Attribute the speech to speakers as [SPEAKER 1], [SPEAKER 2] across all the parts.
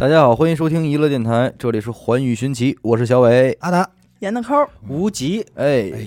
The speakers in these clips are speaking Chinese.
[SPEAKER 1] 大家好，欢迎收听娱乐电台，这里是环宇寻奇，我是小伟。
[SPEAKER 2] 阿达，
[SPEAKER 3] 严的抠儿，
[SPEAKER 2] 无极，
[SPEAKER 1] 哎，
[SPEAKER 2] 哎，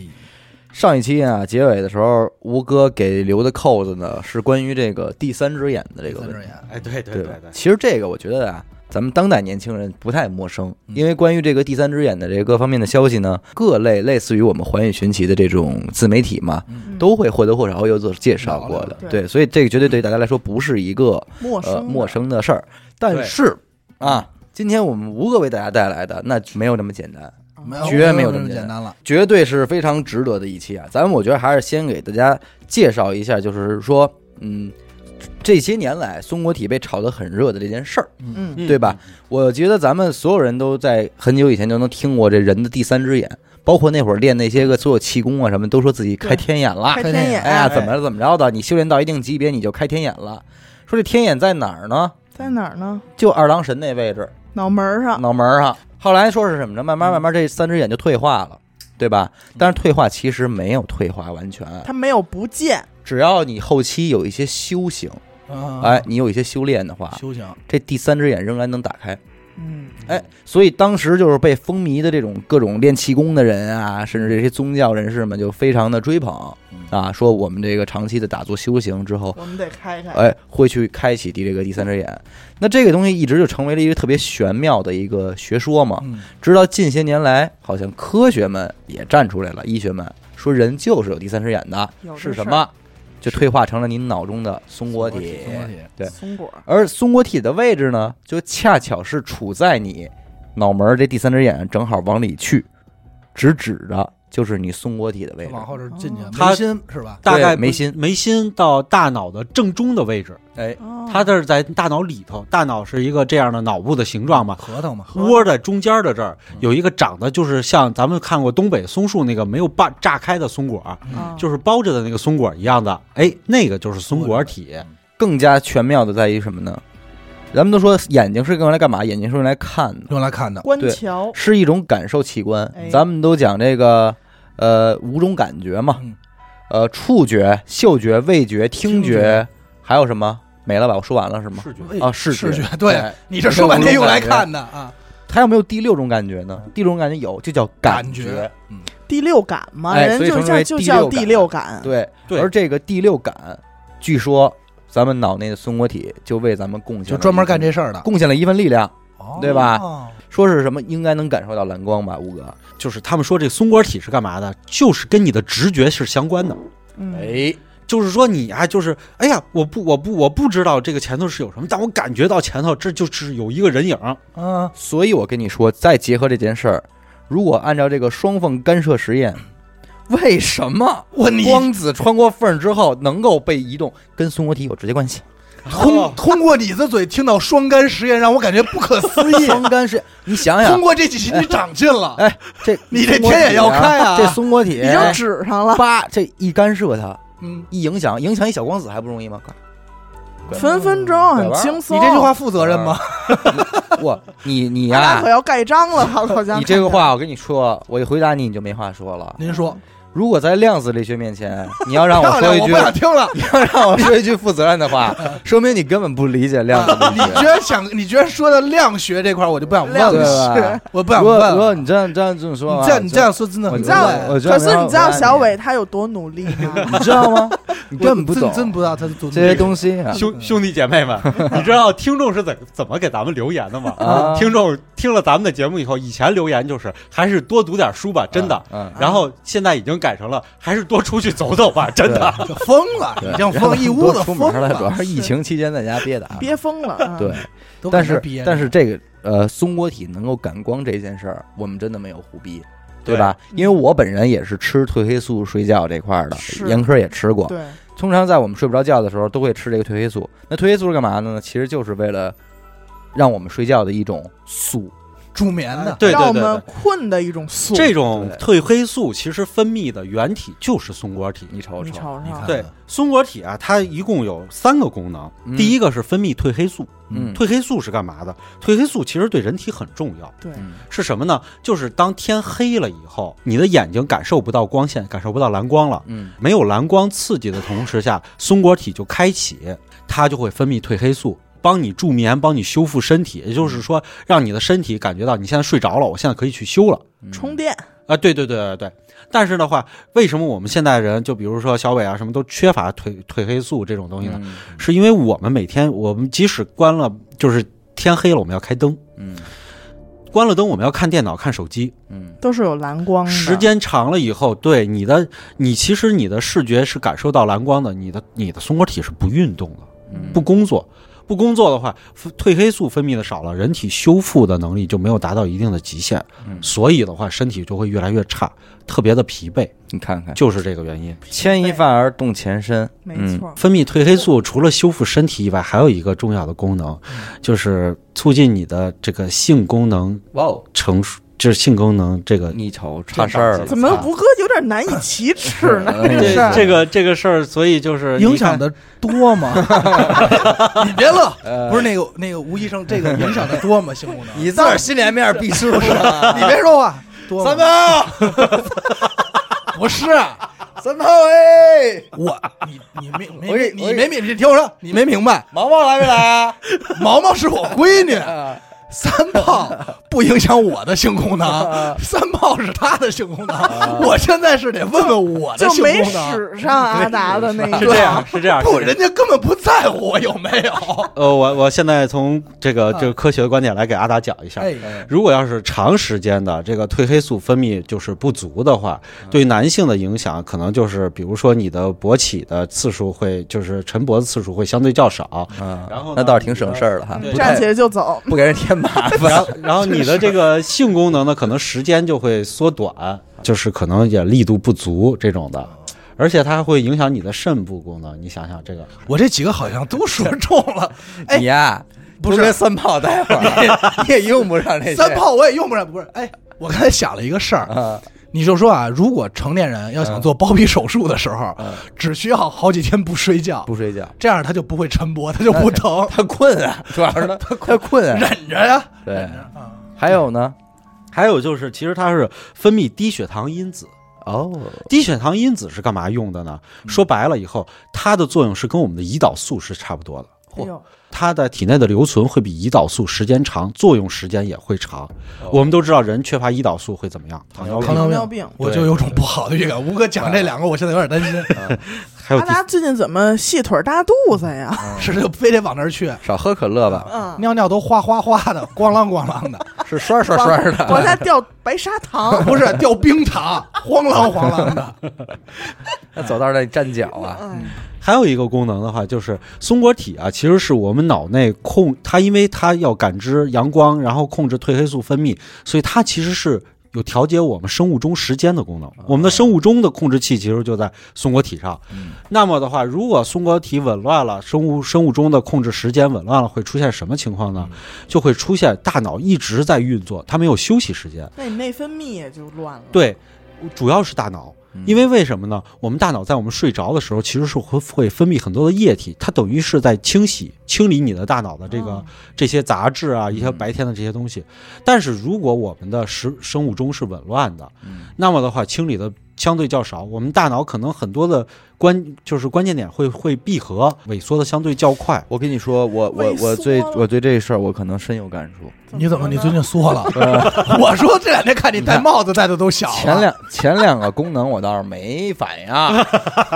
[SPEAKER 1] 上一期啊，结尾的时候，吴哥给留的扣子呢是关于这个第三只眼的这个
[SPEAKER 2] 三
[SPEAKER 1] 问
[SPEAKER 2] 只
[SPEAKER 1] 题，
[SPEAKER 2] 眼，
[SPEAKER 4] 哎，对对
[SPEAKER 1] 对
[SPEAKER 4] 对
[SPEAKER 1] 吧
[SPEAKER 4] 对，
[SPEAKER 1] 其实这个我觉得啊，咱们当代年轻人不太陌生，
[SPEAKER 2] 嗯
[SPEAKER 1] 因为关于这个第三只眼的这个各方面的消息呢，各类类似于我们环宇寻奇的这种自媒体嘛，
[SPEAKER 2] 嗯
[SPEAKER 3] 嗯
[SPEAKER 1] 都会或多或少会有所介绍过的
[SPEAKER 3] 聊聊，
[SPEAKER 1] 对，所以这个绝对对大家来说不是一个
[SPEAKER 3] 陌
[SPEAKER 1] 呃
[SPEAKER 3] 生
[SPEAKER 1] 陌生的事儿，但
[SPEAKER 4] 对
[SPEAKER 1] 是啊，今天我们吴哥为大家带来的那没有那么简单，
[SPEAKER 3] 啊
[SPEAKER 2] 没有
[SPEAKER 1] 绝没
[SPEAKER 2] 没
[SPEAKER 1] 有这
[SPEAKER 2] 这
[SPEAKER 1] 么
[SPEAKER 2] 么
[SPEAKER 1] 简单
[SPEAKER 2] 简单了。
[SPEAKER 1] 绝对是非常值得的一期啊。咱们我觉得还是先给大家介绍一下，就是说，嗯，这些年来松果体被炒得很热的这件事儿，
[SPEAKER 3] 嗯
[SPEAKER 4] 嗯
[SPEAKER 1] 对吧？我觉得咱们所有人都在很久以前就能听过这人的第三只眼，包括那会儿练那些个所有气功啊什么，都说自己开天眼了
[SPEAKER 3] 开，
[SPEAKER 2] 开
[SPEAKER 3] 天
[SPEAKER 2] 天眼
[SPEAKER 3] 眼
[SPEAKER 1] 哎呀，怎么怎么着的，你修炼到一定级别你就开天眼了。说这天眼在哪儿呢？
[SPEAKER 3] 在哪儿呢？
[SPEAKER 1] 就二郎神那位置，
[SPEAKER 3] 脑门儿上，
[SPEAKER 1] 脑门儿上。后来说是什么呢？慢
[SPEAKER 2] 嗯
[SPEAKER 1] 慢慢慢，这三只眼就退化了，对吧？但是退化其实没有退化完全，
[SPEAKER 3] 它没有不见，
[SPEAKER 1] 只要你后期有一些修行，
[SPEAKER 2] 啊
[SPEAKER 1] 哎，，啊你有一些修炼的话，
[SPEAKER 2] 修行，
[SPEAKER 1] 这第三只眼仍然能打开。
[SPEAKER 3] 嗯，
[SPEAKER 1] 哎，所以当时就是被风靡的这种各种练气功的人啊，甚至这些宗教人士们就非常的追捧
[SPEAKER 2] 嗯
[SPEAKER 1] 啊，说我们这个长期的打坐修行之后，
[SPEAKER 3] 我们得开开，
[SPEAKER 1] 哎，会去开启第这个第三只眼。那这个东西一直就成为了一个特别玄妙的一个学说嘛。
[SPEAKER 2] 嗯，
[SPEAKER 1] 直到近些年来，好像科学们也站出来了，医学们说人就是有第三只眼的
[SPEAKER 3] 有，这
[SPEAKER 1] 是
[SPEAKER 3] 事
[SPEAKER 1] 什
[SPEAKER 3] 儿
[SPEAKER 1] 么？就退化成了你脑中的松果体。
[SPEAKER 2] 松果体
[SPEAKER 1] 对
[SPEAKER 3] 松果儿，
[SPEAKER 1] 而松果体的位置呢，就恰巧是处在你脑门儿这第三只眼正好往里去，直指着就是你松果体的位置。
[SPEAKER 2] 往后这进
[SPEAKER 1] 哦
[SPEAKER 2] 去，
[SPEAKER 4] 他
[SPEAKER 2] 眉心是吧？
[SPEAKER 4] 大概
[SPEAKER 1] 对眉心
[SPEAKER 4] 眉心到大脑的正中的位置，
[SPEAKER 1] 哎，
[SPEAKER 3] 哦
[SPEAKER 4] 它这是在大脑里头，大脑是一个这样的脑部的形状嘛。
[SPEAKER 2] 核桃嘛，
[SPEAKER 4] 窝在中间的这儿
[SPEAKER 1] 嗯
[SPEAKER 4] 有一个长得就是像咱们看过东北松树那个没有爆炸开的松果，
[SPEAKER 3] 啊
[SPEAKER 4] 就是包着的那个松果一样的，哎，那个就是松果体。
[SPEAKER 1] 嗯更加玄妙的在于什么呢？咱们都说眼睛是用来干嘛？眼睛是用来看的，
[SPEAKER 2] 用来看的，
[SPEAKER 3] 观
[SPEAKER 1] 对
[SPEAKER 3] 桥，
[SPEAKER 1] 是一种感受器官。
[SPEAKER 3] 哎
[SPEAKER 1] 咱们都讲这个呃五种感觉嘛
[SPEAKER 2] 嗯，
[SPEAKER 1] 呃触觉、嗅觉、味觉、听
[SPEAKER 2] 听觉
[SPEAKER 1] 还有什么？没了吧？我说完了是吗？
[SPEAKER 4] 视觉
[SPEAKER 1] 啊，视
[SPEAKER 2] 视
[SPEAKER 1] 觉
[SPEAKER 2] 觉，对
[SPEAKER 1] 哎
[SPEAKER 2] 你这说半天用来看的啊，
[SPEAKER 1] 还有没有第六种感觉呢？第六种感觉有，就叫
[SPEAKER 2] 感
[SPEAKER 1] 觉。，
[SPEAKER 2] 嗯，
[SPEAKER 3] 第六感嘛，
[SPEAKER 1] 哎
[SPEAKER 3] 人
[SPEAKER 1] 所以
[SPEAKER 3] 就
[SPEAKER 1] 称之为
[SPEAKER 3] 叫就
[SPEAKER 1] 第
[SPEAKER 3] 叫
[SPEAKER 1] 六
[SPEAKER 3] 第
[SPEAKER 1] 感
[SPEAKER 3] 六感，
[SPEAKER 1] 对，
[SPEAKER 4] 对
[SPEAKER 1] 而这个第六感，据说咱们脑内的松果体就为咱们贡献了一份，
[SPEAKER 2] 就专门干这事儿的，
[SPEAKER 1] 贡献了一份力量。对吧
[SPEAKER 2] 哦？
[SPEAKER 1] 说是什么应该能感受到蓝光吧，吴哥？
[SPEAKER 4] 就是他们说这松果体是干嘛的，就是跟你的直觉是相关的。
[SPEAKER 3] 嗯，
[SPEAKER 1] 哎，
[SPEAKER 4] 就是说你啊，就是哎呀，我不我不我不知道这个前头是有什么，但我感觉到前头这就是有一个人影儿，
[SPEAKER 2] 嗯，
[SPEAKER 1] 所以我跟你说，再结合这件事儿，如果按照这个双缝干涉实验，为什么
[SPEAKER 2] 我你
[SPEAKER 1] 光子穿过缝儿之后能够被移动，跟松果体有直接关系？哦
[SPEAKER 2] 通通过你的嘴听到双干实验，让我感觉不可思议。
[SPEAKER 1] 双干是，你想
[SPEAKER 2] 通
[SPEAKER 1] 想，
[SPEAKER 2] 过这几期你长进了，
[SPEAKER 1] 哎，这
[SPEAKER 2] 你这
[SPEAKER 1] 松果体
[SPEAKER 2] 天眼要开啊
[SPEAKER 1] 这松果体
[SPEAKER 3] 已经指上了，
[SPEAKER 1] 叭，这一干涉它，
[SPEAKER 2] 嗯，
[SPEAKER 1] 一影响，影响一小光子还不容易吗？对
[SPEAKER 3] 分分钟很轻松。
[SPEAKER 2] 你这句话负责任吗？
[SPEAKER 1] 啊呃我你你
[SPEAKER 3] 咱俩
[SPEAKER 1] 呀、
[SPEAKER 3] 可要盖章了，好像
[SPEAKER 1] 你这个话我跟你说，我一回答你你就没话说了。
[SPEAKER 2] 您说，
[SPEAKER 1] 如果在量子力学面前，你要让我
[SPEAKER 2] 漂亮
[SPEAKER 1] 说一
[SPEAKER 2] 我
[SPEAKER 1] 句
[SPEAKER 2] 不，想听了。
[SPEAKER 1] 你要 让我说一句负责任的 话，说明你根本不理解量子力
[SPEAKER 2] 啊你居
[SPEAKER 1] 学。
[SPEAKER 2] 然想，你居然说到量学这块儿，我就不想问
[SPEAKER 3] 量
[SPEAKER 2] 了，
[SPEAKER 1] 对吧
[SPEAKER 3] 是。
[SPEAKER 2] 我不
[SPEAKER 1] 如
[SPEAKER 2] 想
[SPEAKER 1] 果
[SPEAKER 2] 问
[SPEAKER 1] 如果
[SPEAKER 2] 了。
[SPEAKER 1] 你这样这样这么说的
[SPEAKER 2] 你
[SPEAKER 1] 话，
[SPEAKER 2] 这样你这样说真的
[SPEAKER 1] 我，
[SPEAKER 2] 很
[SPEAKER 3] 你知道
[SPEAKER 2] 怪
[SPEAKER 1] 我我
[SPEAKER 3] 可是你知道小，
[SPEAKER 1] 我
[SPEAKER 3] 伟他有多努力吗？
[SPEAKER 1] 你知道吗？ 你根本不
[SPEAKER 2] 真
[SPEAKER 1] 懂
[SPEAKER 2] 真不知道他是做
[SPEAKER 1] 这些东西啊。
[SPEAKER 4] 兄兄弟姐 妹们，你知道听众是怎怎么给咱们留言的吗？
[SPEAKER 1] 啊
[SPEAKER 4] 听众听了咱们的节目以后，以前留言就是还是多读点书吧，真的。
[SPEAKER 1] 嗯，
[SPEAKER 4] 然后现在已经改成了还是多出去走走吧，真的。
[SPEAKER 2] 西，就疯了，
[SPEAKER 1] 对
[SPEAKER 2] 你 像疯一屋啊子
[SPEAKER 1] 多出
[SPEAKER 2] 疯
[SPEAKER 1] 门了，主
[SPEAKER 2] 了，
[SPEAKER 1] 要是疫情期间在家憋的 啊。
[SPEAKER 3] 憋疯了，嗯
[SPEAKER 1] 对，
[SPEAKER 2] 都
[SPEAKER 1] 但
[SPEAKER 2] 搁那
[SPEAKER 1] 是
[SPEAKER 2] 憋着
[SPEAKER 1] 但是这个呃松果体能够感光这件事儿，我们真的没有胡逼，对吧？
[SPEAKER 2] 嗯
[SPEAKER 1] 因为我本人也是吃褪黑素睡觉这块儿的，
[SPEAKER 3] 是
[SPEAKER 1] 严科也吃过。
[SPEAKER 3] 对，
[SPEAKER 1] 通常在我们睡不着觉的时候，都会吃这个褪黑素。那褪黑素是干嘛的呢？其实就是为了让我们睡觉的一种素。
[SPEAKER 2] 助眠的，
[SPEAKER 4] 对
[SPEAKER 3] 让
[SPEAKER 4] 对
[SPEAKER 3] 我
[SPEAKER 4] 对
[SPEAKER 3] 们
[SPEAKER 4] 对，
[SPEAKER 3] 困的一种素。
[SPEAKER 4] 这种褪黑素其实分泌的原体就是松果体。
[SPEAKER 1] 你瞅
[SPEAKER 3] 你
[SPEAKER 1] 瞅，
[SPEAKER 3] 瞅
[SPEAKER 2] 你看
[SPEAKER 3] 瞅，
[SPEAKER 4] 对，松果体啊，它一共有三个功能。
[SPEAKER 1] 嗯
[SPEAKER 4] 第一个是分泌褪黑素，
[SPEAKER 1] 嗯，
[SPEAKER 4] 褪黑素是干嘛的？褪黑素其实对人体很重要。
[SPEAKER 3] 对，
[SPEAKER 1] 嗯
[SPEAKER 4] 是什么呢？就是当天黑了以后，你的眼睛感受不到光线，感受不到蓝光了。
[SPEAKER 1] 嗯
[SPEAKER 4] 没有蓝光刺激的同时下，松果体就开启，它就会分泌褪黑素。帮你助眠，帮你修复身体，也就是说，让你的身体感觉到你现在睡着了，我现在可以去修了。
[SPEAKER 3] 充电，
[SPEAKER 4] 啊，对对对对对。但是的话，为什么我们现代人，就比如说小伟啊，什么都缺乏褪褪黑素这种东西呢？
[SPEAKER 1] 嗯
[SPEAKER 4] 是因为我们每天，我们即使关了，就是天黑了，我们要开灯；
[SPEAKER 1] 嗯
[SPEAKER 4] 关了灯，我们要看电脑、看手机。
[SPEAKER 1] 嗯
[SPEAKER 3] 都是有蓝光的。
[SPEAKER 4] 时间长了以后，对你的，你其实你的视觉是感受到蓝光的，你的你的松果体是不运动的，
[SPEAKER 1] 嗯，
[SPEAKER 4] 不工作。不工作的话，分褪黑素分泌的少了，人体修复的能力就没有达到一定的极限，
[SPEAKER 1] 嗯
[SPEAKER 4] 所以的话，身体就会越来越差，特别的疲惫，
[SPEAKER 1] 你看看，
[SPEAKER 4] 就是这个原因。
[SPEAKER 1] 牵一发而动全身，
[SPEAKER 3] 没
[SPEAKER 1] 嗯
[SPEAKER 3] 错，
[SPEAKER 4] 分泌褪黑素除了修复身体以外，还有一个重要的功能，就是促进你的这个性功能
[SPEAKER 1] 哇哦，
[SPEAKER 4] 成熟，就是性功能这个。
[SPEAKER 1] 你瞅差事儿了，
[SPEAKER 3] 怎么吴哥有点难以启齿 呢？
[SPEAKER 1] 嗯
[SPEAKER 3] 这
[SPEAKER 1] 对
[SPEAKER 3] 事儿
[SPEAKER 4] 这个这个事儿，所以就是
[SPEAKER 2] 影响
[SPEAKER 4] 的
[SPEAKER 2] 的多 吗？你别乐，
[SPEAKER 1] 呃
[SPEAKER 2] 不是那个那个吴医生，这个影响的 多吗？性功能，
[SPEAKER 1] 你自个儿心里面必是不是？
[SPEAKER 2] 你别说话，多吗
[SPEAKER 1] 三炮，
[SPEAKER 2] 不是啊
[SPEAKER 1] 三炮哎，
[SPEAKER 2] 我，你你没
[SPEAKER 1] 我
[SPEAKER 2] 没
[SPEAKER 1] 给我
[SPEAKER 2] 你
[SPEAKER 1] 给
[SPEAKER 2] 没明，你听我说，你没明白，
[SPEAKER 1] 毛毛来没来啊？
[SPEAKER 2] 毛毛是我闺 女，
[SPEAKER 1] 啊
[SPEAKER 2] 三炮不影响我的性功
[SPEAKER 1] 啊
[SPEAKER 2] 能，三炮是她的性功能，我现在是得问问我的
[SPEAKER 3] 就
[SPEAKER 2] 性
[SPEAKER 3] 没
[SPEAKER 2] 功 能。
[SPEAKER 3] 使上阿达的那
[SPEAKER 4] 是
[SPEAKER 3] 一
[SPEAKER 4] 这
[SPEAKER 3] 段
[SPEAKER 4] 样，，是这样。
[SPEAKER 2] 不，
[SPEAKER 4] 是这样
[SPEAKER 2] 人家根本不在乎我有没 有。
[SPEAKER 4] 呃，我我现在从这个
[SPEAKER 2] 啊
[SPEAKER 4] 这个科学的观点来给阿达讲一下。
[SPEAKER 2] 哎，
[SPEAKER 4] 如果要是长时间的这个褪黑素分泌就是不足的话，对男性的影响可能就是，比如说你的勃起的次数会，就是晨勃的次数会相对较少，
[SPEAKER 1] 啊
[SPEAKER 4] 然后呢
[SPEAKER 1] 那倒是挺省事儿的哈，
[SPEAKER 4] 对
[SPEAKER 1] 不
[SPEAKER 3] 站
[SPEAKER 1] 太
[SPEAKER 3] 起来就走，
[SPEAKER 1] 不给人添麻
[SPEAKER 4] 然
[SPEAKER 1] 烦
[SPEAKER 4] 后，然后你的这个性功能呢，可能时间就会缩短，就是可能也力度不足这种的，而且它还会影响你的肾部功能。你想想这个，
[SPEAKER 2] 我这几个好像都说中 了。哎
[SPEAKER 1] 你呀，
[SPEAKER 2] 不是
[SPEAKER 1] 多跟三炮待会 儿，你也用不上那些
[SPEAKER 2] 三炮我也用不上，不是？哎，我刚才想了一个事儿，
[SPEAKER 1] 啊，
[SPEAKER 2] 你就说啊，如果成年人要想做包皮手术的时候，
[SPEAKER 1] 嗯
[SPEAKER 2] 只需要好几天不睡觉，
[SPEAKER 1] 不睡觉，
[SPEAKER 2] 这样他就不会晨勃，他就不疼，
[SPEAKER 1] 他困啊， 主要是他他困啊，
[SPEAKER 2] 忍着呀。
[SPEAKER 1] 对，
[SPEAKER 2] 啊
[SPEAKER 1] 还有呢，
[SPEAKER 4] 还有就是，其实它是分泌低血糖因子。
[SPEAKER 1] 哦，
[SPEAKER 4] 低血糖因子是干嘛用的呢？
[SPEAKER 3] 嗯
[SPEAKER 4] 说白了以后，它的作用是跟我们的胰岛素是差不多的。
[SPEAKER 3] 哎呦
[SPEAKER 4] 它在体内的留存会比胰岛素时间长，作用时间也会长。
[SPEAKER 3] 哦
[SPEAKER 4] 我们都知道，人缺乏胰岛素会怎么样？糖
[SPEAKER 1] 哎
[SPEAKER 4] 尿
[SPEAKER 2] 糖
[SPEAKER 4] 病。
[SPEAKER 2] 尿
[SPEAKER 3] 尿
[SPEAKER 2] 病
[SPEAKER 3] 病。
[SPEAKER 2] 我就有种不好的预感。吴哥讲这两个，我现在有点担心，
[SPEAKER 4] 还有
[SPEAKER 3] 阿
[SPEAKER 4] 第
[SPEAKER 3] 达最近怎么细腿大肚 子呀？
[SPEAKER 1] 嗯
[SPEAKER 2] 是就非得往那儿去，
[SPEAKER 1] 少喝可乐吧，
[SPEAKER 3] 嗯，
[SPEAKER 2] 尿尿都哗哗哗的，咣啷咣啷的，
[SPEAKER 1] 是刷刷刷的，
[SPEAKER 3] 往下掉白砂糖。
[SPEAKER 2] 不是掉冰糖，晃啷晃啷 的。
[SPEAKER 1] 那走道儿那站脚啊，
[SPEAKER 3] 嗯，
[SPEAKER 4] 还有一个功能的话，就是松果体啊，其实是我们脑内控它，因为它要感知阳光，然后控制褪黑素分泌，所以它其实是有调节我们生物钟时间的功能。我们的生物钟的控制器其实就在松果体上。那么的话，如果松果体紊乱了，生物生物钟的控制时间紊乱了，会出现什么情况呢？就会出现大脑一直在运作，它没有休息时间。
[SPEAKER 3] 那你内分泌也就乱了。，
[SPEAKER 4] 对，主要是大脑。因为为什么呢？我们大脑在我们睡着的时候，其实是会会分泌很多的液体，它等于是在清洗、清理你的大脑的这个、
[SPEAKER 3] 哦
[SPEAKER 4] 这些杂质啊，一些白天的这些东西。但是如果我们的食生物钟是紊乱的，
[SPEAKER 1] 嗯
[SPEAKER 4] 那么的话清理的相对较少，我们大脑可能很多的关就是关键点会会闭合，萎缩的相对较快。
[SPEAKER 1] 我跟你说，我我
[SPEAKER 3] 萎缩
[SPEAKER 1] 我对
[SPEAKER 3] 了
[SPEAKER 1] 我对这事儿我可能深有感触。
[SPEAKER 2] 你怎么？你最
[SPEAKER 3] 了
[SPEAKER 2] 近
[SPEAKER 3] 呢
[SPEAKER 2] 缩了？ 我说这两天看你戴帽子戴的都小啊 了。
[SPEAKER 1] 前两前两个功能我倒是没反应 啊，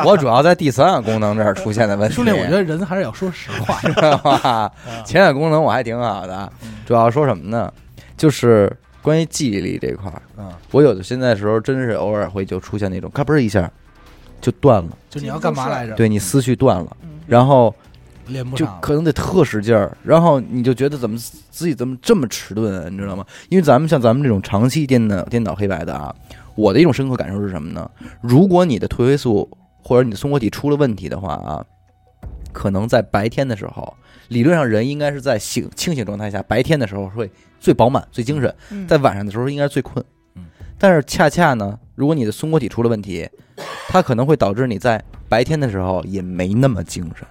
[SPEAKER 1] 我主要在第三个功能这儿出现的问题。
[SPEAKER 2] 兄弟，我觉得人还是要说实 话。
[SPEAKER 1] 得前两个功能我还挺好的，主要说什么呢？就是关于记忆力这块儿，
[SPEAKER 2] 嗯，
[SPEAKER 1] 我有的现在时候真是偶尔会就出现那种咔嘣儿一下就断了，
[SPEAKER 2] 就你要干嘛来着？
[SPEAKER 1] 对你思绪断了，
[SPEAKER 3] 嗯
[SPEAKER 1] 然后
[SPEAKER 2] 连嗯不
[SPEAKER 1] 就
[SPEAKER 2] 上了。
[SPEAKER 1] 可能得特使劲儿，然后你就觉得怎么自己怎么这么迟钝、啊，你知道吗？因为咱们像咱们这种长期颠倒颠倒黑白的啊，我的一种深刻感受是什么呢？如果你的褪黑素或者你的松果体出了问题的话啊，可能在白天的时候，理论上人应该是在醒清醒状态下，白天的时候会最饱满、最精神，
[SPEAKER 3] 嗯
[SPEAKER 1] 在晚上的时候应该是最困
[SPEAKER 2] 嗯。
[SPEAKER 1] 但是恰恰呢，如果你的松果体出了问题，它可能会导致你在白天的时候也没那么精神，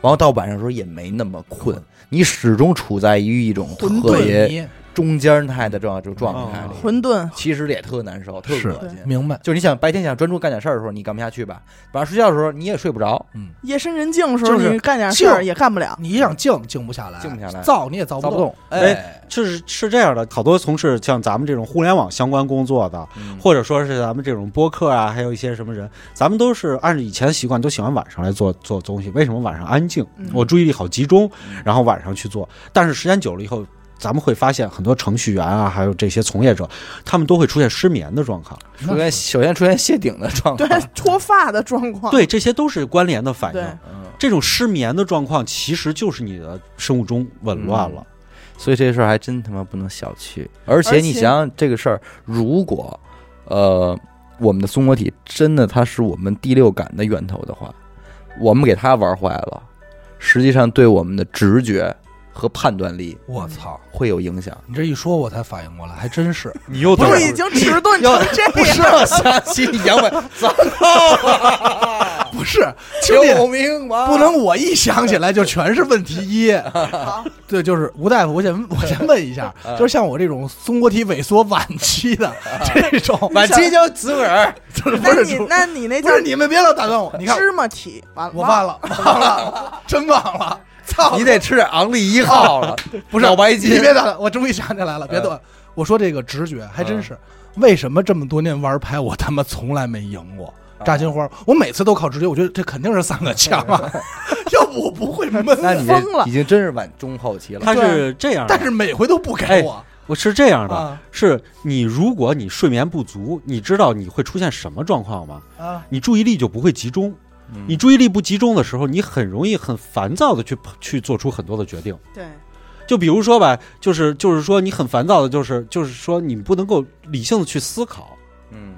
[SPEAKER 1] 然后到晚上的时候也没那么困，你始终处在于一种
[SPEAKER 2] 混
[SPEAKER 1] 特
[SPEAKER 2] 沌
[SPEAKER 1] 别
[SPEAKER 2] 泥，
[SPEAKER 1] 中间态的这样一种状态里，
[SPEAKER 4] 哦
[SPEAKER 3] 嗯混沌，
[SPEAKER 1] 其实也特难受，特
[SPEAKER 2] 是
[SPEAKER 1] 恶心。
[SPEAKER 2] 明白，
[SPEAKER 1] 就是你想白天想专注干点事儿的时候，你干不下去吧；晚上睡觉的时候，你也睡不着。
[SPEAKER 3] 夜深人静的时候，
[SPEAKER 2] 就是
[SPEAKER 3] 你干点事
[SPEAKER 2] 就
[SPEAKER 3] 儿也干 不了。
[SPEAKER 2] 你想静静不下来，
[SPEAKER 1] 静不下来
[SPEAKER 2] 造你也造
[SPEAKER 1] 躁
[SPEAKER 2] 动。
[SPEAKER 1] 动，
[SPEAKER 4] 哎
[SPEAKER 1] 哎，
[SPEAKER 4] 就是是这样的，好多从事像咱们这种互联网相关工作的，
[SPEAKER 1] 嗯
[SPEAKER 4] 或者说是咱们这种播客啊，还有一些什么人，咱们都是按照以前的习惯，都喜欢晚上来做做东西。为什么晚上安静
[SPEAKER 3] 嗯，
[SPEAKER 4] 我注意力好集中
[SPEAKER 1] 嗯，
[SPEAKER 4] 然后晚上去做。但是时间久了以后，咱们会发现很多程序员啊，还有这些从业者，他们都会出现失眠的状况。
[SPEAKER 1] 出现首先出现谢顶的状
[SPEAKER 3] 对
[SPEAKER 1] 况，，
[SPEAKER 3] 脱发的状况。
[SPEAKER 4] 对，这些都是关联的反
[SPEAKER 3] 哦对
[SPEAKER 4] 应。
[SPEAKER 1] 嗯，
[SPEAKER 4] 这种失眠的状况，其实就是你的生物钟紊乱了。
[SPEAKER 1] 所以这事儿还真他妈不能小觑。而且
[SPEAKER 3] 而
[SPEAKER 1] 你
[SPEAKER 3] 且
[SPEAKER 1] 想想这个事儿，如果呃我们的松果体真的它是我们第六感的源头的话，我们给它玩坏了，实际上对我们的直觉和判断力
[SPEAKER 2] 我操！
[SPEAKER 1] 会有影响。
[SPEAKER 2] 你这一说，我才反应过来，还真是。
[SPEAKER 4] 嗯你又
[SPEAKER 3] 不是已经迟钝成这
[SPEAKER 1] 不是
[SPEAKER 3] 样，
[SPEAKER 1] 我想起杨伟，糟糕，
[SPEAKER 2] 不是，就
[SPEAKER 1] 救命吧！
[SPEAKER 2] 不能哎我一想起来就全是问题 一。对，就是吴大夫，我想我先问一下，就是像我这种松果体萎缩晚期的这 种，
[SPEAKER 1] 晚期就紫个儿，
[SPEAKER 2] 就是不
[SPEAKER 3] 那
[SPEAKER 2] 是
[SPEAKER 3] 你那你那
[SPEAKER 2] 不
[SPEAKER 3] 叫
[SPEAKER 2] 是你们别老打断我，你看
[SPEAKER 3] 芝麻体，完了
[SPEAKER 2] 我忘了忘 了，真忘了，操！
[SPEAKER 1] 你得吃点昂立一号了，
[SPEAKER 2] 不是
[SPEAKER 1] 脑白
[SPEAKER 2] 你
[SPEAKER 1] 金。
[SPEAKER 2] 别打断，嗯我终于想起来了，别断。我说这个直觉还真是，为什么这么多年玩牌我他妈从来没赢过？炸金花，我每次都靠直觉，我觉得这肯定是三个枪 啊，要不我不会闷啊
[SPEAKER 1] 那
[SPEAKER 2] 的。
[SPEAKER 1] 你
[SPEAKER 3] 疯
[SPEAKER 1] 这
[SPEAKER 3] 了
[SPEAKER 1] 已经真是晚中后期了。
[SPEAKER 4] 他是这样的，
[SPEAKER 2] 但是每回都不给我
[SPEAKER 4] 我是这样的，
[SPEAKER 2] 啊
[SPEAKER 4] 是你如果你睡眠不足，你知道你会出现什么状况吗？
[SPEAKER 2] 啊！
[SPEAKER 4] 你注意力就不会集中。
[SPEAKER 1] 嗯
[SPEAKER 4] 你注意力不集中的时候，你很容易很烦躁的去去做出很多的决定。
[SPEAKER 3] 对，
[SPEAKER 4] 就比如说吧，就是就是说你很烦躁的，就是就是说你不能够理性的去思考，
[SPEAKER 1] 嗯，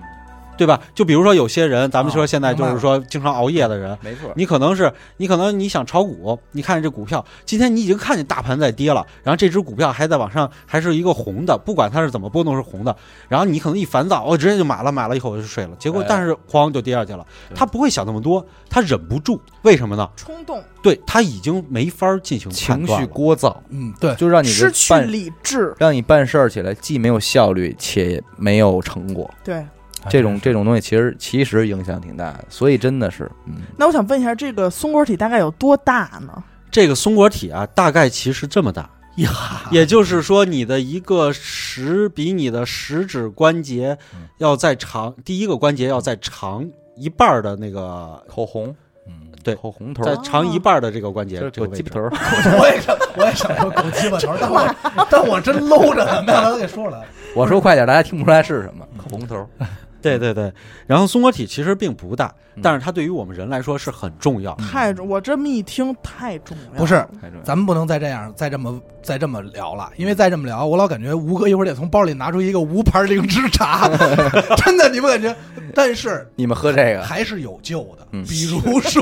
[SPEAKER 4] 对吧？就比如说有些人，咱们
[SPEAKER 2] 哦
[SPEAKER 4] 说现在就
[SPEAKER 2] 明白
[SPEAKER 4] 是
[SPEAKER 2] 了
[SPEAKER 4] 说经常熬夜的人，
[SPEAKER 1] 没错。
[SPEAKER 4] 你可能是你可能你想炒股，你看这股票，今天你已经看见大盘在跌了，然后这只股票还在往上，还是一个红的，不管它是怎么波动是红的，然后你可能一烦躁，我、哦直接就买了，买了以后我就睡了，结果
[SPEAKER 1] 哎
[SPEAKER 4] 但是哐就跌下去了，
[SPEAKER 1] 对
[SPEAKER 4] 他不会想那么多，他忍不住，为什么呢？
[SPEAKER 3] 冲动
[SPEAKER 4] 对他已经没法进行判
[SPEAKER 1] 情
[SPEAKER 4] 断
[SPEAKER 1] 绪
[SPEAKER 4] 了
[SPEAKER 1] 聒噪，
[SPEAKER 2] 嗯，对，
[SPEAKER 1] 就让你
[SPEAKER 3] 失
[SPEAKER 1] 这
[SPEAKER 3] 去
[SPEAKER 1] 办
[SPEAKER 3] 理智，
[SPEAKER 1] 让你办事儿起来既没有效率且没有成果，
[SPEAKER 3] 对。
[SPEAKER 2] 啊
[SPEAKER 1] 这种这种东西其实其实影响挺大的，所以真的是，嗯，
[SPEAKER 3] 那我想问一下，这个松果体大概有多大呢？
[SPEAKER 4] 这个松果体啊，大概其实这么 大，
[SPEAKER 2] 呀，
[SPEAKER 4] 也就是说，你的一个食比你的食指关节
[SPEAKER 2] 嗯
[SPEAKER 4] 要再长，第一个关节要再长一半儿的那个，
[SPEAKER 1] 口红，
[SPEAKER 2] 嗯，
[SPEAKER 4] 对
[SPEAKER 1] 口红头
[SPEAKER 4] 再
[SPEAKER 1] 儿，啊
[SPEAKER 4] 长一半儿的这个关节
[SPEAKER 1] 就是
[SPEAKER 4] 这个
[SPEAKER 1] 狗
[SPEAKER 4] 位
[SPEAKER 1] 鸡
[SPEAKER 4] 置
[SPEAKER 1] 巴。头儿，
[SPEAKER 2] 我也想我也想说狗鸡巴头，但 我但我真搂着呢，没想到他给说出来了。
[SPEAKER 1] 我说快点，大家听不出来是什么，口红 头儿，
[SPEAKER 4] 对对对，然后松果体其实并不大
[SPEAKER 1] 嗯，
[SPEAKER 4] 但是它对于我们人来说是很重要。
[SPEAKER 3] 太重，我这么一听太重要了。
[SPEAKER 2] 不是，
[SPEAKER 1] 太重要了
[SPEAKER 2] 咱们不能再这样、再这么、再这么聊了，因为再这么聊，我老感觉吴哥一会儿得从包里拿出一个无牌灵芝 茶，真的，你不感觉？但是
[SPEAKER 1] 你们喝这个，
[SPEAKER 2] 还是有救的，
[SPEAKER 1] 嗯
[SPEAKER 2] 比 如说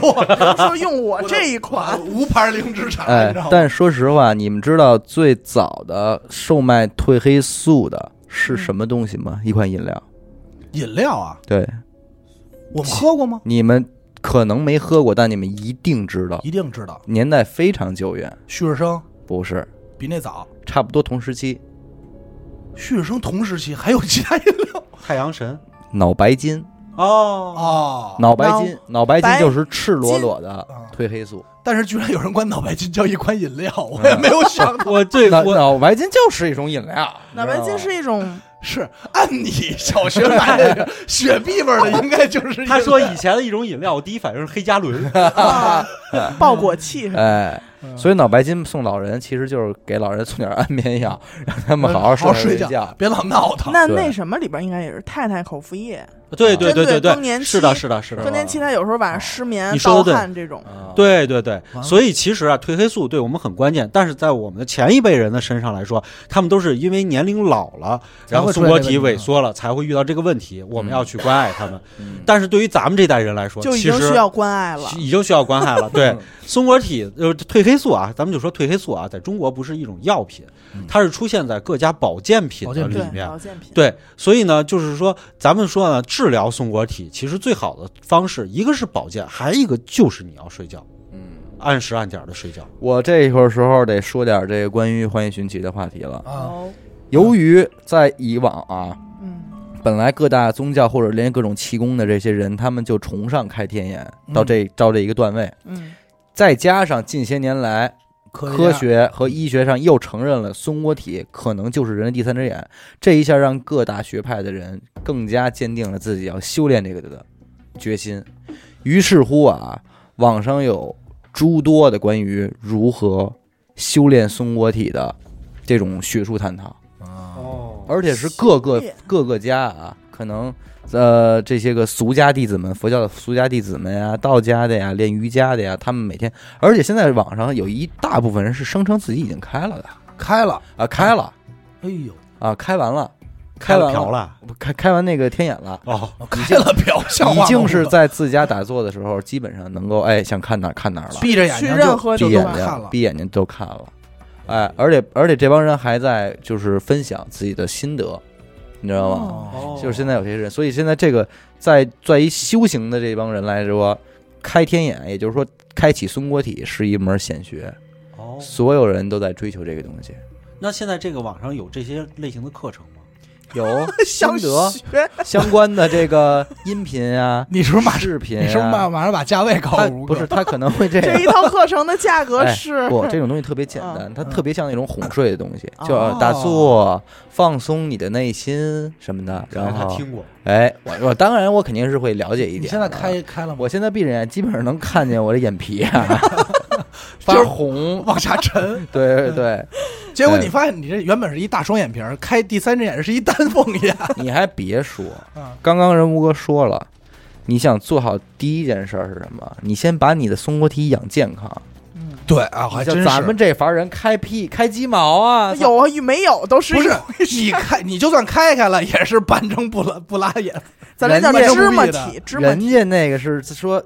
[SPEAKER 3] 说用我这一
[SPEAKER 2] 啊
[SPEAKER 3] 款，
[SPEAKER 2] 无牌灵芝茶，你
[SPEAKER 1] 哎
[SPEAKER 2] 知道吗？，
[SPEAKER 1] 但说实话，你们知道最早的售卖褪黑素的
[SPEAKER 3] 嗯
[SPEAKER 1] 是什么东西吗？一款饮料，
[SPEAKER 2] 饮料啊，
[SPEAKER 1] 对，
[SPEAKER 2] 我们喝过吗？
[SPEAKER 1] 你们可能没喝过，但你们一定知道，
[SPEAKER 2] 一定知道，
[SPEAKER 1] 年代非常久远，
[SPEAKER 2] 旭日升
[SPEAKER 1] 不是，
[SPEAKER 2] 比那早，
[SPEAKER 1] 差不多同时期，
[SPEAKER 2] 旭日升同时期还有其他饮料
[SPEAKER 4] 太阳神
[SPEAKER 1] 脑白金，啊
[SPEAKER 4] 哦，
[SPEAKER 2] 哦。
[SPEAKER 1] 脑白金，脑白金
[SPEAKER 3] 白
[SPEAKER 1] 就是赤裸裸的
[SPEAKER 2] 金啊
[SPEAKER 1] 褪黑素，
[SPEAKER 2] 但是居然有人管脑白金叫一款饮 料，我也没有想到。
[SPEAKER 4] 我对
[SPEAKER 1] 脑
[SPEAKER 4] 我
[SPEAKER 1] 脑白金就是一种饮料，
[SPEAKER 3] 脑白金
[SPEAKER 1] 你知道吗
[SPEAKER 3] 是一种
[SPEAKER 2] 是按你小学买那个雪碧味儿的，应 该就是
[SPEAKER 4] 他说
[SPEAKER 2] 饮
[SPEAKER 4] 以前的一种饮料，我第一反应是黑加仑。
[SPEAKER 3] 啊爆果器，
[SPEAKER 1] 哎，
[SPEAKER 2] 料
[SPEAKER 1] 所以脑白金送老人其实就是给老人送点安眠药，让他们好
[SPEAKER 2] 好
[SPEAKER 1] 睡
[SPEAKER 2] 睡
[SPEAKER 1] 觉。啊
[SPEAKER 2] 别老闹腾。
[SPEAKER 3] 那
[SPEAKER 1] 对
[SPEAKER 3] 那什么里边应该也是太太口服液，
[SPEAKER 4] 对对
[SPEAKER 3] 针
[SPEAKER 4] 对
[SPEAKER 3] 对
[SPEAKER 4] 对
[SPEAKER 3] 更年
[SPEAKER 4] 对，
[SPEAKER 3] 期
[SPEAKER 4] 是的，是的，是的
[SPEAKER 1] 更
[SPEAKER 3] 更。年期她有时候晚上失眠
[SPEAKER 4] 你、说
[SPEAKER 3] 盗
[SPEAKER 4] 得对
[SPEAKER 3] 汗这种，
[SPEAKER 1] 啊，
[SPEAKER 4] 对对对
[SPEAKER 2] 完，了
[SPEAKER 4] 所以其实啊，褪黑素对我们很关键，但是在我们的前一辈人的身上来说，他们都是因为年龄老了，然后
[SPEAKER 2] 才
[SPEAKER 4] 松
[SPEAKER 2] 会
[SPEAKER 4] 果
[SPEAKER 2] 出现
[SPEAKER 4] 体
[SPEAKER 2] 这个问
[SPEAKER 4] 萎
[SPEAKER 2] 题啊
[SPEAKER 4] 缩了，才会遇到这个问题。我们要去关爱他们，
[SPEAKER 1] 嗯
[SPEAKER 4] 但是对于咱们这代人来说，
[SPEAKER 3] 就已
[SPEAKER 4] 其
[SPEAKER 3] 经
[SPEAKER 4] 实
[SPEAKER 3] 需要关爱了。
[SPEAKER 4] 已经需要关爱了。 对，松果体就是褪黑素啊，咱们就说褪黑素啊，在中国不是一种药品
[SPEAKER 2] 嗯，
[SPEAKER 4] 它是出现在各家保健品
[SPEAKER 2] 保
[SPEAKER 4] 的
[SPEAKER 2] 健
[SPEAKER 4] 里
[SPEAKER 2] 品
[SPEAKER 3] 对，
[SPEAKER 4] 面。
[SPEAKER 3] 保健品，
[SPEAKER 4] 对，所以呢，就是说，咱们说呢，治疗松果体其实最好的方式，一个是保健，还一个就是你要睡觉，
[SPEAKER 1] 嗯，
[SPEAKER 4] 按时按点的睡觉。
[SPEAKER 1] 我这会儿时候得说点这个关于欢迎寻奇的话题了。
[SPEAKER 2] 啊，
[SPEAKER 3] 哦，
[SPEAKER 1] 由于在以往啊，
[SPEAKER 3] 嗯，
[SPEAKER 1] 本来各大宗教或者连各种气功的这些人，他们就崇尚开天眼，到这到这一个段位，
[SPEAKER 3] 嗯，
[SPEAKER 1] 再加上近些年来
[SPEAKER 2] 科
[SPEAKER 1] 科学啊和医学上又承认了松果体可能就是人的第三只眼，这一下让各大学派的人更加坚定了自己要修炼这个的决心。于是乎啊，网上有诸多的关于如何修炼松果体的这种学术探讨。
[SPEAKER 2] 啊，
[SPEAKER 4] 哦
[SPEAKER 1] 而且是各个
[SPEAKER 3] 是
[SPEAKER 1] 各个家啊，可能呃这些个俗家弟子们，佛教的俗家弟子们呀，道家的呀，练瑜伽的呀，他们每天，而且现在网上有一大部分人是声称自己已经开了的
[SPEAKER 2] 开了，
[SPEAKER 1] 啊，开了
[SPEAKER 2] 哎呦，
[SPEAKER 1] 啊，开完了，
[SPEAKER 4] 开
[SPEAKER 1] 完
[SPEAKER 4] 瓢
[SPEAKER 1] 了，
[SPEAKER 4] 了
[SPEAKER 1] 开开完那个天眼了。
[SPEAKER 4] 哦，
[SPEAKER 2] 开了表，像
[SPEAKER 1] 已
[SPEAKER 2] 话
[SPEAKER 1] 经
[SPEAKER 2] 吗
[SPEAKER 1] 是在自家打坐的时候，基本上能够哎想看哪儿看哪儿了，
[SPEAKER 2] 闭着眼
[SPEAKER 3] 去
[SPEAKER 2] 睛
[SPEAKER 3] 任
[SPEAKER 2] 就
[SPEAKER 3] 何
[SPEAKER 1] 闭
[SPEAKER 3] 地
[SPEAKER 1] 眼
[SPEAKER 3] 方
[SPEAKER 2] 看
[SPEAKER 1] 睛
[SPEAKER 2] 了、
[SPEAKER 1] 闭眼睛都看了，哎，而且而且这帮人还在就是分享自己的心得，你知道吗？
[SPEAKER 3] 哦
[SPEAKER 1] 就是现在有些人，所以现在这个在在于修行的这帮人来说，开天眼，也就是说开启松果体是一门显学，
[SPEAKER 4] 哦，
[SPEAKER 1] 所有人都在追求这个东 西。
[SPEAKER 4] 那现在这个网上有这些类型的课程吗？
[SPEAKER 1] 有
[SPEAKER 3] 想
[SPEAKER 1] 心得哎
[SPEAKER 3] 学
[SPEAKER 1] 相关的这个音频啊
[SPEAKER 2] 你是不是马上，
[SPEAKER 1] 视频
[SPEAKER 2] 你是不是马
[SPEAKER 1] 啊，
[SPEAKER 2] 马上把价位告
[SPEAKER 1] 他
[SPEAKER 2] 诉吴
[SPEAKER 1] 不
[SPEAKER 2] 哥
[SPEAKER 1] 是？他可能会这
[SPEAKER 3] 这一
[SPEAKER 1] 样。
[SPEAKER 3] 套课程的价格
[SPEAKER 1] 哎
[SPEAKER 3] 是
[SPEAKER 1] 不，这种东西特别简单，
[SPEAKER 3] 嗯
[SPEAKER 1] 它特别像那种哄睡的东西，
[SPEAKER 3] 哦
[SPEAKER 1] 就呃打坐、放松你的内心什么的。
[SPEAKER 2] 嗯
[SPEAKER 1] 然后，
[SPEAKER 4] 过，
[SPEAKER 1] 哎，我我当然我肯定是会了解一点
[SPEAKER 2] 你
[SPEAKER 1] 的。
[SPEAKER 2] 现在开开了吗？
[SPEAKER 1] 我现在闭着眼，基本上能看见我的眼皮啊，发红。
[SPEAKER 2] 往下沉，
[SPEAKER 1] 对对对，
[SPEAKER 2] 结果你发现你这原本是一大双眼皮儿，开第三只眼是一单凤眼，
[SPEAKER 1] 你还别说
[SPEAKER 2] 嗯，
[SPEAKER 1] 刚刚人吴哥说了，你想做好第一件事儿是什么？你先把你的松果体养健康。
[SPEAKER 2] 对啊，还真
[SPEAKER 1] 像
[SPEAKER 2] 是。
[SPEAKER 1] 咱们这伐人开屁开鸡毛啊！
[SPEAKER 3] 有啊与没有都是
[SPEAKER 2] 不
[SPEAKER 3] 一
[SPEAKER 2] 是你开，你就算开开了，也是半睁不拉不拉眼。
[SPEAKER 3] 咱这叫
[SPEAKER 1] 人家
[SPEAKER 3] 芝麻
[SPEAKER 2] 是故意
[SPEAKER 3] 体，芝麻
[SPEAKER 1] 人
[SPEAKER 3] 体
[SPEAKER 1] 家那个是说，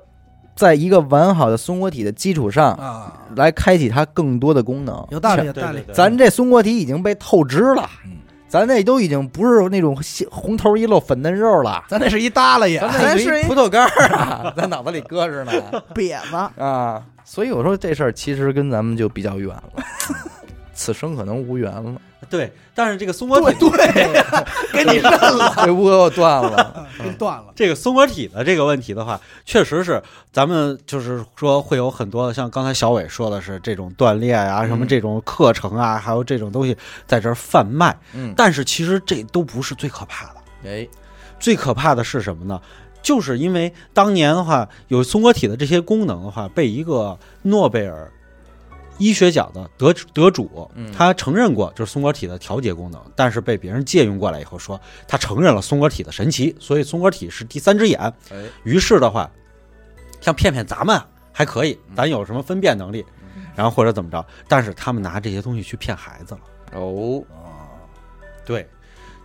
[SPEAKER 1] 在一个完好的松果体的基础上，
[SPEAKER 2] 啊，
[SPEAKER 1] 来开启它更多的功能。
[SPEAKER 2] 有道理，有
[SPEAKER 4] 对
[SPEAKER 2] 道
[SPEAKER 4] 对
[SPEAKER 2] 理
[SPEAKER 4] 对，。对
[SPEAKER 1] 咱这松果体已经被透支了
[SPEAKER 2] 嗯，
[SPEAKER 1] 咱那都已经不是那种细红头一露粉嫩肉了。
[SPEAKER 2] 咱这是一耷拉眼，
[SPEAKER 1] 咱
[SPEAKER 3] 咱
[SPEAKER 1] 那
[SPEAKER 3] 是
[SPEAKER 1] 是
[SPEAKER 3] 一
[SPEAKER 1] 一葡萄干儿啊，在脑子里搁着呢
[SPEAKER 3] 瘪子，
[SPEAKER 1] 啊，所以我说这事儿其实跟咱们就比较远了，此生可能无缘了，
[SPEAKER 4] 对，但是这个松果
[SPEAKER 2] 对
[SPEAKER 4] 体，
[SPEAKER 2] 对，给你认了，
[SPEAKER 1] 这乌又断了。
[SPEAKER 2] 给你断了。
[SPEAKER 4] 这个松果体的这个问题的话，确实是咱们就是说会有很多像刚才小伟说的是这种锻炼啊，什么
[SPEAKER 1] 嗯
[SPEAKER 4] 这种课程啊，还有这种东西在这儿贩卖。
[SPEAKER 1] 嗯，
[SPEAKER 4] 但是其实这都不是最可怕的，
[SPEAKER 1] 哎，
[SPEAKER 4] 最可怕的是什么呢？就是因为当年的话，有松果体的这些功能的话，被一个诺贝尔医学奖的得得主
[SPEAKER 1] 嗯，
[SPEAKER 4] 他承认过就是松果体的调节功能，但是被别人借用过来以后说，他承认了松果体的神奇，所以松果体是第三只眼。
[SPEAKER 1] 哎，
[SPEAKER 4] 于是的话，像骗骗咱们还可以，
[SPEAKER 1] 嗯
[SPEAKER 4] 咱有什么分辨能力，然后或者怎么着，但是他们拿这些东西去骗孩子了。
[SPEAKER 1] 哦，
[SPEAKER 4] 对，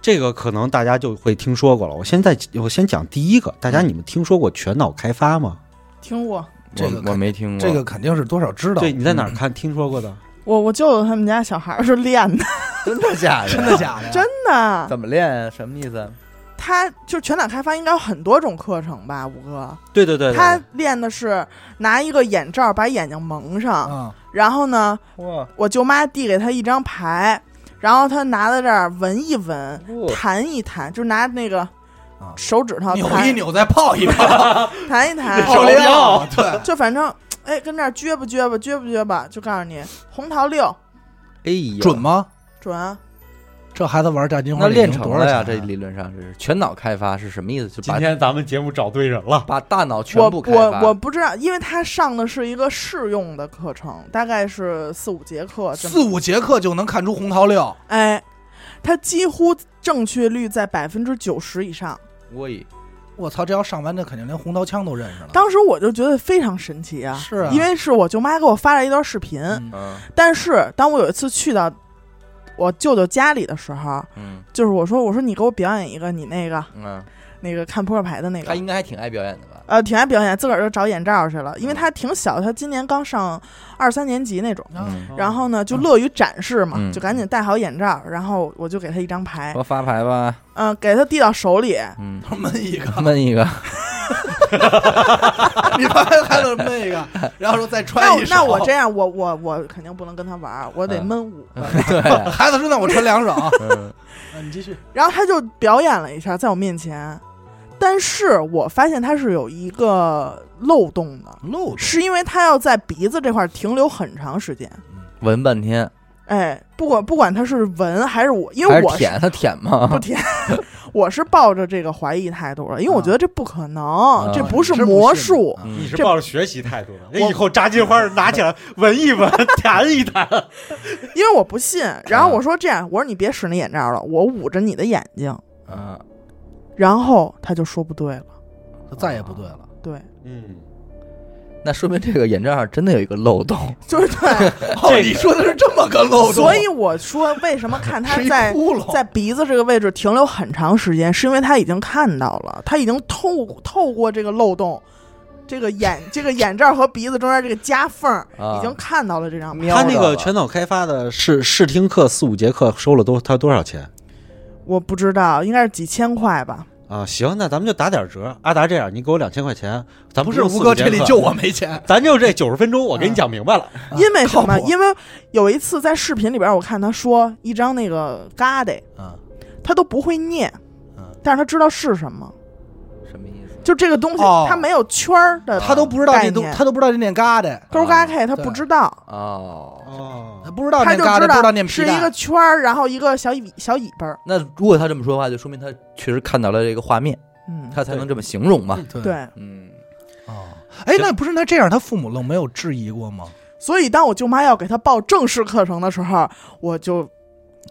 [SPEAKER 4] 这个可能大家就会听说过了。我现在我先讲第一个，大家你们听说过全脑开发吗？
[SPEAKER 3] 听过
[SPEAKER 2] 这个
[SPEAKER 1] 我我没听过
[SPEAKER 2] 这个肯定是多少知道，
[SPEAKER 4] 对，你在哪儿看听说过的？
[SPEAKER 3] 我我舅舅他们家小孩儿是练的，
[SPEAKER 1] 真的假的？
[SPEAKER 2] 真的假的？
[SPEAKER 3] 真的，
[SPEAKER 1] 怎么练？啊什么意思？
[SPEAKER 3] 他就全脑开发应该有很多种课程吧，五哥，
[SPEAKER 4] 对对对对
[SPEAKER 3] 他练的是拿一个眼罩把眼睛蒙上，
[SPEAKER 2] 啊，
[SPEAKER 3] 然后呢，
[SPEAKER 1] 哇，
[SPEAKER 3] 我舅妈递给他一张牌，然后他拿在这儿闻一闻，弹一弹，就拿那个
[SPEAKER 2] 啊
[SPEAKER 3] 手指头
[SPEAKER 2] 扭
[SPEAKER 3] 弹
[SPEAKER 2] 一扭再泡一 泡，
[SPEAKER 3] 弹一 弹，
[SPEAKER 2] 泡料，对，
[SPEAKER 3] 就反正哎跟那儿撅吧撅吧撅吧撅吧，就告诉你红桃六
[SPEAKER 1] 哎呀，
[SPEAKER 2] 准吗？
[SPEAKER 3] 准啊，
[SPEAKER 2] 这孩子玩炸金花
[SPEAKER 1] 那
[SPEAKER 2] 得
[SPEAKER 1] 练
[SPEAKER 2] 赢
[SPEAKER 1] 成
[SPEAKER 2] 多少
[SPEAKER 1] 了呀？这
[SPEAKER 2] 钱啊
[SPEAKER 1] 理论上这是全脑开发是什么意思？就把
[SPEAKER 4] 天咱们节目找对人了。
[SPEAKER 1] 把大脑全
[SPEAKER 3] 我
[SPEAKER 1] 部开发。
[SPEAKER 3] 我我不知道，因为他上的是一个试用的课程，大概是四五节课这么，
[SPEAKER 2] 四五节课就能看出红桃六，
[SPEAKER 3] 哎，他几乎正确率在百分之九十以上。
[SPEAKER 1] 我以
[SPEAKER 2] 我操，这要上完这肯定连红桃腔都认识了。
[SPEAKER 3] 当时我就觉得非常神奇啊，
[SPEAKER 2] 是啊
[SPEAKER 3] 因为是我舅妈给我发了一段视频，
[SPEAKER 2] 嗯
[SPEAKER 1] 嗯
[SPEAKER 3] 但是当我有一次去到我舅舅家里的时候，
[SPEAKER 1] 嗯
[SPEAKER 3] 就是我说我说你给我表演一个你那个
[SPEAKER 1] 嗯，
[SPEAKER 3] 那个看扑克牌的那
[SPEAKER 1] 他
[SPEAKER 3] 个，
[SPEAKER 1] 应该还挺爱表演的吧？
[SPEAKER 3] 呃，挺爱表演，自个儿就找眼罩去了，
[SPEAKER 1] 嗯
[SPEAKER 3] 因为他挺小，他今年刚上二三年级那种。
[SPEAKER 2] 啊
[SPEAKER 1] 嗯，
[SPEAKER 3] 然后呢，就乐于展示嘛，
[SPEAKER 1] 嗯哦
[SPEAKER 3] 就赶紧戴好眼罩，然后我就给他一张牌，呃
[SPEAKER 1] 说发牌吧，
[SPEAKER 3] 嗯、给他递到手里，
[SPEAKER 1] 嗯，
[SPEAKER 2] 闷一个，
[SPEAKER 1] 闷一个，
[SPEAKER 2] 你刚才还有那个， 然后说再
[SPEAKER 3] 那
[SPEAKER 2] 穿
[SPEAKER 3] 我
[SPEAKER 2] 一手。
[SPEAKER 3] 那我这样，我我我肯定不能跟他玩儿，我得
[SPEAKER 1] 嗯
[SPEAKER 3] 闷五个。
[SPEAKER 1] 对，
[SPEAKER 2] 孩子说：“那我穿两手。
[SPEAKER 1] 嗯”
[SPEAKER 2] 啊，你继续。
[SPEAKER 3] 然后他就表演了一下在我面前，但是我发现他是有一个漏洞的，
[SPEAKER 2] 漏
[SPEAKER 3] 是因为他要在鼻子这块停留很长时间。
[SPEAKER 1] 闻半天，
[SPEAKER 3] 哎，不管不管他是闻还是我，因
[SPEAKER 1] 还
[SPEAKER 3] 为
[SPEAKER 1] 是
[SPEAKER 3] 我是
[SPEAKER 1] 舔他舔吗？
[SPEAKER 3] 不舔，我是抱着这个怀疑态度的，因为我觉得这不可能，这不是
[SPEAKER 2] 你是不
[SPEAKER 3] 魔
[SPEAKER 2] 信的
[SPEAKER 3] 术。
[SPEAKER 2] 啊
[SPEAKER 1] 嗯
[SPEAKER 4] 你是
[SPEAKER 3] 这
[SPEAKER 4] 抱着学习态度的，那
[SPEAKER 3] 我
[SPEAKER 4] 以后炸金花拿起来闻一闻，弹一弹。
[SPEAKER 3] 因为我不信。然
[SPEAKER 1] 啊
[SPEAKER 3] 后我说这样，我说你别使那眼罩了，我捂着你的眼睛。
[SPEAKER 1] 啊，
[SPEAKER 3] 然后他就说不对了，
[SPEAKER 2] 他再也不对了。
[SPEAKER 3] 对，
[SPEAKER 4] 嗯，
[SPEAKER 1] 那说明这个眼罩上真的有一个漏洞。
[SPEAKER 3] 就是对。
[SPEAKER 2] 哦，你说的是这么个漏洞，
[SPEAKER 3] 所以我说为什么看他
[SPEAKER 2] 是一
[SPEAKER 3] 在
[SPEAKER 2] 窟窿。
[SPEAKER 3] 在鼻子这个位置停留很长时间，是因为他已经看到了，他已经透透过这个漏洞。这个眼，这个眼罩和鼻子中间这个夹缝儿，
[SPEAKER 1] 啊
[SPEAKER 3] 已经看到了这张
[SPEAKER 1] 瞄
[SPEAKER 3] 牌。
[SPEAKER 4] 他
[SPEAKER 1] 着
[SPEAKER 4] 那个
[SPEAKER 1] 了
[SPEAKER 4] 全脑开发的试试听课四五节课收了多他多少钱
[SPEAKER 3] 我不知道，应该是几千块吧。
[SPEAKER 4] 啊？行，那咱们就打点折。阿达这样，你给我两千块钱，咱
[SPEAKER 2] 不
[SPEAKER 4] 不
[SPEAKER 2] 是
[SPEAKER 4] 用四
[SPEAKER 2] 吴
[SPEAKER 4] 五
[SPEAKER 2] 哥，
[SPEAKER 4] 节
[SPEAKER 2] 这里
[SPEAKER 4] 课
[SPEAKER 2] 就我没钱。
[SPEAKER 4] 咱就这九十分钟，我给你讲明白了。
[SPEAKER 2] 啊
[SPEAKER 3] 因为什
[SPEAKER 2] 靠
[SPEAKER 3] 么？
[SPEAKER 2] 谱
[SPEAKER 3] 因为有一次在视频里边，我看他说一张那个嘎瘩，
[SPEAKER 2] 啊，
[SPEAKER 3] 他都不会念
[SPEAKER 2] 嗯，
[SPEAKER 3] 但是他知道是什么。
[SPEAKER 1] 什么意思？
[SPEAKER 3] 就这个东西
[SPEAKER 2] 哦，
[SPEAKER 3] 他没有圈儿的概念，
[SPEAKER 2] 他都不知道这
[SPEAKER 3] 这
[SPEAKER 2] 东，他都不知道这念嘎的，
[SPEAKER 3] 勾嘎 K，他不知道，
[SPEAKER 1] 哦，
[SPEAKER 2] 他
[SPEAKER 4] 哦，
[SPEAKER 2] 不知道
[SPEAKER 3] 他
[SPEAKER 2] 念
[SPEAKER 3] 就
[SPEAKER 2] 嘎的，不知道念皮
[SPEAKER 3] 是一个
[SPEAKER 2] 蛋。
[SPEAKER 3] 圈儿，然后一个小尾小尾巴儿。
[SPEAKER 1] 那如果他这么说的话，就说明他确实看到了这个画面，
[SPEAKER 3] 嗯，
[SPEAKER 1] 他才能这么形容嘛。
[SPEAKER 2] 对，
[SPEAKER 3] 对。
[SPEAKER 1] 嗯，
[SPEAKER 2] 哦，哎，那不是那这样，他父母愣没有质疑过吗？
[SPEAKER 3] 所以当我舅妈要给他报正式课程的时候，我就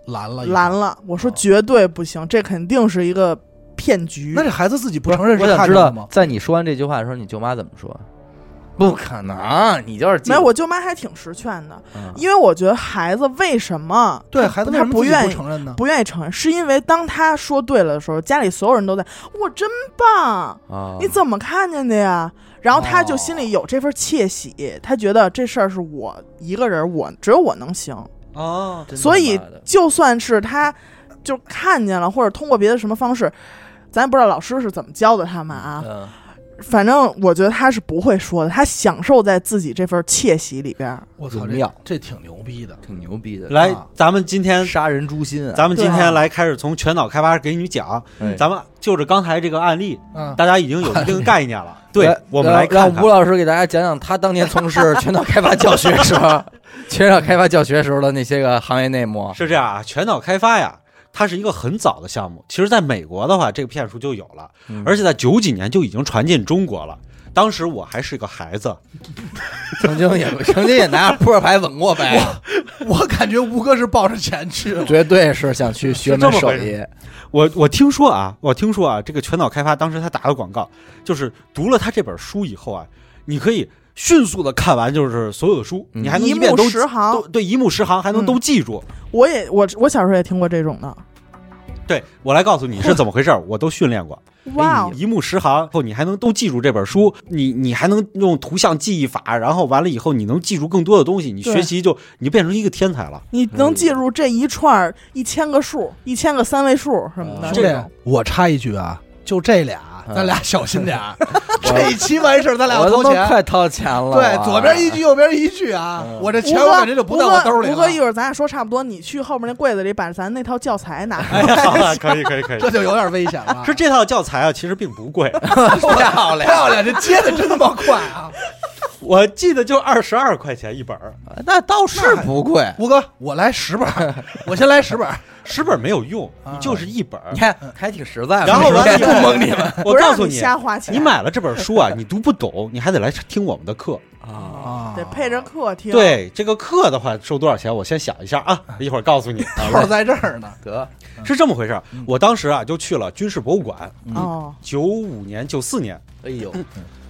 [SPEAKER 2] 拦了，
[SPEAKER 3] 拦。了，我
[SPEAKER 2] 哦
[SPEAKER 3] 说绝对不行，这肯定是一个骗局
[SPEAKER 2] 那。这孩子自己不承认
[SPEAKER 1] 我
[SPEAKER 2] 是
[SPEAKER 1] 想
[SPEAKER 2] 看
[SPEAKER 1] 知
[SPEAKER 2] 到的
[SPEAKER 1] 道
[SPEAKER 2] 吗，？
[SPEAKER 1] 在你说完这句话的时候，你舅妈怎么说？不可能，你就是
[SPEAKER 3] 没有，我舅妈还挺识劝的，
[SPEAKER 1] 嗯
[SPEAKER 3] 因为我觉得孩子为什么
[SPEAKER 2] 对孩子为什
[SPEAKER 3] 他
[SPEAKER 2] 么
[SPEAKER 3] 不
[SPEAKER 2] 自己
[SPEAKER 3] 愿
[SPEAKER 2] 不
[SPEAKER 3] 意
[SPEAKER 2] 承认呢？
[SPEAKER 3] 不愿意承认，是因为当他说对了的时候，家里所有人都在“我真棒，
[SPEAKER 1] 啊，
[SPEAKER 2] 嗯
[SPEAKER 3] 你怎么看见的呀？”然后他就心里有这份窃喜，他觉得这事儿是我一个人，我只有我能行，
[SPEAKER 4] 哦，
[SPEAKER 1] 真他妈的
[SPEAKER 3] 所以就算是他就看见了，或者通过别的什么方式。咱也不知道老师是怎么教的他们啊，
[SPEAKER 1] 嗯
[SPEAKER 3] 反正我觉得他是不会说的，他享受在自己这份窃喜里边儿。
[SPEAKER 2] 我操，
[SPEAKER 1] 荣
[SPEAKER 2] 这
[SPEAKER 1] 耀
[SPEAKER 2] 这挺牛逼的。
[SPEAKER 1] 挺牛逼的，
[SPEAKER 4] 来
[SPEAKER 2] 啊，
[SPEAKER 4] 咱们今天
[SPEAKER 1] 杀人诛心啊！
[SPEAKER 4] 咱们今
[SPEAKER 3] 对啊
[SPEAKER 4] 天来开始从全脑开发给你讲，
[SPEAKER 1] 哎
[SPEAKER 4] 咱们就着刚才这个案例，
[SPEAKER 2] 嗯，
[SPEAKER 4] 大家已经有一定概念了。对，我们来看
[SPEAKER 1] 让
[SPEAKER 4] 看
[SPEAKER 1] 吴。老师给大家讲讲他当年从事 全脑开发教学时 候，全脑开发教学时候的那些个行业内幕。
[SPEAKER 4] 是这样啊，全脑开发呀，它是一个很早的项目。其实，在美国的话，这个骗术就有了，
[SPEAKER 1] 嗯
[SPEAKER 4] 而且在九几年就已经传进中国了。当时我还是个孩子，
[SPEAKER 1] 曾经也曾经也拿扑克牌吻过 呗，
[SPEAKER 2] 我感觉吴哥是抱着钱去 的。
[SPEAKER 1] 绝对是想去学门手
[SPEAKER 4] 是这么回
[SPEAKER 1] 艺。
[SPEAKER 4] 我我听说啊，我听说啊，这个全脑开发当时他打的广告，就是读了他这本书以后啊，你可以迅速的看完就是所有的书，
[SPEAKER 1] 嗯
[SPEAKER 4] 你还能
[SPEAKER 3] 一
[SPEAKER 4] 一遍
[SPEAKER 3] 目
[SPEAKER 4] 都
[SPEAKER 3] 十行嗯
[SPEAKER 4] 都，对一目十行，还能都记住。
[SPEAKER 3] 我也我我小时候也听过这种的，
[SPEAKER 4] 对我来告诉你是怎么回事儿，我都训练过。
[SPEAKER 3] 哇、哦
[SPEAKER 4] 哎，一目十行后，你还能都记住这本书，你你还能用图像记忆法，然后完了以后，你能记住更多的东西，你
[SPEAKER 3] 对
[SPEAKER 4] 学习就你就变成一个天才了。
[SPEAKER 3] 你能记住这一串一千个数、一千个三位数什么的
[SPEAKER 1] 啊
[SPEAKER 3] 这
[SPEAKER 2] 这
[SPEAKER 3] 种。
[SPEAKER 2] 我插一句啊，就这俩，
[SPEAKER 1] 嗯
[SPEAKER 2] 咱俩小心 点儿。 这一期完事儿，咱俩要
[SPEAKER 1] 我
[SPEAKER 2] 掏
[SPEAKER 1] 他妈
[SPEAKER 2] 钱。
[SPEAKER 1] 快掏钱了，
[SPEAKER 2] 对，左 边一句，右边一句啊
[SPEAKER 1] 嗯！
[SPEAKER 2] 我这
[SPEAKER 3] 吴
[SPEAKER 2] 钱我
[SPEAKER 3] 哥，
[SPEAKER 2] 感觉就不在我兜里
[SPEAKER 3] 吴哥，吴哥
[SPEAKER 2] 了
[SPEAKER 3] 一。会儿咱俩说差不多，你去后面那柜子里把咱那套教材拿出来。
[SPEAKER 4] 哎呀，可以可以可以
[SPEAKER 2] 这。就有点危险 了。
[SPEAKER 4] 是这套教材啊，其实并不贵，
[SPEAKER 1] 漂亮。
[SPEAKER 2] 漂亮，这接的真他妈快啊！
[SPEAKER 4] 我记得就二十二块钱一本儿，
[SPEAKER 1] 那倒是不贵，
[SPEAKER 2] 吴哥，我来十本儿， 我先来十本儿。
[SPEAKER 4] 十本没有用，
[SPEAKER 2] 啊
[SPEAKER 4] 你就是一本儿。
[SPEAKER 1] 你看还挺实在嘛。
[SPEAKER 4] 然后完了 以后，
[SPEAKER 1] 不
[SPEAKER 4] 蒙你们， 我告诉
[SPEAKER 3] 不让
[SPEAKER 4] 你，
[SPEAKER 3] 瞎花钱，
[SPEAKER 4] 你买了这本书啊，你 读不懂，你还得来听我们的课。
[SPEAKER 1] 啊，
[SPEAKER 2] 啊
[SPEAKER 3] 得配着课听。，
[SPEAKER 4] 对这个课的话，收多少钱？我先想一下啊，一会儿告诉你。
[SPEAKER 2] 号在这儿呢。
[SPEAKER 1] 得
[SPEAKER 4] 是这么回事儿，我当时啊就去了军事博物馆，
[SPEAKER 3] 哦，
[SPEAKER 4] 九五年、九四年
[SPEAKER 1] 哎 呦，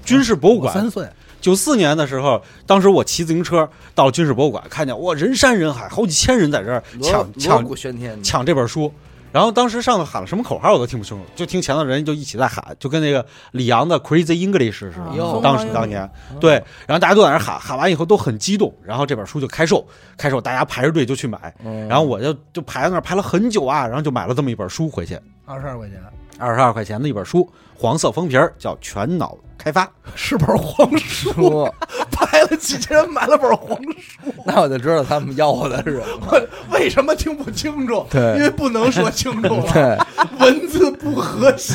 [SPEAKER 4] 军事博物
[SPEAKER 2] 我三
[SPEAKER 4] 馆。
[SPEAKER 2] 岁，
[SPEAKER 4] 九四年的时候，当时我骑自行车到了军事博物馆，看见哇人山人海，好几千人在这儿抢
[SPEAKER 1] 锣
[SPEAKER 4] 抢
[SPEAKER 1] 鼓喧天，
[SPEAKER 4] 抢这本书。然后当时上头喊了什么口号我都听不清楚，就听前头人就一起在喊，就跟那个李阳的 Crazy English 似
[SPEAKER 3] 啊
[SPEAKER 4] 的。
[SPEAKER 1] 哟
[SPEAKER 4] 当时当年对，然后大家都在那儿喊，喊完以后都很激动，然后这本书就开售，开售大家排着队就去买，
[SPEAKER 1] 嗯，
[SPEAKER 4] 然后我就就排在那儿排了很久啊，然后就买了这么一本书回去，
[SPEAKER 2] 二十二块钱，
[SPEAKER 4] 二十二块钱的一本书，黄色封皮儿，叫《全脑开发》。
[SPEAKER 2] 是本黄书，
[SPEAKER 1] 说，
[SPEAKER 2] 拍了几千人买了本黄 书，
[SPEAKER 1] 那我就知道他们要我的是什么。
[SPEAKER 2] 我为什么听不清楚？
[SPEAKER 1] 对
[SPEAKER 2] 因为不能说清楚了，
[SPEAKER 1] 对，
[SPEAKER 2] 文字不和 谐，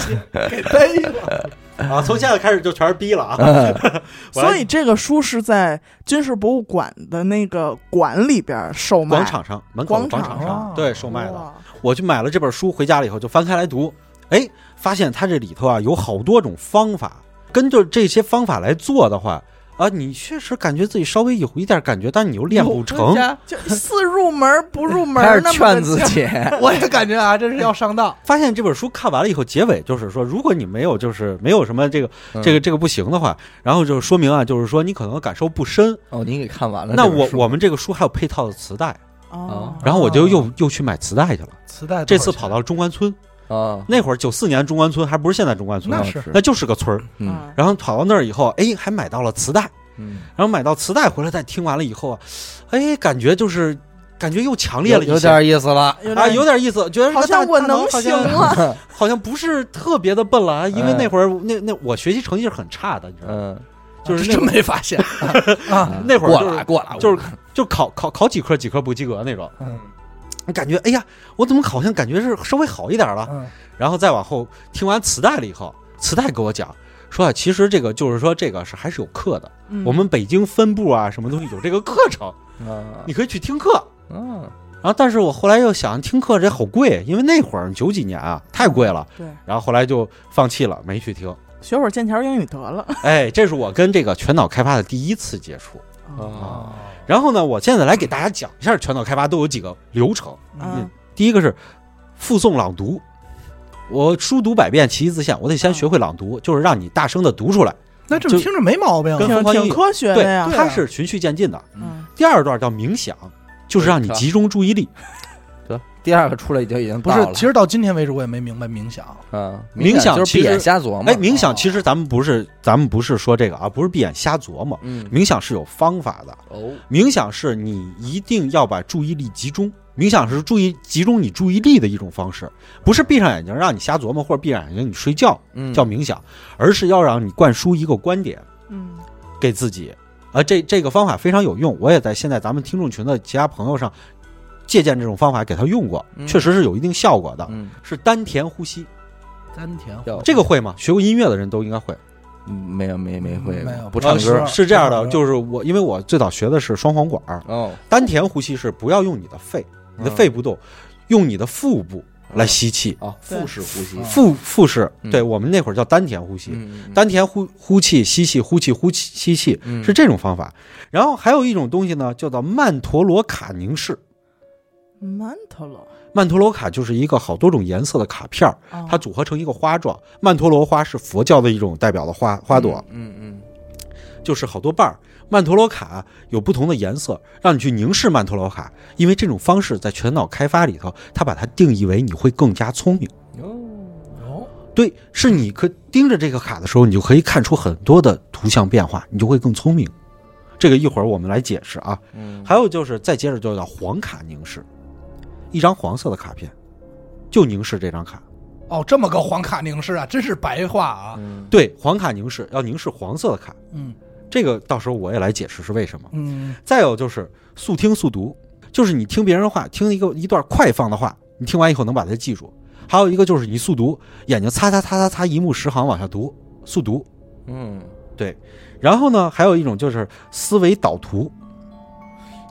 [SPEAKER 2] 给逮了。
[SPEAKER 4] 啊，从现在开始就全是逼了啊！ 我来
[SPEAKER 3] 所以这个书是在军事博物馆的那个馆里边儿售卖，
[SPEAKER 4] 广场上门口
[SPEAKER 3] 广
[SPEAKER 4] 的广
[SPEAKER 3] 场
[SPEAKER 4] 场上
[SPEAKER 2] 哦
[SPEAKER 4] 对售卖的，
[SPEAKER 3] 哇
[SPEAKER 4] 我去买了这本书，回家了以后就翻开来读，哎，发现它这里头啊有好多种方法，根据这些方法来做的话。啊，你确实感觉自己稍微有一点感觉，但你又练不成。
[SPEAKER 3] 就似入门儿不入门
[SPEAKER 1] 开
[SPEAKER 3] 儿
[SPEAKER 1] 始
[SPEAKER 3] 那么
[SPEAKER 1] 劝
[SPEAKER 3] 个
[SPEAKER 1] 自
[SPEAKER 3] 劲儿
[SPEAKER 1] 己，
[SPEAKER 2] 我也感觉啊，这是要上当。
[SPEAKER 4] 发现这本书看完了以后，结尾就是说，如果你没有就是没有什么这个
[SPEAKER 1] 嗯
[SPEAKER 4] 这个这个不行的话，然后就是说明啊，就是说你可能感受不深。
[SPEAKER 1] 哦，你给看完了。
[SPEAKER 4] 那
[SPEAKER 1] 这本
[SPEAKER 4] 我
[SPEAKER 1] 书
[SPEAKER 4] 我们这个书还有配套的磁带，
[SPEAKER 3] 哦，
[SPEAKER 4] 然后我就又又去买磁带去了。
[SPEAKER 2] 磁带
[SPEAKER 4] 这次跑到了中关村，
[SPEAKER 1] 啊，
[SPEAKER 4] 那会儿九四年中关村还不是现在中关村
[SPEAKER 2] 那
[SPEAKER 4] 啊，
[SPEAKER 2] 是
[SPEAKER 4] 那就是个村儿。
[SPEAKER 3] 啊
[SPEAKER 1] 嗯
[SPEAKER 4] 然后跑到那儿以后，哎，还买到了磁带，
[SPEAKER 1] 嗯，
[SPEAKER 4] 然后买到磁带回来再听完了以后啊，哎，感觉就是感觉又强烈了一些，
[SPEAKER 1] 有点意思了。
[SPEAKER 3] 有
[SPEAKER 4] 啊，
[SPEAKER 3] 点
[SPEAKER 4] 有点意思，觉得这个
[SPEAKER 3] 好像
[SPEAKER 4] 大
[SPEAKER 3] 我
[SPEAKER 4] 大脑
[SPEAKER 3] 能
[SPEAKER 4] 好
[SPEAKER 3] 行
[SPEAKER 4] 像
[SPEAKER 3] 了，
[SPEAKER 4] 好像不是特别的笨了啊，因为
[SPEAKER 1] 哎
[SPEAKER 4] 那会儿那那我学习成绩是很差的，你知道吗？
[SPEAKER 1] 嗯，
[SPEAKER 4] 就是那
[SPEAKER 2] 真
[SPEAKER 4] 会儿
[SPEAKER 2] 没发现啊，
[SPEAKER 4] 那会儿
[SPEAKER 1] 过
[SPEAKER 4] 就是
[SPEAKER 1] 了过了，
[SPEAKER 4] 就是就考考考几科几科不及格那种，
[SPEAKER 2] 嗯
[SPEAKER 4] 你感觉哎呀，我怎么好像感觉是稍微好一点了？
[SPEAKER 2] 嗯
[SPEAKER 4] 然后再往后听完磁带了以后，磁带给我讲说啊，其实这个就是说这个是还是有课的，
[SPEAKER 3] 嗯
[SPEAKER 4] 我们北京分部啊什么东西有这个课程，
[SPEAKER 1] 啊
[SPEAKER 4] 你可以去听课。
[SPEAKER 1] 嗯
[SPEAKER 4] 然啊后，但是我后来又想，听课这好贵，因为那会儿九几年啊，太贵了。
[SPEAKER 3] 对
[SPEAKER 4] 然后后来就放弃了，没去 听。
[SPEAKER 3] 学会儿剑桥英语得 了。
[SPEAKER 4] 哎，这是我跟这个全脑开发的第一次接触。
[SPEAKER 3] 哦
[SPEAKER 1] 啊
[SPEAKER 4] 然后呢，我现在来给大家讲一下全脑开发都有几个流程。
[SPEAKER 2] 嗯
[SPEAKER 3] 啊
[SPEAKER 4] 第一个是附送朗读，我书读百遍，其义自现。我得先学会朗读，啊就是让你大声的读出来。
[SPEAKER 2] 那这么听着没毛病啊，
[SPEAKER 4] 跟
[SPEAKER 3] 挺
[SPEAKER 4] 疯狂英
[SPEAKER 3] 挺
[SPEAKER 4] 语
[SPEAKER 3] 科学
[SPEAKER 4] 对啊
[SPEAKER 3] 的呀，，
[SPEAKER 4] 它是循序渐进的。
[SPEAKER 3] 嗯，
[SPEAKER 4] 第二段叫冥想，就是让你集中注意力。
[SPEAKER 1] 第二个出来就已经
[SPEAKER 2] 不
[SPEAKER 1] 到
[SPEAKER 2] 是
[SPEAKER 1] 了，
[SPEAKER 2] 其实到今天为止我也没明白冥想，
[SPEAKER 1] 啊，
[SPEAKER 4] 冥想
[SPEAKER 1] 就是
[SPEAKER 4] 其
[SPEAKER 1] 闭
[SPEAKER 4] 实
[SPEAKER 1] 眼瞎琢磨。啊
[SPEAKER 4] 哎，冥想其实咱们不是，咱们不是说这个啊，不是闭眼瞎琢磨。
[SPEAKER 1] 嗯，
[SPEAKER 4] 冥想是有方法的，
[SPEAKER 1] 哦，
[SPEAKER 4] 冥想是你一定要把注意力集中。冥想是注意集中你注意力的一种方式，不是闭上眼睛让你瞎琢磨，或者闭上眼睛你睡觉
[SPEAKER 1] 嗯，
[SPEAKER 4] 叫冥想，而是要让你灌输一个观点
[SPEAKER 3] 嗯
[SPEAKER 4] 给自己。啊，这这个方法非常有用，我也在现在咱们听众群的其他朋友上借鉴这种方法给他用过，
[SPEAKER 1] 嗯
[SPEAKER 4] 确实是有一定效果的。
[SPEAKER 1] 嗯，
[SPEAKER 4] 是丹田呼吸，
[SPEAKER 2] 丹田
[SPEAKER 1] 叫
[SPEAKER 4] 这个会吗？学过音乐的人都应该会。
[SPEAKER 1] 嗯没有没没会过
[SPEAKER 2] 没有
[SPEAKER 1] 不唱
[SPEAKER 4] 呃
[SPEAKER 1] 歌
[SPEAKER 2] 啊
[SPEAKER 4] 是是这样的，
[SPEAKER 2] 是
[SPEAKER 4] 就是我，因为我最早学的是双簧管儿，
[SPEAKER 1] 哦，
[SPEAKER 4] 丹田呼吸是不要用你的肺，你的
[SPEAKER 1] 嗯
[SPEAKER 4] 肺不动，用你的腹部来吸气，
[SPEAKER 1] 哦，腹式呼吸
[SPEAKER 2] 对，
[SPEAKER 4] 腹腹式，
[SPEAKER 1] 嗯
[SPEAKER 4] 对我们那会儿叫丹田呼吸，
[SPEAKER 1] 嗯，嗯
[SPEAKER 4] 丹田呼呼气吸气呼气呼气吸气
[SPEAKER 1] 嗯
[SPEAKER 4] 是这种方法。然后还有一种东西呢，叫做曼陀罗卡凝视，
[SPEAKER 3] 馒头了，
[SPEAKER 4] 曼陀罗卡就是一个好多种颜色的卡片儿，
[SPEAKER 3] 啊
[SPEAKER 4] 它组合成一个花状。曼陀罗花是佛教的一种代表的花花朵，，
[SPEAKER 1] 嗯嗯
[SPEAKER 4] 就是好多瓣儿。曼陀罗卡有不同的颜色，让你去凝视曼陀罗卡，因为这种方式在全脑开发里头，它把它定义为你会更加聪明。
[SPEAKER 1] 嗯，
[SPEAKER 2] 哦，
[SPEAKER 4] 对，是你可盯着这个卡的时候，你就可以看出很多的图像变化，你就会更聪明。这个一会儿我们来解释啊。
[SPEAKER 1] 嗯，
[SPEAKER 4] 还有就是再接着就叫黄卡凝视，一张黄色的卡片，就凝视这张卡。
[SPEAKER 2] 哦，这么个黄卡凝视啊，真是白话啊。
[SPEAKER 1] 嗯
[SPEAKER 4] 对，黄卡凝视要凝视黄色的卡，
[SPEAKER 2] 嗯
[SPEAKER 4] 这个到时候我也来解释是为什么。
[SPEAKER 2] 嗯，
[SPEAKER 4] 再有就是速听速读，就是你听别人的话，听一个一段快放的话，你听完以后能把它记住。还有一个就是你速读，眼睛擦擦擦擦擦，一目十行往下读，速读。
[SPEAKER 1] 嗯，
[SPEAKER 4] 然后呢，还有一种就是思维导图。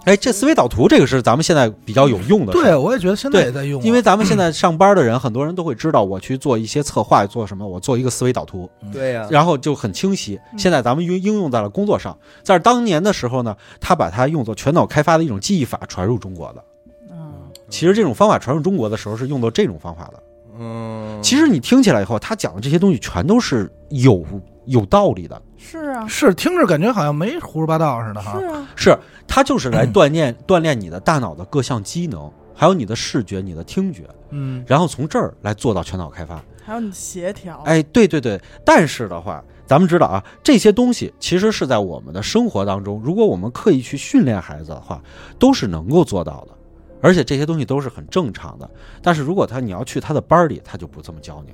[SPEAKER 4] 哎，这思维导图这个是咱们现在比较有用的事儿，
[SPEAKER 2] 对，我也觉得现在
[SPEAKER 4] 对
[SPEAKER 2] 也在用啊，
[SPEAKER 4] 因为咱们现在上班的人，很多人都会知道，我去做一些策划，做什么，我做一个思维导图，
[SPEAKER 1] 对呀，
[SPEAKER 4] 然后就很清晰。现在咱们应应用在了工作上，在当年的时候呢，他把它用作全脑开发的一种记忆法传入中国的。
[SPEAKER 3] 嗯
[SPEAKER 4] 其实这种方法传入中国的时候是用到这种方法的。
[SPEAKER 1] 嗯，
[SPEAKER 4] 其实你听起来以后，他讲的这些东西全都是有有道理的，
[SPEAKER 3] 是啊
[SPEAKER 2] 是听着感觉好像没胡说八道似的哈
[SPEAKER 3] 是。啊，
[SPEAKER 4] 是他就是来锻炼锻炼你的大脑的各项机能，还有你的视觉、你的听觉，
[SPEAKER 2] 嗯，
[SPEAKER 4] 然后从这儿来做到全脑开发。
[SPEAKER 3] 还有你协调，
[SPEAKER 4] 哎，对对对，但是的话，咱们知道啊，这些东西其实是在我们的生活当中，如果我们刻意去训练孩子的话，都是能够做到的，而且这些东西都是很正常的。但是如果他你要去他的班儿里，他就不这么教你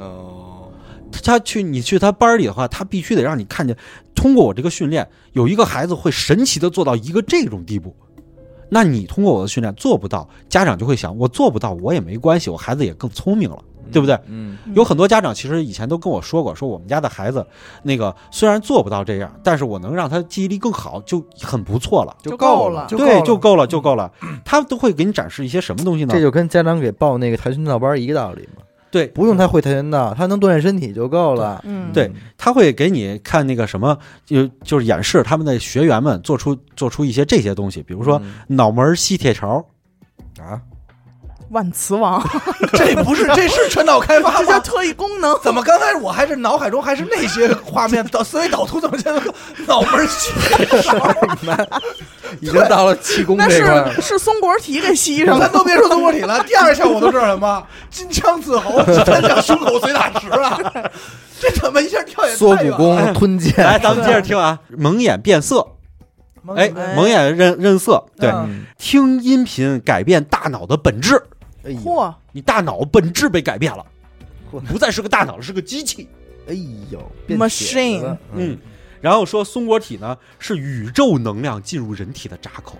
[SPEAKER 4] 了。
[SPEAKER 1] 哦，
[SPEAKER 4] 他去你去他班儿里的话，他必须得让你看见，通过我这个训练，有一个孩子会神奇的做到一个这种地步。那你通过我的训练做不到，家长就会想，我做不到我也没关系，我孩子也更聪明了。对不对？
[SPEAKER 1] 嗯
[SPEAKER 3] 嗯
[SPEAKER 4] 有很多家长其实以前都跟我说过，说我们家的孩子，那个虽然做不到这样，但是我能让他记忆力更好，就很不错了。
[SPEAKER 2] 够
[SPEAKER 3] 就够了
[SPEAKER 2] 就
[SPEAKER 4] 对，就
[SPEAKER 2] 就
[SPEAKER 4] 够了，就够了。他都会给你展示一些什么东西呢
[SPEAKER 1] 这？就跟家长给报那个跆拳道班一个道理嘛，
[SPEAKER 4] 对，
[SPEAKER 1] 不用他会跆拳道，他能锻炼身体就够了。
[SPEAKER 3] 嗯，
[SPEAKER 4] 对他会给你看那个什么，就就是演示他们的学员们做出做出一些这些东西，比
[SPEAKER 1] 比
[SPEAKER 4] 如说脑门儿吸铁勺，
[SPEAKER 1] 啊，
[SPEAKER 3] 万磁王，
[SPEAKER 2] 这不是这是全脑开发
[SPEAKER 3] 这叫
[SPEAKER 2] 吗？
[SPEAKER 3] 特异功能。
[SPEAKER 2] 怎么刚才我还是脑海中还是那些画面导思维导图，怎么现在脑门儿 虚？
[SPEAKER 1] 已经到了气功
[SPEAKER 3] 那
[SPEAKER 1] 这块儿
[SPEAKER 3] 是是松果体给吸上了，
[SPEAKER 2] 咱都别说综合体 了，第二项我都知道什么，金枪刺喉，第三项胸口碎大石啊， 这怎么一下跳也
[SPEAKER 1] 了，缩骨功、吞剑，
[SPEAKER 4] 来， 咱们接着听啊，蒙眼变色，
[SPEAKER 2] 功
[SPEAKER 4] 哎，蒙眼认认色，对，
[SPEAKER 2] 嗯
[SPEAKER 1] 嗯
[SPEAKER 4] 听音频改变大脑的本质，
[SPEAKER 1] 哎呦，
[SPEAKER 3] 嚯，
[SPEAKER 4] 你大脑本质被改变了
[SPEAKER 1] 嚯，
[SPEAKER 4] 不再是个大脑了，是个机器。
[SPEAKER 1] 哎呦变铁子
[SPEAKER 3] Machine
[SPEAKER 1] 嗯
[SPEAKER 4] 嗯，然后说松果体呢是宇宙能量进入人体的闸口，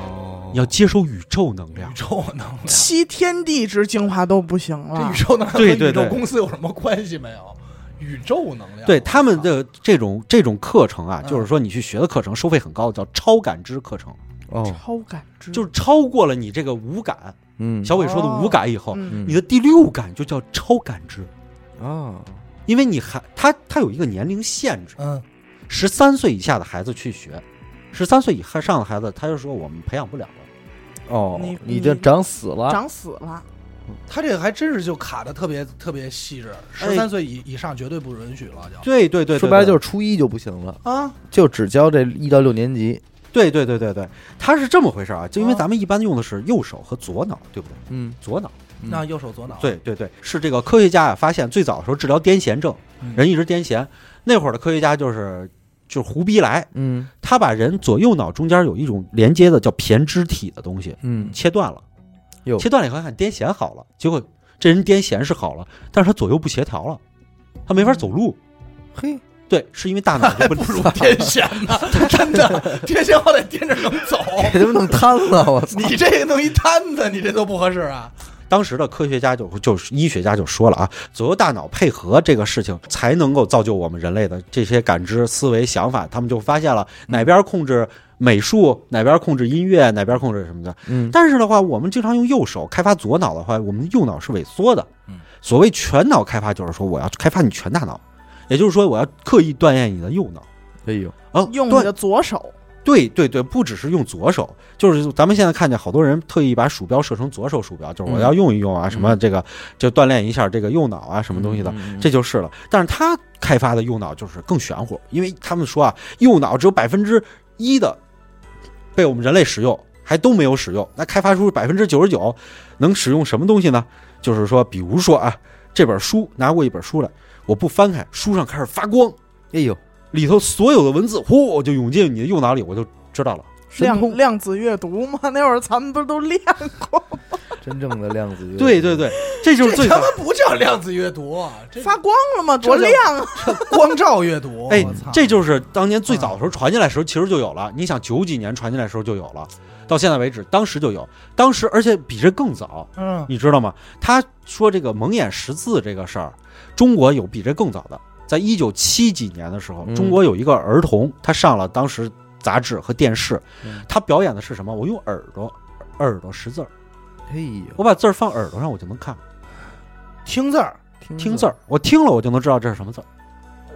[SPEAKER 1] 哦
[SPEAKER 4] 嗯你要接收宇宙能量
[SPEAKER 2] 宇。宙能量，
[SPEAKER 3] 吸天地之精华都不行
[SPEAKER 4] 啊
[SPEAKER 2] 这
[SPEAKER 3] 了
[SPEAKER 2] 宇。宙能量
[SPEAKER 4] 对
[SPEAKER 2] 跟
[SPEAKER 4] 对
[SPEAKER 2] 宇宙
[SPEAKER 4] 对
[SPEAKER 2] 公司有什么关系没有？宇宙能量，
[SPEAKER 4] 对他们的这种这种课程啊，
[SPEAKER 2] 嗯
[SPEAKER 4] 就是说你去学的课程收费很高，叫超感知课程，
[SPEAKER 1] 哦
[SPEAKER 3] 超感知
[SPEAKER 4] 就是超过了你这个五感，
[SPEAKER 1] 嗯
[SPEAKER 4] 小伟说的
[SPEAKER 3] 哦
[SPEAKER 4] 五感以后，
[SPEAKER 3] 嗯
[SPEAKER 4] 你的第六感就叫超感知，
[SPEAKER 1] 哦
[SPEAKER 4] 因为你还他他有一个年龄限制，
[SPEAKER 2] 嗯，
[SPEAKER 4] 十三岁以下的孩子去学，十三岁以上的孩子他就说我们培养不了了。啊
[SPEAKER 1] 哦
[SPEAKER 3] 你，
[SPEAKER 1] 你这
[SPEAKER 3] 你
[SPEAKER 1] 长死了，
[SPEAKER 3] 长死了，
[SPEAKER 2] 他这个还真是就卡的特别特别细致，
[SPEAKER 4] 哎
[SPEAKER 2] 十三岁以以上绝对不允许了，就
[SPEAKER 4] 对对对，
[SPEAKER 1] 说白了就是是初一就不行了，
[SPEAKER 2] 啊，
[SPEAKER 1] 就只教这一到六年级。
[SPEAKER 4] 对对对对对，他是这么回事啊，就因为
[SPEAKER 2] 啊
[SPEAKER 4] 咱们一般用的是右手和左脑，对不对？
[SPEAKER 1] 嗯，
[SPEAKER 4] 左脑，
[SPEAKER 1] 嗯
[SPEAKER 2] 那右手左脑，
[SPEAKER 4] 对对对，是这个科学家啊发现最早的时候治疗癫痫症，
[SPEAKER 2] 嗯
[SPEAKER 4] 人一直癫痫，那会儿的科学家就是就是胡逼来，
[SPEAKER 1] 嗯
[SPEAKER 4] 他把人左右脑中间有一种连接的叫胼胝体的东西
[SPEAKER 1] 嗯，
[SPEAKER 4] 切断了
[SPEAKER 2] 嗯
[SPEAKER 1] 哟，
[SPEAKER 4] 切断了以后看癫痫好了，结果这人癫痫是好了，但是他左右不协调了，他没法走路，
[SPEAKER 1] 嘿，
[SPEAKER 4] 对，是因为大脑就不
[SPEAKER 2] 嗯 不如天仙呢，真的，天仙好歹颠着能走，
[SPEAKER 1] 给他们弄瘫了，我操！
[SPEAKER 2] 你这个弄一摊子，你这都不合适啊。
[SPEAKER 4] 当时的科学家就就是医学家就说了啊，左右大脑配合这个事情才能够造就我们人类的这些感知、思维、想法。他们就发现了哪边控制美术，哪边控制音乐，哪边控制什么的。
[SPEAKER 1] 嗯，
[SPEAKER 4] 但是的话，我们经常用右手开发左脑的话，我们右脑是萎缩的
[SPEAKER 2] 嗯。
[SPEAKER 4] 所谓全脑开发，就是说我要开发你全大脑，也就是说我要刻意锻炼你的右脑。
[SPEAKER 1] 哎呦，
[SPEAKER 4] 啊，
[SPEAKER 3] 用你
[SPEAKER 4] 锻
[SPEAKER 3] 的左手，
[SPEAKER 4] 对对对，不只是用左手，就是咱们现在看见好多人特意把鼠标设成左手鼠标，就
[SPEAKER 1] 嗯
[SPEAKER 4] 是我要用一用啊，什么这个就锻炼一下这个右脑啊，什么东西的，
[SPEAKER 1] 嗯？
[SPEAKER 4] 这就是了。但是他开发的右脑就是更玄乎，因为他们说啊，右脑只有百分之一的被我们人类使用，还都没有使用。那开发出百分之九十九能使用什么东西呢？就是说，比如说啊，这本书拿过一本书来，我不翻开，书上开始发光，
[SPEAKER 1] 哎呦，
[SPEAKER 4] 里头所有的文字呼就涌进你的右脑里，我就知道了。
[SPEAKER 1] 神
[SPEAKER 3] 量
[SPEAKER 1] 通，
[SPEAKER 3] 量子阅读嘛，那会儿咱们不是都练过
[SPEAKER 1] 真正的量 子
[SPEAKER 4] 对对，对，这就是
[SPEAKER 2] 这
[SPEAKER 4] 最
[SPEAKER 2] 他
[SPEAKER 4] 早
[SPEAKER 2] 妈不叫量子阅读啊，这
[SPEAKER 3] 发光了吗？多
[SPEAKER 2] 这叫
[SPEAKER 3] 亮啊！
[SPEAKER 2] 光照阅 读。
[SPEAKER 4] 哎
[SPEAKER 2] 我操，
[SPEAKER 4] 这就是当年最早的时候传进来的时候，其实就有了。你想九几年传进来的时候就有了，到现在为止，当时就有，当时而且比这更早，
[SPEAKER 2] 嗯，
[SPEAKER 4] 你知道吗？他说这个蒙眼识字这个事儿，中国有比这更早的，在一九七几年的时候
[SPEAKER 1] 嗯，
[SPEAKER 4] 中国有一个儿童，他上了当时杂志和电视
[SPEAKER 1] 嗯，
[SPEAKER 4] 他表演的是什么？我用耳朵。耳朵识字儿，
[SPEAKER 1] 哎呦，
[SPEAKER 4] 我把字儿放耳朵上，我就能看
[SPEAKER 2] 听字儿，
[SPEAKER 4] 听字儿，我听了我就能知道这是什么字儿。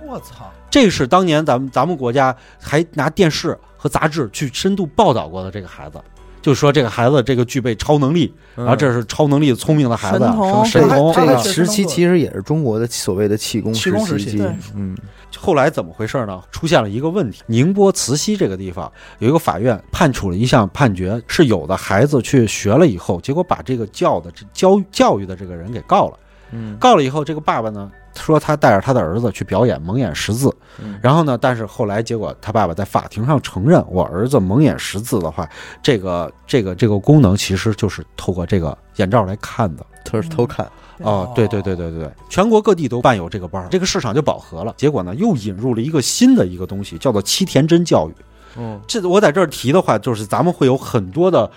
[SPEAKER 2] 我操，
[SPEAKER 4] 这是当年咱们咱们国家还拿电视和杂志去深度报道过的这个孩子，就说这个孩子这个具备超能力，
[SPEAKER 1] 嗯，
[SPEAKER 4] 然后这是超能力聪明的孩子，啊
[SPEAKER 3] 神童
[SPEAKER 4] 什么神童。
[SPEAKER 1] 这
[SPEAKER 2] 他
[SPEAKER 1] 个
[SPEAKER 2] 还确实
[SPEAKER 1] 时期
[SPEAKER 2] 能做
[SPEAKER 1] 其实也是中国的所谓的气功
[SPEAKER 2] 气功时期
[SPEAKER 1] 期
[SPEAKER 3] 对，
[SPEAKER 1] 嗯，
[SPEAKER 4] 后来怎么回事呢？出现了一个问题，宁波慈溪这个地方有一个法院判处了一项判决，是有的孩子去学了以后，结果把这个教的教教育的这个人给告了。
[SPEAKER 1] 嗯
[SPEAKER 4] 告了以后，这个爸爸呢说他带着他的儿子去表演蒙眼识字，
[SPEAKER 1] 嗯
[SPEAKER 4] 然后呢，但是后来结果他爸爸在法庭上承认，我儿子蒙眼识字的话，这个这个这个功能其实就是透过这个眼罩来看的。
[SPEAKER 1] 偷偷看，
[SPEAKER 4] 哦
[SPEAKER 2] 哦，
[SPEAKER 4] 对对对对对，全国各地都办有这个班儿，这个市场就饱和了。结果呢，又引入了一个新的一个东西，叫做七田真教育。
[SPEAKER 1] 嗯
[SPEAKER 4] 这我在这儿提的话，就是咱们会有很多的，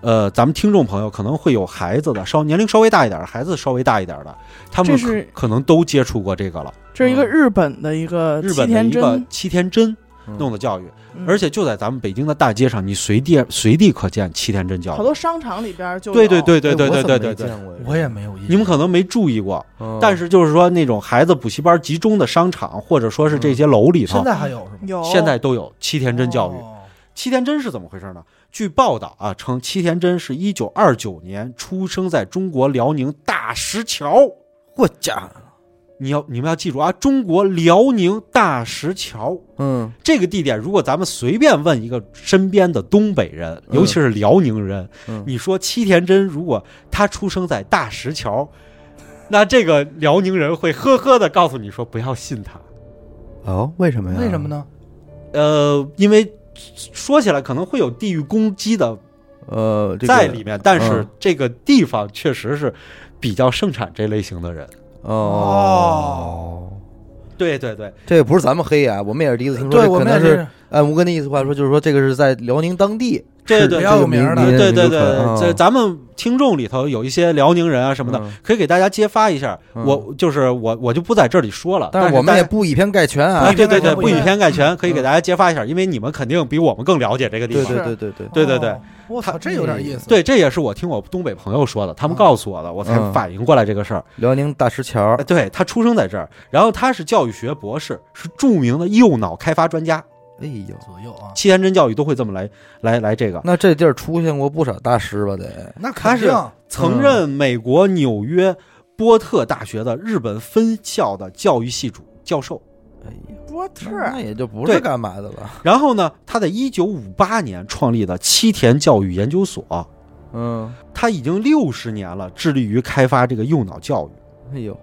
[SPEAKER 4] 呃，咱们听众朋友可能会有孩子的，稍年龄稍微大一点的，孩子稍微大一点的，他们
[SPEAKER 3] 这
[SPEAKER 4] 可
[SPEAKER 3] 是
[SPEAKER 4] 可能都接触过这个了。
[SPEAKER 3] 这是一个日本的一个
[SPEAKER 4] 嗯日
[SPEAKER 3] 呃七
[SPEAKER 4] 本的
[SPEAKER 3] 天
[SPEAKER 4] 一个
[SPEAKER 3] 针，
[SPEAKER 4] 七天真
[SPEAKER 1] 嗯
[SPEAKER 4] 弄的教育，
[SPEAKER 3] 嗯
[SPEAKER 4] 而且就在咱们北京的大街上，你随地随地可见七天真教
[SPEAKER 3] 嗯好
[SPEAKER 4] 育。
[SPEAKER 3] 多商场里边就
[SPEAKER 4] 对对
[SPEAKER 3] 有
[SPEAKER 4] 对对对
[SPEAKER 1] 哎我
[SPEAKER 4] 对
[SPEAKER 1] 怎么
[SPEAKER 4] 对
[SPEAKER 1] 没
[SPEAKER 4] 对对，
[SPEAKER 1] 见过呀
[SPEAKER 2] 我也没有印象。
[SPEAKER 4] 你们可能没注意过，
[SPEAKER 1] 嗯
[SPEAKER 4] 但是就是说那种孩子补习班集中的商场，或者说是这些楼里头，
[SPEAKER 2] 现在还有是吗？
[SPEAKER 3] 有
[SPEAKER 4] 现在都有七天真啊教育。
[SPEAKER 2] 哦
[SPEAKER 4] 七田真是怎么回事呢？据报道啊，称七田真是一九二九年出生在中国辽宁大石桥。
[SPEAKER 1] 我家，
[SPEAKER 4] 你要你们要记住啊，中国辽宁大石桥
[SPEAKER 1] 嗯
[SPEAKER 4] 这个地点，如果咱们随便问一个身边的东北人，
[SPEAKER 1] 嗯
[SPEAKER 4] 尤其是辽宁人，
[SPEAKER 1] 嗯
[SPEAKER 4] 你说七田真如果他出生在大石桥，那这个辽宁人会呵呵的告诉你说不要信他。
[SPEAKER 1] 哦，为什么呀？
[SPEAKER 2] 为什么？呢？
[SPEAKER 4] 呃，因为说起来可能会有地域攻击的
[SPEAKER 1] 呃，这个
[SPEAKER 4] 在里面，但是
[SPEAKER 1] 嗯
[SPEAKER 4] 这个地方确实是比较盛产这类型的人。
[SPEAKER 1] 哦
[SPEAKER 2] 哦，
[SPEAKER 4] 对对对，
[SPEAKER 1] 这个不是咱们黑啊，我们也是第一次听说，
[SPEAKER 2] 对，
[SPEAKER 1] 这
[SPEAKER 2] 我
[SPEAKER 1] 可
[SPEAKER 2] 们
[SPEAKER 1] 能
[SPEAKER 2] 也
[SPEAKER 1] 是按吴哥那意思话说，就是说这个是在辽宁当地，
[SPEAKER 4] 对
[SPEAKER 1] 是
[SPEAKER 4] 对
[SPEAKER 1] 这
[SPEAKER 2] 比较
[SPEAKER 1] 个
[SPEAKER 2] 有名
[SPEAKER 1] 民
[SPEAKER 2] 儿的
[SPEAKER 1] 民
[SPEAKER 4] 对对
[SPEAKER 1] 民
[SPEAKER 4] 对，
[SPEAKER 1] 族传
[SPEAKER 4] 这
[SPEAKER 1] 嗯
[SPEAKER 4] 咱们听众里头有一些辽宁人啊什么的
[SPEAKER 1] 嗯，
[SPEAKER 4] 可以给大家揭发一下。
[SPEAKER 1] 嗯
[SPEAKER 4] 我就是我，我就不在这里说了。
[SPEAKER 1] 但
[SPEAKER 4] 但
[SPEAKER 1] 是我们
[SPEAKER 4] 大
[SPEAKER 1] 也
[SPEAKER 4] 家
[SPEAKER 1] 不以偏概全啊
[SPEAKER 4] 啊，，对对对，
[SPEAKER 2] 不
[SPEAKER 4] 不
[SPEAKER 2] 一
[SPEAKER 4] 以
[SPEAKER 2] 样
[SPEAKER 4] 偏概全，可以给大家揭发一下，因为你们肯定比我们更了解这个地
[SPEAKER 1] 对
[SPEAKER 4] 方。
[SPEAKER 1] 对对对对，
[SPEAKER 4] 嗯对对对
[SPEAKER 2] 哦，我操，
[SPEAKER 4] 他
[SPEAKER 2] 这有点意思。
[SPEAKER 4] 对，这也是我听我东北朋友说的，他们
[SPEAKER 2] 嗯
[SPEAKER 4] 告诉我的，我才
[SPEAKER 1] 嗯
[SPEAKER 4] 反应过来这个事儿。
[SPEAKER 1] 辽宁大石桥
[SPEAKER 4] 呃，对他出生在这儿，然后他是教育学博士，是著名的右脑开发专家。
[SPEAKER 1] 哎呦，
[SPEAKER 2] 左右啊，
[SPEAKER 4] 七天真教育都会这么来来来这个。
[SPEAKER 1] 那这地儿出现过不少大师吧？得，
[SPEAKER 2] 那
[SPEAKER 4] 他
[SPEAKER 2] 肯
[SPEAKER 4] 是
[SPEAKER 2] 定
[SPEAKER 4] 曾任美国纽约波特大学的日本分校的教育系主教授。
[SPEAKER 1] 哎呦，
[SPEAKER 3] 波特
[SPEAKER 1] 那那也就不是
[SPEAKER 4] 对
[SPEAKER 1] 干嘛的了，
[SPEAKER 4] 然后呢，他在一九五八年创立的七田教育研究所，
[SPEAKER 1] 嗯，
[SPEAKER 4] 他已经六十年了，致力于开发这个右脑教育。
[SPEAKER 1] 哎呦，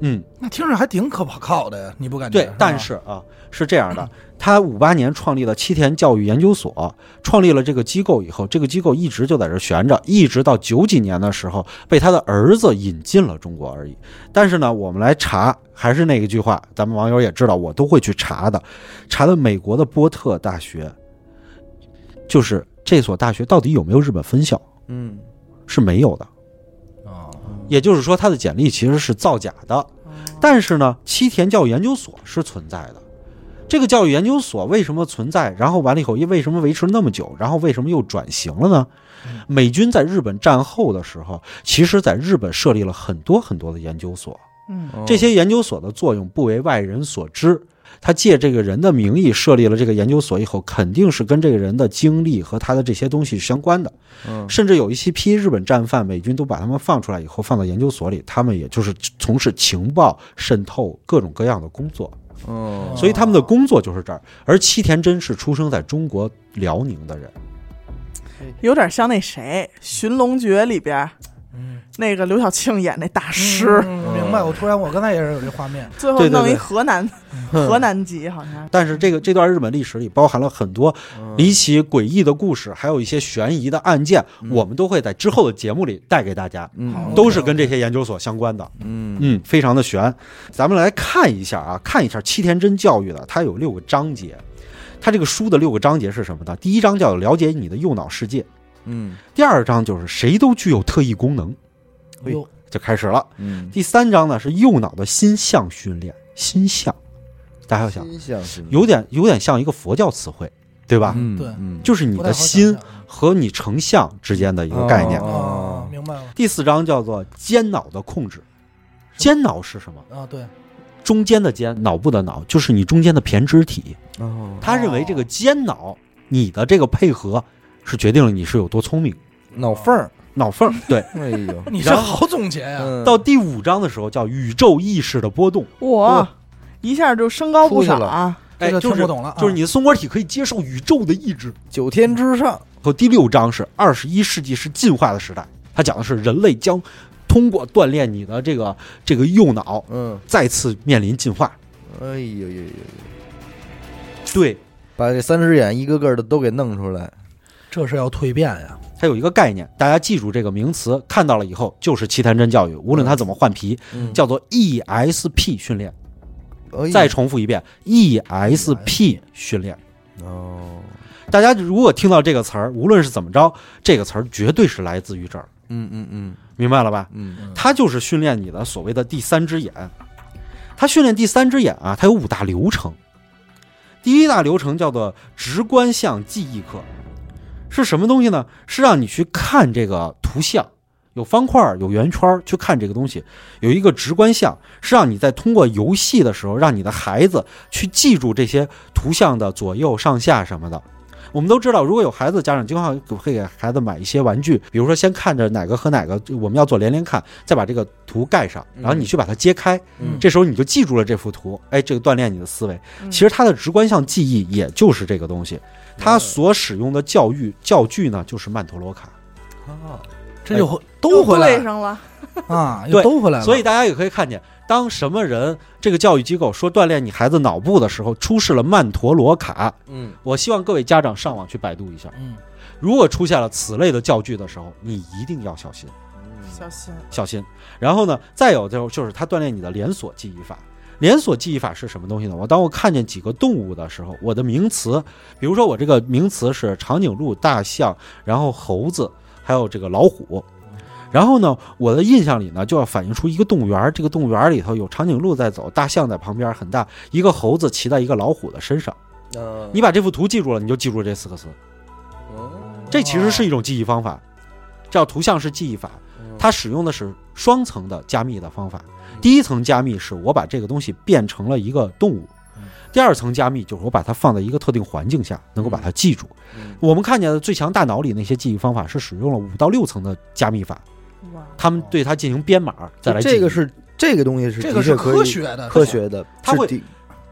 [SPEAKER 4] 嗯，
[SPEAKER 2] 那听着还挺可靠的呀，你不感觉？
[SPEAKER 4] 对，但
[SPEAKER 2] 吧
[SPEAKER 4] 是啊，是这样的，他五八年创立了七田教育研究所，创立了这个机构以后，这个机构一直就在这儿悬着，一直到九几年的时候被他的儿子引进了中国而已。但是呢，我们来查，还是那一句话，咱们网友也知道，我都会去查的，查的美国的波特大学，就是这所大学到底有没有日本分校
[SPEAKER 1] 嗯，
[SPEAKER 4] 是没有的，
[SPEAKER 2] 啊，
[SPEAKER 4] 也就是说，他的简历其实是造假的。但是呢，七田教育研究所是存在的。这个教育研究所为什么存在？然后完了以后，又为什么维持那么久？然后为什么又转型了呢？美军在日本战后的时候，其实在日本设立了很多很多的研究所，
[SPEAKER 3] 嗯
[SPEAKER 1] 哦
[SPEAKER 4] 这些研究所的作用不为外人所知。他借这个人的名义设立了这个研究所以后，肯定是跟这个人的经历和他的这些东西相关的。
[SPEAKER 1] 嗯
[SPEAKER 4] 甚至有一些批日本战犯，美军都把他们放出来以后放到研究所里，他们也就是从事情报渗透各种各样的工作，
[SPEAKER 1] 嗯，
[SPEAKER 4] 所以他们的工作就是这儿。而七田真是出生在中国辽宁的人，
[SPEAKER 3] 有点像那谁《寻龙诀》里边
[SPEAKER 2] 嗯，
[SPEAKER 3] 那个刘晓庆演那大师，
[SPEAKER 2] 嗯明白。我突然，我刚才也是有这画面，
[SPEAKER 3] 最后
[SPEAKER 4] 对对嗯
[SPEAKER 3] 弄一
[SPEAKER 4] 对
[SPEAKER 3] 河南河南籍好 像。
[SPEAKER 4] 但是这个这段日本历史里包含了很多
[SPEAKER 1] 嗯
[SPEAKER 4] 离奇诡异的故事，还有一些悬疑的案件，我们都会在之后的节目里带给大家，
[SPEAKER 1] 嗯
[SPEAKER 4] 都是跟这些研究所相关的。
[SPEAKER 1] 嗯
[SPEAKER 4] 嗯，非常的悬。咱们来看一下啊，看一下七田真教育的，它有六个章节。它这个书的六个章节是什么呢？第一章叫了解你的右脑世界，
[SPEAKER 1] 嗯
[SPEAKER 4] 第二章就是谁都具有特异功能，
[SPEAKER 1] 哎
[SPEAKER 2] 哟，
[SPEAKER 4] 就开始了。
[SPEAKER 1] 嗯，
[SPEAKER 4] 第三章呢是右脑的心象训练，心象，大家要想，
[SPEAKER 1] 心想事成
[SPEAKER 4] 有点有点像一个佛教词汇，对吧？
[SPEAKER 1] 嗯
[SPEAKER 2] 对
[SPEAKER 1] 嗯
[SPEAKER 4] 就是你
[SPEAKER 2] 不太好
[SPEAKER 4] 的
[SPEAKER 2] 想
[SPEAKER 4] 心啊
[SPEAKER 2] 象
[SPEAKER 4] 和你成像之间的一个概念。
[SPEAKER 1] 哦
[SPEAKER 2] 哦，明白了
[SPEAKER 4] 第四章叫做间脑的控制，间脑是什么？
[SPEAKER 2] 啊，对，
[SPEAKER 4] 中间的间，脑部的脑，就是你中间的胼胝体。
[SPEAKER 1] 哦，
[SPEAKER 4] 他认为这个间脑，你的这个配合是决定了你是有多聪明。
[SPEAKER 1] 脑缝儿，
[SPEAKER 4] 脑缝儿对，
[SPEAKER 1] 哎 呦，
[SPEAKER 2] 你这好总结呀，
[SPEAKER 1] 嗯
[SPEAKER 4] 到第五章的时候叫宇宙意识的波动，
[SPEAKER 3] 哇，一下就升高不
[SPEAKER 1] 出去
[SPEAKER 3] 少
[SPEAKER 1] 了
[SPEAKER 3] 啊！
[SPEAKER 2] 这
[SPEAKER 4] 哎
[SPEAKER 2] 就
[SPEAKER 4] 就是
[SPEAKER 2] 听不懂了啊，
[SPEAKER 4] 就是你的松果体可以接受宇宙的意志。
[SPEAKER 1] 九天之上，
[SPEAKER 4] 和第六章是二十一世纪是进化的时代，他讲的是人类将通过锻炼你的这个这个右脑，
[SPEAKER 1] 嗯，
[SPEAKER 4] 再次面临进化。
[SPEAKER 1] 哎呦呦呦，
[SPEAKER 4] 对，
[SPEAKER 1] 把这三只眼一个个的都给弄出来，
[SPEAKER 2] 这是要蜕变呀！
[SPEAKER 4] 它有一个概念，大家记住这个名词，看到了以后就是奇谭真教育，无论它怎么换皮，
[SPEAKER 1] 嗯
[SPEAKER 4] 叫做 ESP 训练。
[SPEAKER 1] 哎呦
[SPEAKER 4] 再重复一遍，ESP 训练。
[SPEAKER 1] 哦，
[SPEAKER 4] 大家如果听到这个词儿，无论是怎么着，这个词儿绝对是来自于这儿，
[SPEAKER 1] 嗯嗯嗯
[SPEAKER 4] 明白了吧？
[SPEAKER 1] 嗯
[SPEAKER 4] 它就是训练你的所谓的第三只眼。它训练第三只眼啊，它有五大流程。第一大流程叫做直观像记忆课，是什么东西呢？是让你去看这个图像，有方块儿，有圆圈儿，去看这个东西。有一个直观像，是让你在通过游戏的时候，让你的孩子去记住这些图像的左右上下什么的。我们都知道，如果有孩子，家长经常会给孩子买一些玩具，比如说先看着哪个和哪个，我们要做连连看，再把这个图盖上，然后你去把它揭开，
[SPEAKER 1] 嗯
[SPEAKER 4] 这时候你就记住了这幅图。哎，这个锻炼你的思维。
[SPEAKER 3] 嗯
[SPEAKER 4] 其实它的直观向记忆也就是这个东西，它所使用的教育教具呢就是曼陀罗卡。
[SPEAKER 2] 这就回都回
[SPEAKER 3] 又对
[SPEAKER 2] 来
[SPEAKER 3] 上了，
[SPEAKER 2] 啊，
[SPEAKER 4] 对
[SPEAKER 2] 又都回来了。
[SPEAKER 4] 所以大家也可以看见，当什么人这个教育机构说锻炼你孩子脑部的时候，出示了曼陀罗卡。
[SPEAKER 1] 嗯，
[SPEAKER 4] 我希望各位家长上网去百度一下，
[SPEAKER 2] 嗯，
[SPEAKER 4] 如果出现了此类的教具的时候，你一定要小心。
[SPEAKER 1] 嗯
[SPEAKER 3] 小心，
[SPEAKER 4] 小心。然后呢，再有就就是它锻炼你的连锁记忆法。连锁记忆法是什么东西呢？我当我看见几个动物的时候，我的名词，比如说我这个名词是长颈鹿、大象，然后猴子，还有这个老虎。然后呢，我的印象里呢，就要反映出一个动物园儿，这个动物园儿里头有长颈鹿在走，大象在旁边很大，一个猴子骑在一个老虎的身上。你把这幅图记住了，你就记住这四个词。
[SPEAKER 1] 嗯
[SPEAKER 4] 这其实是一种记忆方法，叫图像式记忆法。
[SPEAKER 1] 嗯
[SPEAKER 4] 它使用的是双层的加密的方法。第一层加密是我把这个东西变成了一个动物
[SPEAKER 1] 嗯，
[SPEAKER 4] 第二层加密就是我把它放在一个特定环境下，能够把它
[SPEAKER 1] 嗯
[SPEAKER 4] 记住。我们看见的最强大脑里那些记忆方法是使用了五到六层的加密法，
[SPEAKER 3] 哇，
[SPEAKER 4] 他们对它进行编码再来记忆。
[SPEAKER 1] 哦这个是这个东西是
[SPEAKER 2] 这个
[SPEAKER 1] 的确
[SPEAKER 2] 是
[SPEAKER 1] 可以
[SPEAKER 2] 科学的，
[SPEAKER 1] 科学的，
[SPEAKER 4] 它会
[SPEAKER 1] 是的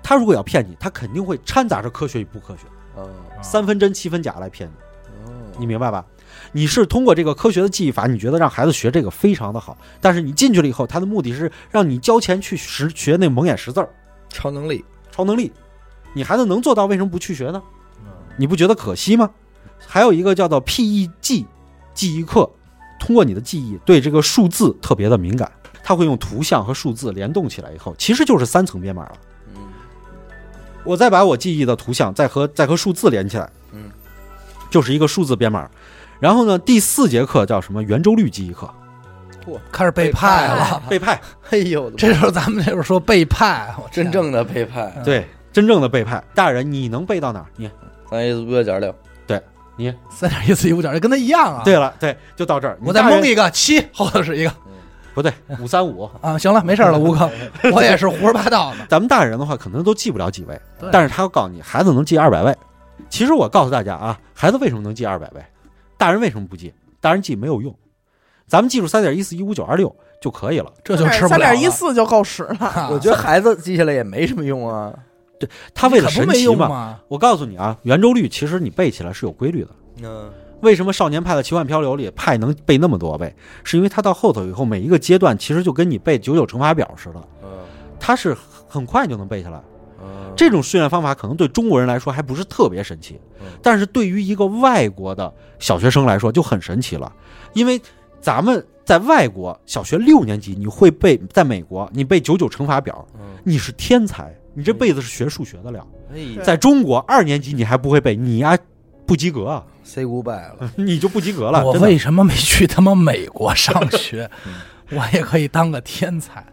[SPEAKER 4] 他如果要骗你，他肯定会掺杂着科学与不科学，
[SPEAKER 2] 啊
[SPEAKER 1] 哦
[SPEAKER 4] 三分真七分假来骗你。你明白吧？你是通过这个科学的记忆法，你觉得让孩子学这个非常的好，但是你进去了以后，他的目的是让你交钱去识学那蒙眼识字儿
[SPEAKER 1] 超能力，
[SPEAKER 4] 超能力，你孩子能做到，为什么不去学呢？你不觉得可惜吗？还有一个叫做 PEG 记忆课，通过你的记忆对这个数字特别的敏感，它会用图像和数字联动起来以后，其实就是三层编码了。
[SPEAKER 1] 嗯
[SPEAKER 4] 我再把我记忆的图像再和再和数字连起来，
[SPEAKER 1] 嗯，
[SPEAKER 4] 就是一个数字编码。然后呢，第四节课叫什么？圆周率记忆课，
[SPEAKER 2] 开始被派了。
[SPEAKER 4] 背派，
[SPEAKER 1] 哎呦我的妈，
[SPEAKER 2] 这时候咱们这边说被派，我天
[SPEAKER 1] 真正的背叛，
[SPEAKER 2] 嗯
[SPEAKER 4] 对，真正的背派。大人，你能背到哪儿？你
[SPEAKER 1] 咱也不要讲了，
[SPEAKER 2] 三点一四一五点，这跟他一样啊。，
[SPEAKER 4] 对了，对，就到这儿。
[SPEAKER 2] 我再
[SPEAKER 4] 蒙
[SPEAKER 2] 蒙一个七，后头是一个
[SPEAKER 4] 不对，五三五。
[SPEAKER 2] 啊。行了，没事了，吴哥，我也是胡说八道的。
[SPEAKER 4] 咱们大人的话，可能都记不了几位
[SPEAKER 2] 对，
[SPEAKER 4] 但是他要告诉你，孩子能记二百位。其实我告诉大家啊，孩子为什么能记二百位，大人为什么不记？大人记没有用，咱们记住三点一四一五九二六就可以了。
[SPEAKER 2] 这就吃不
[SPEAKER 3] 三
[SPEAKER 2] 了了。
[SPEAKER 3] 点一四就够使了，
[SPEAKER 2] 啊，
[SPEAKER 1] 我觉得孩子记下来也没什么用啊，
[SPEAKER 4] 他为了
[SPEAKER 2] 可
[SPEAKER 4] 神
[SPEAKER 2] 不没
[SPEAKER 4] 奇
[SPEAKER 2] 用
[SPEAKER 4] 嘛，
[SPEAKER 2] 嘛，
[SPEAKER 4] 我告诉你啊，圆周率其实你背起来是有规律的。
[SPEAKER 1] 嗯
[SPEAKER 4] 为什么少年派的奇幻漂流里派能背那么多位？是因为他到后头以后，每一个阶段其实就跟你背九九乘法表似的，他是很快就能背下来。
[SPEAKER 1] 嗯，
[SPEAKER 4] 这种训练方法可能对中国人来说还不是特别神奇
[SPEAKER 1] 嗯，
[SPEAKER 4] 但是对于一个外国的小学生来说就很神奇了，因为咱们在外国小学六年级你会背，在美国你背九九乘法表，
[SPEAKER 1] 嗯，
[SPEAKER 4] 你是天才，你这辈子是学数学的了。
[SPEAKER 1] 哎呦
[SPEAKER 3] 对
[SPEAKER 4] 在中国二年级你还不会背，你呀、不及格 啊，
[SPEAKER 1] ，say goodbye 了，
[SPEAKER 4] 你就不及格了。
[SPEAKER 2] 我
[SPEAKER 4] 真的
[SPEAKER 2] 为什么没去他妈美国上学？我也可以当个天才。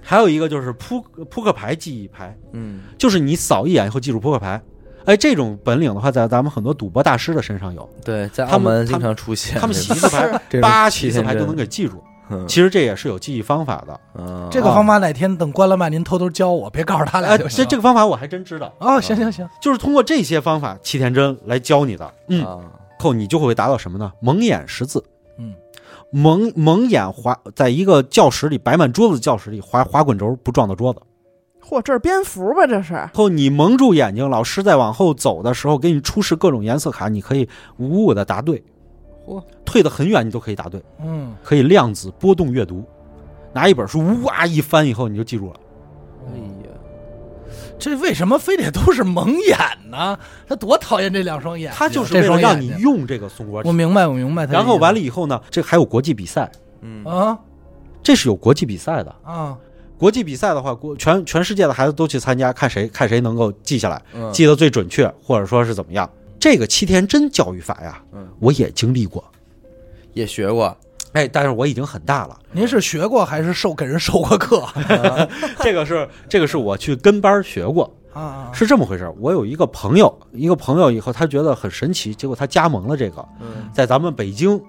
[SPEAKER 4] 还有一个就是扑扑克牌记忆牌，
[SPEAKER 1] 嗯，
[SPEAKER 4] 就是你扫一眼以后记住扑克牌。哎，这种本领的话，在咱们很多赌博大师的身上有，
[SPEAKER 1] 对，在
[SPEAKER 4] 他
[SPEAKER 1] 澳
[SPEAKER 4] 们
[SPEAKER 1] 门经常出现这种，
[SPEAKER 4] 他们洗一次牌，
[SPEAKER 1] 这种
[SPEAKER 4] 八洗一次
[SPEAKER 1] 天
[SPEAKER 4] 牌就
[SPEAKER 1] 真
[SPEAKER 4] 能给记住。
[SPEAKER 1] 嗯
[SPEAKER 4] 其实这也是有记忆方法的。
[SPEAKER 1] 嗯
[SPEAKER 2] 这个方法哪天等关了麦，您偷偷教我，别告诉他俩
[SPEAKER 4] 哎，
[SPEAKER 2] 就
[SPEAKER 4] 这
[SPEAKER 2] 行。
[SPEAKER 4] 这个方法我还真知道，
[SPEAKER 2] 哦，行行行，
[SPEAKER 4] 就是通过这些方法，齐天真来教你的。嗯，
[SPEAKER 1] 啊
[SPEAKER 4] 后你就会达到什么呢？蒙眼识字。
[SPEAKER 2] 嗯，
[SPEAKER 4] 蒙蒙眼滑，在一个教室里摆满桌子的教室里滑滑滚轴，不撞到桌子。
[SPEAKER 3] 嚯，这是蝙蝠吧？这是
[SPEAKER 4] 后你蒙住眼睛，老师在往后走的时候给你出示各种颜色卡，你可以五五的答对。
[SPEAKER 1] 嚯，
[SPEAKER 4] 退得很远你都可以答对，
[SPEAKER 2] 嗯，
[SPEAKER 4] 可以量子波动阅读，拿一本书哇一翻以后你就记住了。
[SPEAKER 1] 哎呀，
[SPEAKER 2] 这为什么非得都是蒙眼呢？ 他多讨厌这两双眼，啊
[SPEAKER 4] 他就
[SPEAKER 2] 这
[SPEAKER 4] 是为了
[SPEAKER 2] 双
[SPEAKER 4] 让
[SPEAKER 2] 眼
[SPEAKER 4] 你
[SPEAKER 2] 睛。
[SPEAKER 4] 用这个松果体
[SPEAKER 2] 我。明白，我明白他的意思。
[SPEAKER 4] 然后完了以后呢，这还有国际比赛，
[SPEAKER 1] 嗯
[SPEAKER 2] 啊
[SPEAKER 4] 这是有国际比赛的。
[SPEAKER 2] 啊，
[SPEAKER 4] 国际比赛的话，国全全世界的孩子都去参加，看谁看谁能够记下来，
[SPEAKER 1] 嗯
[SPEAKER 4] 记得最准确，或者说是怎么样。这个七天真教育法呀
[SPEAKER 1] 嗯，
[SPEAKER 4] 我也经历过，
[SPEAKER 1] 也学过，
[SPEAKER 4] 哎，但是我已经很 大了。
[SPEAKER 2] 您是学过还是受给人授过 课
[SPEAKER 4] 这个是这个是我去跟班儿学过，
[SPEAKER 2] 啊？
[SPEAKER 4] 是这么回事儿。我有一个朋友，一个朋友以后他觉得很神奇，结果他加盟了这个，
[SPEAKER 1] 嗯
[SPEAKER 4] 在咱们北京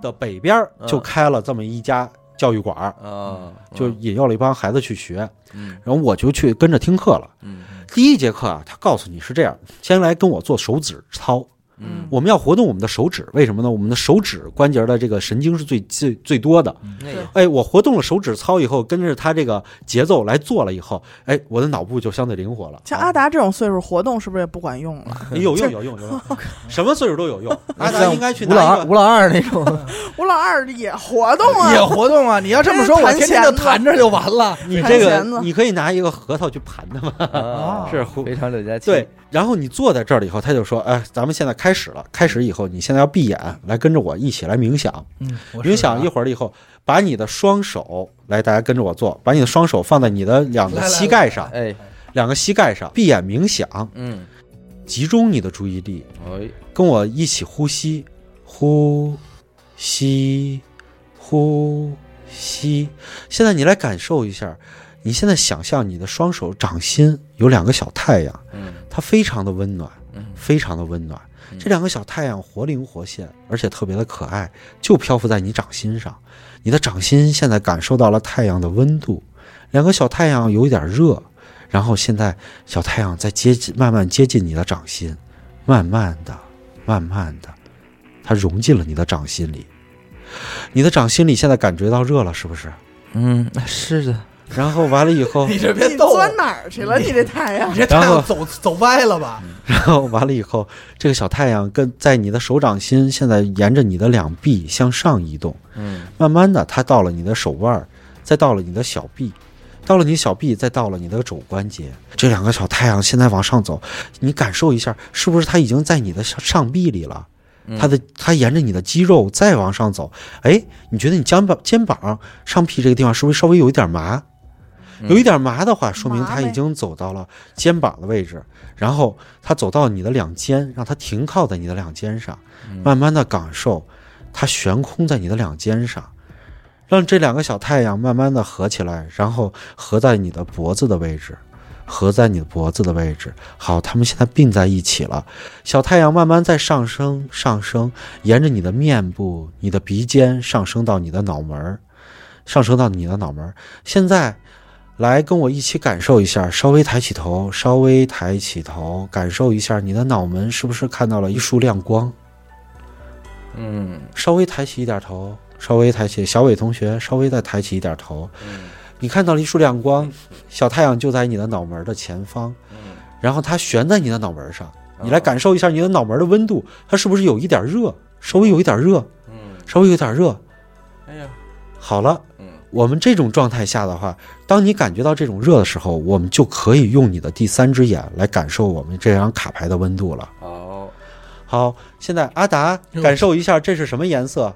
[SPEAKER 4] 的北边儿
[SPEAKER 1] 嗯
[SPEAKER 4] 就开了这么一家教育馆儿，
[SPEAKER 1] 啊，
[SPEAKER 4] 就引诱了一帮孩子去学，
[SPEAKER 1] 嗯
[SPEAKER 4] 然后我就去跟着听课了。
[SPEAKER 1] 嗯
[SPEAKER 4] 第一节课啊，他告诉你是这样，先来跟我做手指操。
[SPEAKER 1] 嗯，
[SPEAKER 4] 我们要活动我们的手指，为什么呢？我们的手指关节的这个神经是最最最多的。
[SPEAKER 1] 嗯那个
[SPEAKER 4] 哎，我活动了手指操以后，跟着他这个节奏来做了以后，哎，我的脑部就相对 灵活了。
[SPEAKER 3] 像阿达这种岁数，活动是不是也不管用了？
[SPEAKER 4] 哎有用有用 有用，什么岁数都有用。阿达应该去
[SPEAKER 1] 吴老
[SPEAKER 4] 拿一
[SPEAKER 1] 二，
[SPEAKER 4] 个。
[SPEAKER 1] 吴老二那 种，
[SPEAKER 3] 我老二也活动啊，
[SPEAKER 2] 也活动啊！你要这么说，我天天就弹着就完了。
[SPEAKER 4] 你这
[SPEAKER 3] 弹弦
[SPEAKER 4] 个
[SPEAKER 3] 子
[SPEAKER 4] 你可以拿一个核桃去盘它嘛？
[SPEAKER 1] 啊
[SPEAKER 4] 是
[SPEAKER 1] 非常柳家七，
[SPEAKER 4] 对，，然后你坐在这儿了以后，他就说：“哎，咱们现在开始了。开始以后，你现在要闭眼，来跟着我一起来冥想。
[SPEAKER 2] 嗯，我
[SPEAKER 4] 冥想一会儿了以后，把你的双手来，大家跟着我做，把你的双手放在你的两个
[SPEAKER 2] 来来
[SPEAKER 4] 膝盖上，
[SPEAKER 1] 哎，
[SPEAKER 4] 两个膝盖上，闭眼冥想，
[SPEAKER 1] 嗯，
[SPEAKER 4] 集中你的注意力，
[SPEAKER 1] 哎，
[SPEAKER 4] 跟我一起呼吸，呼吸，呼吸。现在你来感受一下，你现在想象你的双手掌心有两个小太阳，
[SPEAKER 1] 嗯
[SPEAKER 4] 它非常的温暖，
[SPEAKER 1] 嗯
[SPEAKER 4] 非常的温暖。
[SPEAKER 1] 嗯
[SPEAKER 4] 这两个小太阳活灵活现，而且特别的可爱，就漂浮在你掌心上。你的掌心现在感受到了太阳的温度，两个小太阳有一点热，然后现在小太阳在接近，慢慢接近你的掌心，慢慢的，慢慢的，它融进了你的掌心里。你的掌心里现在感觉到热了，是不是？
[SPEAKER 1] 嗯，是的，
[SPEAKER 4] 然后完了以后，
[SPEAKER 2] 你这
[SPEAKER 3] 你
[SPEAKER 2] 别逗我，
[SPEAKER 3] 钻哪儿去了？你这太阳
[SPEAKER 2] 你，这太阳走走歪了吧？
[SPEAKER 4] 然后完了以后，这个小太阳跟在你的手掌心，现在沿着你的两臂向上移动。
[SPEAKER 1] 嗯
[SPEAKER 4] 慢慢的，它到了你的手腕儿，再到了你的小臂，到了你小臂，再到了你的肘关节。这两个小太阳现在往上走，你感受一下，是不是它已经在你的上上臂里了？它的它沿着你的肌肉再往上走，哎，你觉得你肩膀肩膀上臂这个地方是不是稍微有一点麻？
[SPEAKER 1] 嗯
[SPEAKER 4] 有一点麻的话，说明
[SPEAKER 3] 麻
[SPEAKER 4] 它
[SPEAKER 3] 呗
[SPEAKER 4] 已经走到了肩膀的位置，然后它走到你的两肩，让它停靠在你的两肩上，慢慢的感受它悬空在你的两肩上，让这两个小太阳慢慢的合起来，然后合在你的脖子的位置，合在你的脖子的位置。好，它们现在并在一起了。小太阳慢慢在上升，上升，沿着你的面部、你的鼻尖上升到你的脑门儿，上升到你的脑门儿。现在。来跟我一起感受一下，稍微抬起头，稍微抬起头，感受一下你的脑门是不是看到了一束亮光？
[SPEAKER 1] 嗯
[SPEAKER 4] 稍微抬起一点头，稍微抬起，小伟同学稍微再抬起一点头，
[SPEAKER 1] 嗯
[SPEAKER 4] 你看到了一束亮光，小太阳就在你的脑门的前方，
[SPEAKER 1] 嗯
[SPEAKER 4] 然后它悬在你的脑门上，
[SPEAKER 1] 哦
[SPEAKER 4] 你来
[SPEAKER 1] 啊
[SPEAKER 4] 感受一下你的脑门的温度，它是不是有一点热？稍微有一点热，
[SPEAKER 1] 嗯，
[SPEAKER 4] 稍微有一点热。
[SPEAKER 1] 哎呀，
[SPEAKER 4] 好了，
[SPEAKER 1] 嗯
[SPEAKER 4] 我们这种状态下的话，当你感觉到这种热的时候，我们就可以用你的第三只眼来感受我们这张卡牌的温度了。
[SPEAKER 1] 好，
[SPEAKER 4] 好，现在阿达感受一下这是什么颜色？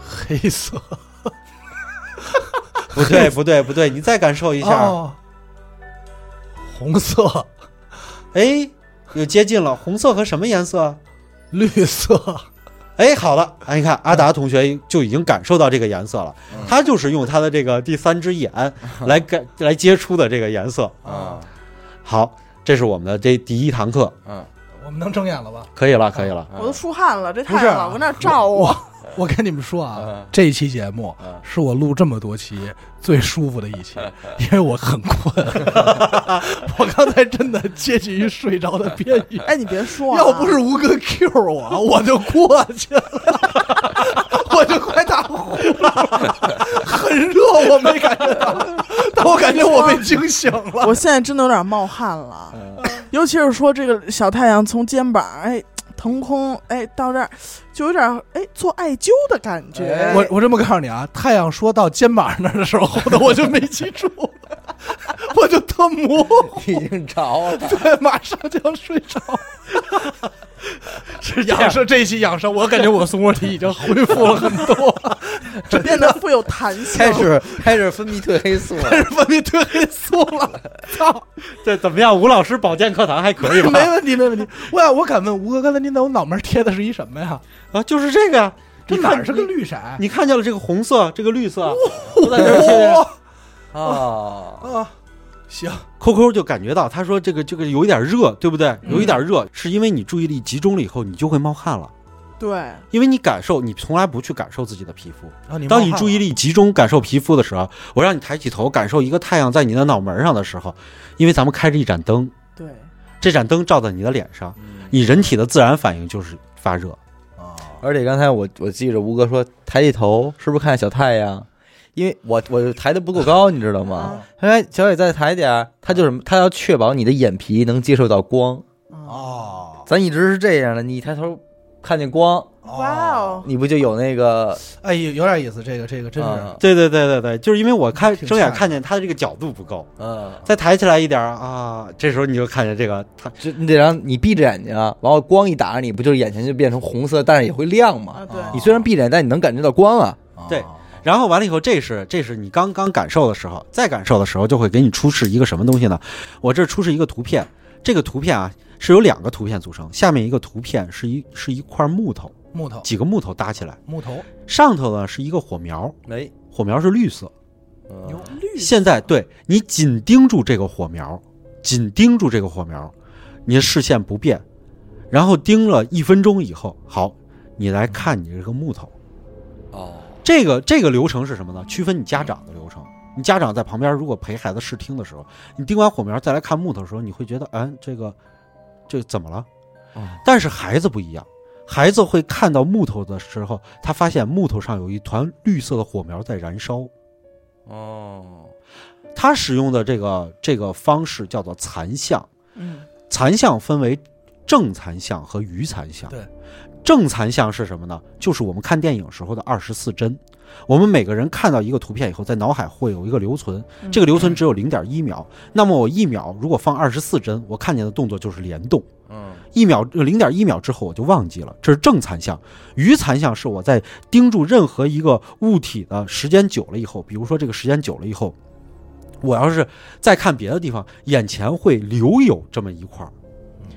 [SPEAKER 2] 黑色
[SPEAKER 4] 不对，不对，不对，你再感受一下，
[SPEAKER 2] 哦，红色、
[SPEAKER 4] 哎，又接近了，红色和什么颜色？
[SPEAKER 2] 绿色，
[SPEAKER 4] 哎，好了，哎，你看阿达同学就已经感受到这个颜色了，他就是用他的这个第三只眼来 感来接触的这个颜色。
[SPEAKER 1] 啊，
[SPEAKER 4] 好，这是我们的这第一堂课，
[SPEAKER 1] 嗯，
[SPEAKER 2] 我们能睁眼了吧？
[SPEAKER 4] 可以了，可以了。
[SPEAKER 1] 啊
[SPEAKER 3] 我都出汗了，这太
[SPEAKER 2] 不是
[SPEAKER 3] 阳
[SPEAKER 2] 啊
[SPEAKER 3] 老往那儿照我，
[SPEAKER 2] 我跟你们说啊
[SPEAKER 1] 嗯，
[SPEAKER 2] 这期节目
[SPEAKER 1] 嗯
[SPEAKER 2] 是我录这么多期最舒服的一期， 因为我很 困，我刚才真的接近于睡着的边缘。
[SPEAKER 3] 哎，你别说啊，
[SPEAKER 2] 要不是吴哥 Q 我，我就过 去了，我就快打呼了，很热，我没感觉到，但我感觉我被惊醒了。
[SPEAKER 3] 我现在真的有点冒汗了，尤其是说这个小太阳从肩膀，哎，腾空，哎，到这儿就有点儿哎做艾灸的感觉。
[SPEAKER 1] 哎
[SPEAKER 2] 我我这么告诉你啊，太阳说到肩膀那儿的时候，后头我就没记住， 我就特模糊，
[SPEAKER 1] 已经着了。
[SPEAKER 2] 对，马上就要睡着。是养生这一期养生，我感觉我松果体已经恢复了很 多，
[SPEAKER 3] 哎变得富有弹性。
[SPEAKER 1] 开始开始分泌褪黑素了，
[SPEAKER 2] 分泌褪黑素了。操，
[SPEAKER 4] 这怎么样？吴老师保健课堂还可以吧？
[SPEAKER 2] 没问题，没问题。我想我敢问吴哥，刚才您在我脑门贴的是一什么呀？
[SPEAKER 4] 啊，就是这个呀。
[SPEAKER 2] 这
[SPEAKER 4] 你
[SPEAKER 2] 哪
[SPEAKER 4] 看
[SPEAKER 2] 儿是个？绿色？啊
[SPEAKER 4] 你看见了这个红色，这个绿色，都在这儿贴着
[SPEAKER 2] 哦
[SPEAKER 1] 啊，
[SPEAKER 2] 啊，行，
[SPEAKER 4] QQ 就感觉到，他说这个这个有一点热，对不对？有一点热，是因为你注意力集中了以后，你就会冒汗了，
[SPEAKER 3] 对，
[SPEAKER 4] 因为你感受，你从来不去感受自己的皮肤。
[SPEAKER 2] 然后啊你
[SPEAKER 4] 当你注意力集中感受皮肤的时候，我让你抬起头感受一个太阳在你的脑门上的时候，因为咱们开着一盏灯，
[SPEAKER 3] 对，
[SPEAKER 4] 这盏灯照在你的脸上，
[SPEAKER 1] 你
[SPEAKER 4] 你人体的自然反应就是发热。
[SPEAKER 2] 啊，
[SPEAKER 1] 而且刚才我我记着吴哥说抬起头是不是看小太阳？因为我我抬的不够高，你知道吗？
[SPEAKER 3] 啊
[SPEAKER 1] 他说小伟再抬点儿，他就是他要确保你的眼皮能接受到光。
[SPEAKER 3] 啊，
[SPEAKER 2] 哦，
[SPEAKER 1] 咱一直是这样的，你一抬头看见光，
[SPEAKER 3] 哇，哦，
[SPEAKER 1] 你不就有那个
[SPEAKER 2] 哎，有有点意思，这个这个真是
[SPEAKER 1] 啊
[SPEAKER 4] 对对对对对，就是因为我看
[SPEAKER 2] 挺
[SPEAKER 4] 睁眼
[SPEAKER 2] 吓人
[SPEAKER 4] 看见它的这个角度不够，
[SPEAKER 1] 嗯，
[SPEAKER 4] 再抬起来一点儿啊，这时候你就看见这个它
[SPEAKER 1] 这你得让你闭着眼睛啊，然后光一打你不就是眼前就变成红色，但是也会亮
[SPEAKER 3] 啊
[SPEAKER 1] 嘛。
[SPEAKER 3] 对，
[SPEAKER 1] 你虽然闭着眼，但你能感觉到光啊。
[SPEAKER 4] 对然后完了以后，这是这是你刚刚感受的时候，再感受的时候就会给你出示一个什么东西呢？我这出示一个图片，这个图片啊是由两个图片组成，下面一个图片是一是一块木头，
[SPEAKER 2] 木头
[SPEAKER 4] 几个木头搭起来，
[SPEAKER 2] 木头
[SPEAKER 4] 上头呢是一个火苗，
[SPEAKER 1] 哎，
[SPEAKER 4] 火苗是绿色。
[SPEAKER 1] 嗯
[SPEAKER 3] 绿
[SPEAKER 4] 现在对你紧盯住这个火苗，紧盯住这个火苗，你的视线不变，然后盯了一分钟以后，好，你来看你这个木头。
[SPEAKER 1] 哦，
[SPEAKER 4] 这个这个流程是什么呢？区分你家长的流程。你家长在旁边如果陪孩子试听的时候，你盯完火苗再来看木头的时候，你会觉得，哎，这个这怎么了？
[SPEAKER 1] 哦
[SPEAKER 4] 但是孩子不一样，孩子会看到木头的时候，他发现木头上有一团绿色的火苗在燃烧。
[SPEAKER 1] 哦，
[SPEAKER 4] 他使用的这个这个方式叫做残像，
[SPEAKER 3] 嗯
[SPEAKER 4] 残像分为正残像和余残像。
[SPEAKER 2] 对，
[SPEAKER 4] 正残像是什么呢？就是我们看电影时候的二十四帧。我们每个人看到一个图片以后，在脑海会有一个留存，
[SPEAKER 3] 嗯
[SPEAKER 4] 这个留存只有零点一秒。那么我一秒如果放二十四帧，我看见的动作就是联动。
[SPEAKER 1] 嗯，
[SPEAKER 4] 一秒呃零点一秒之后我就忘记了，这是正残像。余残像是我在盯住任何一个物体的时间久了以后，比如说这个时间久了以后，我要是再看别的地方，眼前会留有这么一块儿，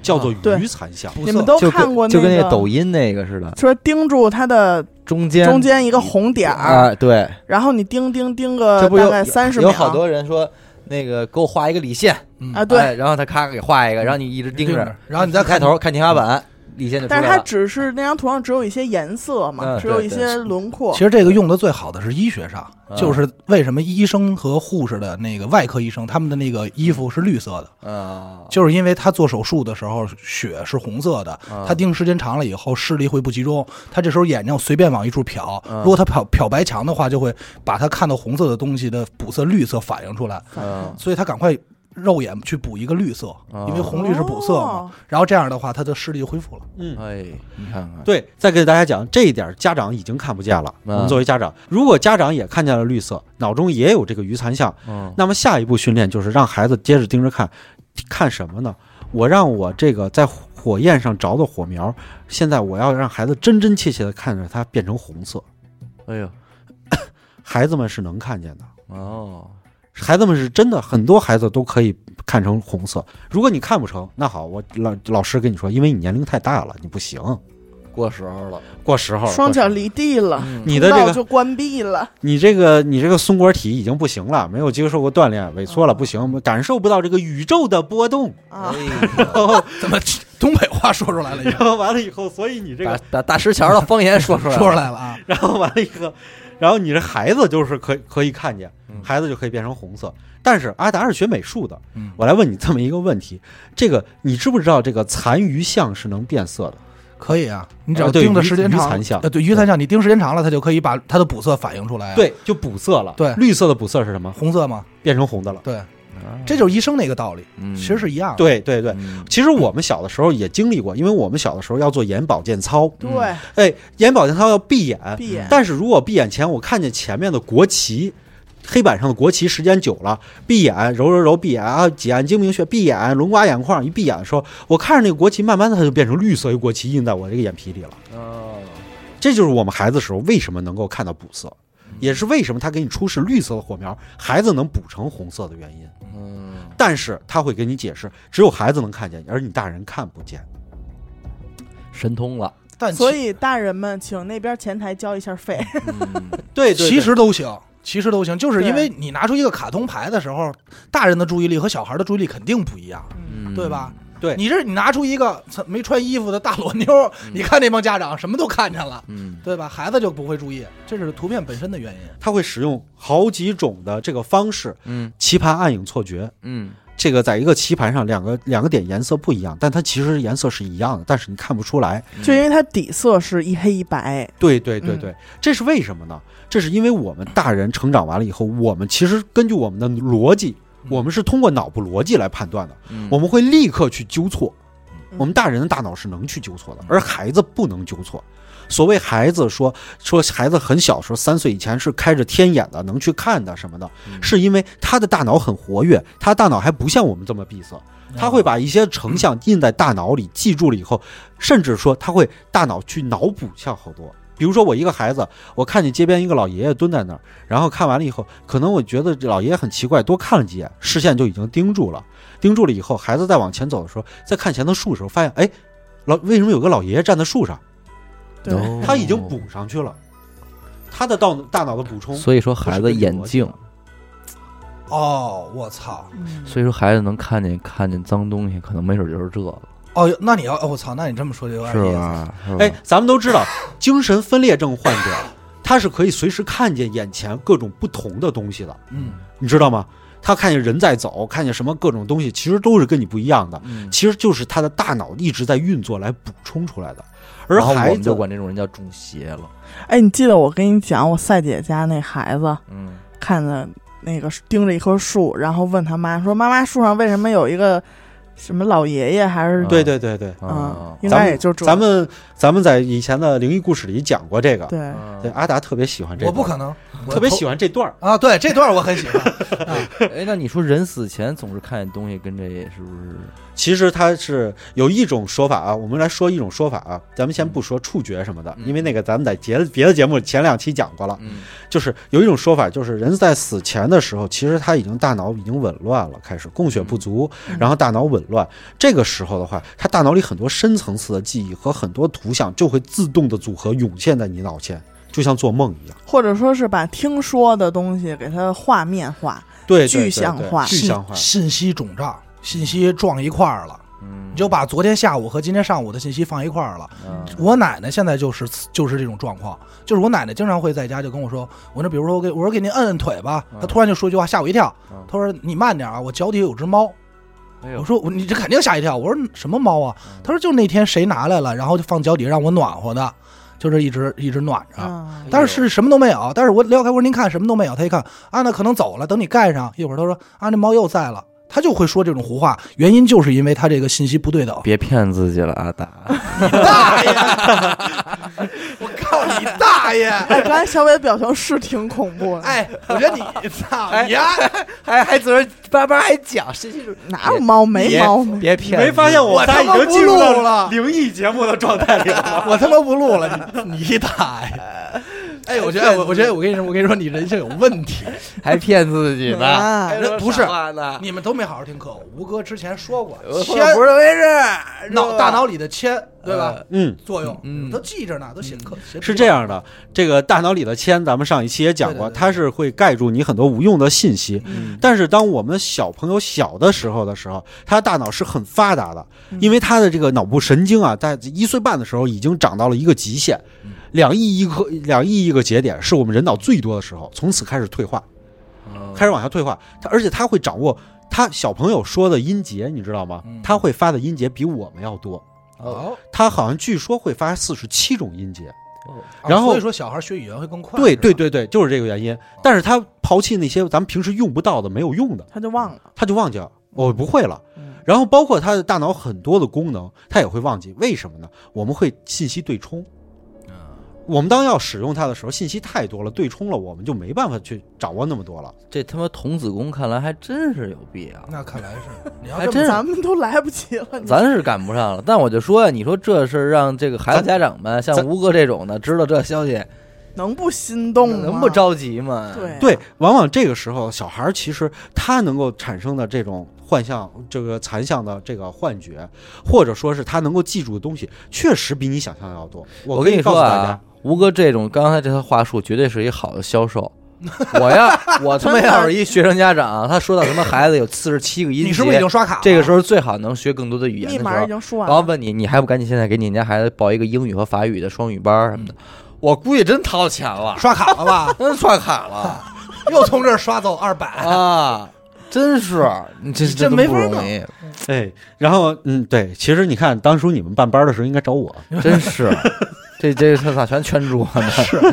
[SPEAKER 4] 叫做
[SPEAKER 3] 对
[SPEAKER 4] 余残像。
[SPEAKER 2] 不
[SPEAKER 3] 你
[SPEAKER 2] 错
[SPEAKER 3] 们都
[SPEAKER 1] 就
[SPEAKER 3] 看过
[SPEAKER 1] 跟就跟
[SPEAKER 3] 那
[SPEAKER 1] 那个抖音那个似的，
[SPEAKER 3] 说盯住它的
[SPEAKER 1] 中间
[SPEAKER 3] 中间一个红点儿，
[SPEAKER 1] 啊，对，
[SPEAKER 3] 然后你盯盯盯个
[SPEAKER 1] 这不
[SPEAKER 3] 大
[SPEAKER 1] 有
[SPEAKER 3] 概三十秒，
[SPEAKER 1] 有好多人说那个给我画一个理线，
[SPEAKER 2] 嗯
[SPEAKER 3] 啊，对，
[SPEAKER 1] 哎然后他咔给画一个，然后你一直嗯盯着，，
[SPEAKER 2] 然后你再
[SPEAKER 1] 抬头看天嗯花板，理线就出
[SPEAKER 3] 但
[SPEAKER 1] 来
[SPEAKER 3] 是它
[SPEAKER 1] 了。
[SPEAKER 3] 只是那张图上只有一些颜色嘛，
[SPEAKER 1] 嗯
[SPEAKER 3] 只有
[SPEAKER 1] 对
[SPEAKER 3] 一
[SPEAKER 1] 对
[SPEAKER 3] 些轮廓
[SPEAKER 2] 其。实这个用的最好的是医学上，
[SPEAKER 1] 嗯
[SPEAKER 2] 就是为什么医生和护士的那个外科医生他们的那个衣服是绿色的，
[SPEAKER 1] 啊，
[SPEAKER 2] 就是因为他做手术的时候血是红色的，
[SPEAKER 1] 嗯
[SPEAKER 2] 他盯时间长了以后视力会不集中，他这时候眼睛随便往一处瞟，
[SPEAKER 1] 嗯
[SPEAKER 2] 如果他瞟瞟白墙的话，就会把他看到红色的东西的补色绿色反映出来，
[SPEAKER 1] 嗯
[SPEAKER 2] 所以他赶快肉眼去补一个绿色，
[SPEAKER 1] 哦
[SPEAKER 2] 因为红绿是补色嘛
[SPEAKER 3] 哦，
[SPEAKER 2] 然后这样的话他的视力恢复了。
[SPEAKER 4] 嗯，
[SPEAKER 1] 哎，你看看，
[SPEAKER 4] 对，再给大家讲这一点，家长已经看不见了。
[SPEAKER 1] 嗯
[SPEAKER 4] 我们作为家长，如果家长也看见了绿色，脑中也有这个余残像，
[SPEAKER 1] 嗯，
[SPEAKER 4] 那么下一步训练就是让孩子接着盯着看，看什么呢？我让我这个在火焰上着的火苗，现在我要让孩子真真切切的看着它变成红色。
[SPEAKER 1] 哎呦，
[SPEAKER 4] 孩子们是能看见的，
[SPEAKER 1] 哦，
[SPEAKER 4] 孩子们是真的，很多孩子都可以看成红色。如果你看不成，那好，我老老师跟你说，因为你年龄太大了，你不行，
[SPEAKER 1] 过时候了，
[SPEAKER 4] 过时候了。
[SPEAKER 3] 双
[SPEAKER 4] 过时
[SPEAKER 3] 脚
[SPEAKER 4] 候了
[SPEAKER 3] 离地了，
[SPEAKER 1] 嗯
[SPEAKER 4] 你的这
[SPEAKER 3] 通道
[SPEAKER 4] 个，
[SPEAKER 3] 就关闭了。
[SPEAKER 4] 你这个，你这个松果体已经不行了，没有接受过锻炼，萎缩了，
[SPEAKER 3] 哦
[SPEAKER 4] 不行，感受不到这个宇宙的波动。
[SPEAKER 3] 啊，
[SPEAKER 1] 哎
[SPEAKER 2] 怎么东北话说出来了已经？
[SPEAKER 4] 然后完了以后，所以你这个
[SPEAKER 1] 把把大石桥的方言说出来
[SPEAKER 2] 说
[SPEAKER 1] 了，
[SPEAKER 2] 出来了啊！
[SPEAKER 4] 然后完了以后，然后你这孩子就是可以可以看见
[SPEAKER 1] 嗯，
[SPEAKER 4] 孩子就可以变成红色。但是阿达是学美术的，
[SPEAKER 2] 嗯
[SPEAKER 4] 我来问你这么一个问题：这个你知不知道这个残余像是能变色的？
[SPEAKER 2] 可以啊，你只要
[SPEAKER 4] 啊对
[SPEAKER 2] 盯的
[SPEAKER 4] 鱼
[SPEAKER 2] 时间
[SPEAKER 4] 鱼
[SPEAKER 2] 长，
[SPEAKER 4] 残像
[SPEAKER 2] 呃，对鱼残像，你盯时间长了，它就可以把它的补色反映出来、啊。，
[SPEAKER 4] 对，就补色了。
[SPEAKER 2] 对
[SPEAKER 4] 绿色的补色是什么？
[SPEAKER 2] 红色嘛，
[SPEAKER 4] 变成红的了。
[SPEAKER 2] 对，这就是医生那个道理，其实是一样的。
[SPEAKER 4] 嗯对对对，
[SPEAKER 1] 嗯
[SPEAKER 4] 其实我们小的时候也经历过，因为我们小的时候要做眼保健操，
[SPEAKER 3] 对，
[SPEAKER 4] 哎，眼保健操要闭眼，
[SPEAKER 3] 闭眼
[SPEAKER 4] 但是如果闭眼前我看见前面的国旗，黑板上的国旗时间久了，闭眼揉揉揉闭眼啊，挤眼睛明穴，闭眼轮刮眼眶，一闭眼的时候，我看着那个国旗，慢慢的它就变成绿色一国旗印在我这个眼皮里了。
[SPEAKER 1] 哦，
[SPEAKER 4] 这就是我们孩子时候为什么能够看到补色，也是为什么他给你出示绿色的火苗，孩子能补成红色的原因。
[SPEAKER 1] 嗯，
[SPEAKER 4] 但是他会给你解释，只有孩子能看见，而你大人看不见。
[SPEAKER 1] 神通了，
[SPEAKER 2] 但
[SPEAKER 3] 所
[SPEAKER 2] 其
[SPEAKER 3] 以大人们请那边前台交一下费，
[SPEAKER 1] 嗯
[SPEAKER 4] 对
[SPEAKER 2] 其实都行，其实都行，就是因
[SPEAKER 3] 对
[SPEAKER 2] 为你拿出一个卡通牌的时候，大人的注意力和小孩的注意力肯定不一样。
[SPEAKER 1] 嗯
[SPEAKER 2] 对吧？
[SPEAKER 4] 嗯对嗯
[SPEAKER 2] 你这你拿出一个没穿衣服的大裸妞，你看那帮家长什么都看见了，
[SPEAKER 1] 嗯，
[SPEAKER 2] 对吧？孩子就不会注意，这是图片本身的原因。
[SPEAKER 4] 他会使用好几种的这个方式，
[SPEAKER 1] 嗯
[SPEAKER 4] 棋盘暗影错觉。
[SPEAKER 1] 嗯
[SPEAKER 4] 这个在一个棋盘上，两个两个点颜色不一样，但它其实颜色是一样的，但是你看不出来。
[SPEAKER 1] 嗯，
[SPEAKER 3] 就因为它底色是一黑一白，
[SPEAKER 4] 对对对对，这是为什么呢？这是因为我们大人成长完了以后，我们其实根据我们的逻辑，我们是通过脑部逻辑来判断的，
[SPEAKER 1] 嗯
[SPEAKER 4] 我们会立刻去纠错。
[SPEAKER 3] 嗯
[SPEAKER 4] 我们大人的大脑是能去纠错的，而孩子不能纠错。所谓孩子说说孩子很小时候三岁以前是开着天眼的，能去看的什么的，是因为他的大脑很活跃，他大脑还不像我们这么闭塞，他会把一些成像印在大脑里，记住了以后，甚至说他会大脑去脑补像好多。比如说我一个孩子，我看见街边一个老爷爷蹲在那儿，然后看完了以后，可能我觉得这老爷爷很奇怪，多看了几眼，视线就已经盯住了。盯住了以后，孩子再往前走的时候，在看前头树的时候，发现哎，老为什么有个老爷爷站在树上？
[SPEAKER 3] 对，
[SPEAKER 1] 哦
[SPEAKER 4] 他已经补上去了，他的大大脑的补充，
[SPEAKER 1] 所以说孩子眼镜，
[SPEAKER 2] 哦，我操！
[SPEAKER 3] 嗯
[SPEAKER 1] 所以说孩子能看见看见脏东西，可能没准就是这个，
[SPEAKER 2] 哦，那你要，哦我操！那你这么说就有点
[SPEAKER 1] 是
[SPEAKER 2] 意思。
[SPEAKER 1] 吧？是吧
[SPEAKER 4] 哎，，咱们都知道，精神分裂症患者他是可以随时看见眼前各种不同的东西的，
[SPEAKER 2] 嗯，
[SPEAKER 4] 你知道吗？他看见人在走，看见什么各种东西，其实都是跟你不一样的，
[SPEAKER 1] 嗯
[SPEAKER 4] 其实就是他的大脑一直在运作来补充出来的。而
[SPEAKER 1] 然后我
[SPEAKER 4] 孩
[SPEAKER 1] 们就
[SPEAKER 4] 子，
[SPEAKER 1] 管这种人叫中邪了，
[SPEAKER 3] 哎，你记得我跟你讲，我赛姐家那孩子
[SPEAKER 1] 嗯
[SPEAKER 3] 看着那个盯着一棵树，然后问他妈说：“妈妈，树上为什么有一个什么老爷爷？还是
[SPEAKER 1] 啊
[SPEAKER 4] 对对对对，
[SPEAKER 3] 嗯
[SPEAKER 1] 啊，，
[SPEAKER 3] 应
[SPEAKER 4] 咱
[SPEAKER 3] 该
[SPEAKER 4] 们
[SPEAKER 3] 也就这。”
[SPEAKER 4] 咱们咱们在以前的灵异故事里讲过这个，
[SPEAKER 3] 对，
[SPEAKER 1] 嗯啊
[SPEAKER 4] 对，阿达特别喜欢这
[SPEAKER 2] 我
[SPEAKER 4] 段，
[SPEAKER 2] 不可能，我
[SPEAKER 4] 特别喜
[SPEAKER 2] 欢
[SPEAKER 4] 欢这段儿。
[SPEAKER 2] 啊！对，这段我很 喜欢。
[SPEAKER 1] 哎，那你说人死前总是看见东西，跟这是不是？
[SPEAKER 4] 其实它是有一种说法啊，我们来说一种说法啊，咱们先不说触觉什么的，
[SPEAKER 1] 嗯
[SPEAKER 4] 因为那个咱们在别的别的节目前两期讲过了，
[SPEAKER 1] 嗯
[SPEAKER 4] 就是有一种说法，就是人在死前的时候，其实他已经大脑已经紊乱了，开始供血不足，然后大脑紊乱，这个时候的话，他大脑里很多深层次的记忆和很多图像就会自动的组合涌现在你脑前，就像做梦一样，
[SPEAKER 3] 或者说是把听说的东西给它画面化，
[SPEAKER 4] 对，
[SPEAKER 3] 具
[SPEAKER 4] 对对
[SPEAKER 3] 象
[SPEAKER 4] 对
[SPEAKER 3] 化
[SPEAKER 4] 具象化，
[SPEAKER 2] 信信息肿胀，信息撞一块儿了。
[SPEAKER 1] 嗯
[SPEAKER 2] 你就把昨天下午和今天上午的信息放一块儿了。
[SPEAKER 1] 啊
[SPEAKER 2] 我奶奶现在就是就是这种状况，就是我奶奶经常会在家就跟我说，我那比如说我给我说给您摁摁腿吧，
[SPEAKER 1] 嗯
[SPEAKER 2] 她突然就说一句话吓我一跳
[SPEAKER 1] 嗯，
[SPEAKER 2] 她说你慢点啊，我脚底下有只猫，
[SPEAKER 1] 哎呦
[SPEAKER 2] 我说我你这肯定吓一跳，我说什么猫啊
[SPEAKER 1] 嗯？
[SPEAKER 2] 她说就那天谁拿来了，然后就放脚底下让我暖和的，就是一直一直暖着。
[SPEAKER 1] 啊
[SPEAKER 3] 嗯，
[SPEAKER 2] 但
[SPEAKER 1] 哎
[SPEAKER 2] 是什么都没有，但是我撩开我说您看什么都没有，她一看啊那可能走了，等你盖上一会儿，她说啊那猫又在了，她就会说这种胡话，原因就是因为她这个信息不对等。
[SPEAKER 1] 别骗自己了，阿达。
[SPEAKER 2] 大爷！我告诉你大 爷！
[SPEAKER 3] 哎，刚才小伟的表情是挺恐怖的，，
[SPEAKER 2] 哎，我觉得 你操
[SPEAKER 1] 哎
[SPEAKER 2] 你呀！
[SPEAKER 1] 还还自个叭叭还讲，谁
[SPEAKER 3] 哪有猫没猫呢？
[SPEAKER 1] 别
[SPEAKER 4] 你
[SPEAKER 1] 骗
[SPEAKER 4] 没发现我
[SPEAKER 2] 我
[SPEAKER 4] 仨
[SPEAKER 2] 他
[SPEAKER 4] 已
[SPEAKER 2] 妈
[SPEAKER 4] 经
[SPEAKER 2] 不
[SPEAKER 4] 进入
[SPEAKER 2] 录
[SPEAKER 4] 到
[SPEAKER 2] 了
[SPEAKER 4] 灵异节目的状态里了？
[SPEAKER 2] 我他妈不录了，你你大爷！ 哎，我觉得我我觉得我跟你说，我跟你说，你人性有问 题。
[SPEAKER 1] 还骗自己呢？
[SPEAKER 3] 啊
[SPEAKER 2] 哎不是
[SPEAKER 1] 呢，
[SPEAKER 2] 你们都没好好听课。吴哥之前说过，
[SPEAKER 1] 我
[SPEAKER 2] 铅
[SPEAKER 1] 呃不是回事，
[SPEAKER 2] 脑大脑里的铅，对吧？
[SPEAKER 4] 嗯。
[SPEAKER 2] 作用，
[SPEAKER 1] 嗯
[SPEAKER 2] 都记着呢，都写课写
[SPEAKER 4] 是这样的，这个大脑里的铅，咱们上一期也讲过，
[SPEAKER 2] 对对对
[SPEAKER 4] 它是会盖住你很多无用的信息。
[SPEAKER 1] 嗯
[SPEAKER 4] 但是当我们小朋友小的时候的时候，他大脑是很发达的，
[SPEAKER 3] 嗯
[SPEAKER 4] 因为他的这个脑部神经啊，在一岁半的时候已经长到了一个极限，
[SPEAKER 2] 嗯
[SPEAKER 4] 两亿一颗两亿一个节点是我们人脑最多的时候，从此开始退化，
[SPEAKER 2] 嗯
[SPEAKER 4] 开始往下退化。他而且他会掌握他小朋友说的音节，你知道吗
[SPEAKER 2] 嗯？
[SPEAKER 4] 他会发的音节比我们要多，
[SPEAKER 2] 哦，
[SPEAKER 4] 他好像据说会发四十七种音节。
[SPEAKER 2] 啊
[SPEAKER 4] 然后
[SPEAKER 2] 所以说小孩学语言会更快。
[SPEAKER 4] 对
[SPEAKER 2] 是吧
[SPEAKER 4] 对，对对，就是这个原因。但是他抛弃那些咱们平时用不到的、没有用的，
[SPEAKER 3] 他就忘了。
[SPEAKER 4] 他就忘记了，我不会了。
[SPEAKER 3] 嗯
[SPEAKER 4] 然后包括他的大脑很多的功能，他也会忘记。为什么呢？我们会信息对冲。
[SPEAKER 1] 嗯
[SPEAKER 4] 我们当要使用它的时候，信息太多了，对冲了，我们就没办法去掌握那么多了。
[SPEAKER 1] 这他妈童子功看来还真是有必要，
[SPEAKER 2] 那看来 是你要
[SPEAKER 1] 还
[SPEAKER 2] 这么
[SPEAKER 1] 真是
[SPEAKER 3] 咱们都来不及了，你
[SPEAKER 1] 咱是赶不上了。但我就说呀，你说这事儿让这个孩子家长们像
[SPEAKER 4] 咱
[SPEAKER 1] 吴哥这种的知道这消息，
[SPEAKER 3] 能不心动吗？
[SPEAKER 1] 能不着急吗？
[SPEAKER 3] 对
[SPEAKER 4] 对，往往这个时候，小孩儿其实他能够产生的这种幻象、这个残像的这个幻觉，或者说是他能够记住的东西，确实比你想象要多。
[SPEAKER 1] 我
[SPEAKER 4] 可
[SPEAKER 1] 跟
[SPEAKER 4] 以
[SPEAKER 1] 你
[SPEAKER 4] 告
[SPEAKER 1] 说
[SPEAKER 4] 诉大家
[SPEAKER 1] 啊，，吴哥这种刚才这套话术绝对是一好的销 售。我呀，我他妈要是一学生家长，他说到什么孩子有四十七个音节，
[SPEAKER 2] 你是不是已经刷卡了？
[SPEAKER 1] 这个时候最好能学更多的语言的啊
[SPEAKER 3] 密
[SPEAKER 1] 时
[SPEAKER 3] 码已
[SPEAKER 1] 候，
[SPEAKER 3] 经说
[SPEAKER 1] 然
[SPEAKER 3] 完
[SPEAKER 1] 后
[SPEAKER 3] 了，
[SPEAKER 1] 问你，你还不赶紧现在给你家孩子报一个英语和法语的双语班儿什么的？
[SPEAKER 2] 嗯
[SPEAKER 1] 我估计真掏钱了，？
[SPEAKER 2] 刷卡了吧
[SPEAKER 1] 真刷卡了
[SPEAKER 2] 又从这儿刷走二百。
[SPEAKER 1] 啊！真是，你这
[SPEAKER 2] 你
[SPEAKER 1] 这
[SPEAKER 2] 这
[SPEAKER 1] 都
[SPEAKER 2] 没
[SPEAKER 1] 不
[SPEAKER 2] 法
[SPEAKER 1] 容
[SPEAKER 2] 弄
[SPEAKER 1] 易，
[SPEAKER 4] 哎，然后嗯，对，其实你看，当初你们办班儿的时候应该找我，
[SPEAKER 1] 真是，这这他咋全圈住 了呢？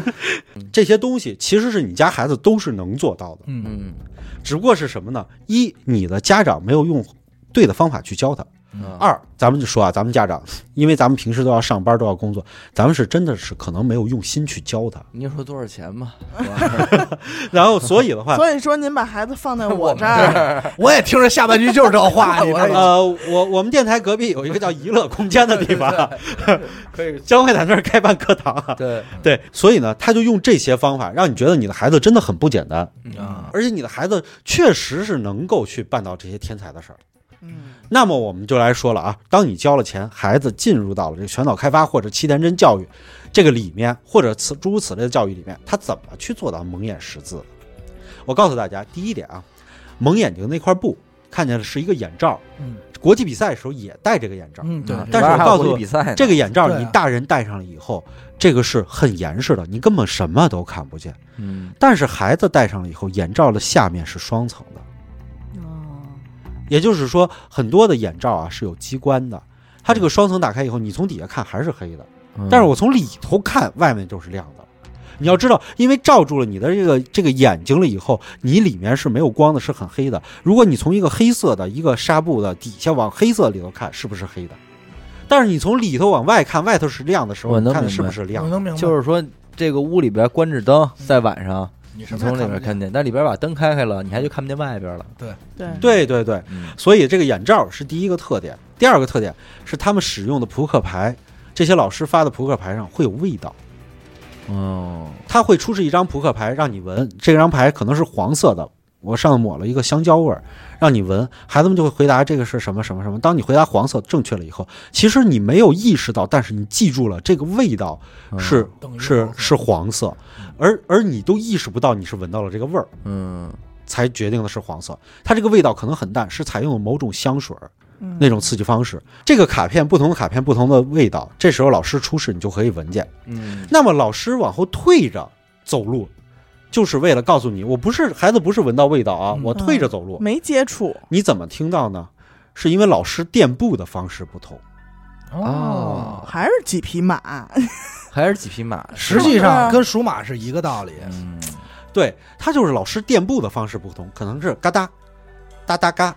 [SPEAKER 4] 这些东西其实是你家孩子都是能做到的，
[SPEAKER 2] 嗯，
[SPEAKER 1] 嗯，
[SPEAKER 4] 只不过是什么呢？一，你的家长没有用对的方法去教他；
[SPEAKER 1] 嗯
[SPEAKER 4] 二，咱们就说啊，咱们家长，因为咱们平时都要上班，都要工作，咱们是真的是可能没有用心去 教他。
[SPEAKER 1] 你说多少钱吧？
[SPEAKER 4] 然后，所以的话，
[SPEAKER 3] 所以说您把孩子放在
[SPEAKER 1] 我
[SPEAKER 3] 我这儿，
[SPEAKER 2] 我也听着下半句就是这 话，你知道吗？
[SPEAKER 4] 呃，我我们电台隔壁有一个叫娱乐空间的地方，
[SPEAKER 1] 可以，
[SPEAKER 4] 将会在那儿开办课堂啊。
[SPEAKER 1] 对
[SPEAKER 4] 对，所以呢，他就用这些方法，让你觉得你的孩子真的很不简单，
[SPEAKER 1] 啊，
[SPEAKER 4] 而且你的孩子确实是能够去办到这些天才的事儿。
[SPEAKER 3] 嗯，
[SPEAKER 4] 那么我们就来说了啊，当你交了钱，孩子进入到了这个全脑开发或者七天真教育这个里面，或者此诸如此类的教育里面，他怎么去做到蒙眼识字？我告诉大家，第一点啊，蒙眼睛那块布看见的是一个眼罩，
[SPEAKER 2] 嗯
[SPEAKER 4] 国际比赛的时候也戴这个眼罩。
[SPEAKER 2] 嗯，对，
[SPEAKER 1] 啊
[SPEAKER 4] 但是
[SPEAKER 1] 这玩意儿还
[SPEAKER 4] 我
[SPEAKER 1] 有
[SPEAKER 4] 告诉
[SPEAKER 1] 国际
[SPEAKER 4] 我
[SPEAKER 1] 比赛呢
[SPEAKER 4] 这个眼罩
[SPEAKER 2] 对啊
[SPEAKER 4] 你大人戴上了以后，这个是很严实的，你根本什么都看不见。
[SPEAKER 1] 嗯
[SPEAKER 4] 但是孩子戴上了以后，眼罩的下面是双层的，
[SPEAKER 3] 哦，
[SPEAKER 4] 也就是说，很多的眼罩啊是有机关的。它这个双层打开以后，你从底下看还是黑的，
[SPEAKER 1] 嗯
[SPEAKER 4] 但是我从里头看，外面就是亮的。你要知道，因为罩住了你的这个这个眼睛了以后，你里面是没有光的，是很黑的。如果你从一个黑色的一个纱布的底下往黑色里头看，是不是黑的？但是你从里头往外看，外头是亮的时候，
[SPEAKER 1] 我
[SPEAKER 4] 你
[SPEAKER 1] 能
[SPEAKER 4] 看的
[SPEAKER 1] 明
[SPEAKER 4] 是不
[SPEAKER 1] 白嗯
[SPEAKER 4] 是亮
[SPEAKER 2] 我
[SPEAKER 4] 的？
[SPEAKER 2] 能明白，
[SPEAKER 1] 就是说这个屋里边关着灯，在晚上
[SPEAKER 2] 你什
[SPEAKER 1] 你
[SPEAKER 2] 么时候
[SPEAKER 1] 从里边看
[SPEAKER 2] 见
[SPEAKER 1] 见，但里边把灯开开了，你还就看不见外边了。
[SPEAKER 3] 对，
[SPEAKER 4] 对对对，
[SPEAKER 1] 嗯
[SPEAKER 4] 所以这个眼罩是第一个特点。第二个特点是他们使用的扑克牌，这些老师发的扑克牌上会有味道。
[SPEAKER 1] 哦，
[SPEAKER 4] 他会出示一张扑克牌让你闻，这张牌可能是黄色的，我上面抹了一个香蕉味儿，让你闻，孩子们就会回答这个是什么什么什么。当你回答黄色正确了以后，其实你没有意识到，但是你记住了这个味道
[SPEAKER 1] 嗯
[SPEAKER 4] 是、
[SPEAKER 2] 等于
[SPEAKER 4] 是
[SPEAKER 2] 黄色
[SPEAKER 4] 是黄色，而而你都意识不到你是闻到了这个味儿，
[SPEAKER 1] 嗯
[SPEAKER 4] 才决定的是黄色。它这个味道可能很淡，是采用了某种香水儿
[SPEAKER 3] 嗯
[SPEAKER 4] 那种刺激方式。这个卡片不同的卡片不同的味道，这时候老师出示你就可以闻见。
[SPEAKER 1] 嗯
[SPEAKER 4] 那么老师往后退着走路，就是为了告诉你，我不是孩子，不是闻到味道啊
[SPEAKER 2] 嗯，
[SPEAKER 4] 我退着走路。
[SPEAKER 3] 没接触，
[SPEAKER 4] 你怎么听到呢？是因为老师垫步的方式不同。
[SPEAKER 1] 哦，
[SPEAKER 3] 还是几匹马，
[SPEAKER 1] 还是几匹马，
[SPEAKER 2] 实际上跟属马是一个道理。
[SPEAKER 1] 嗯
[SPEAKER 4] 对他就是老师垫步的方式不同，可能是嘎哒，哒哒嘎，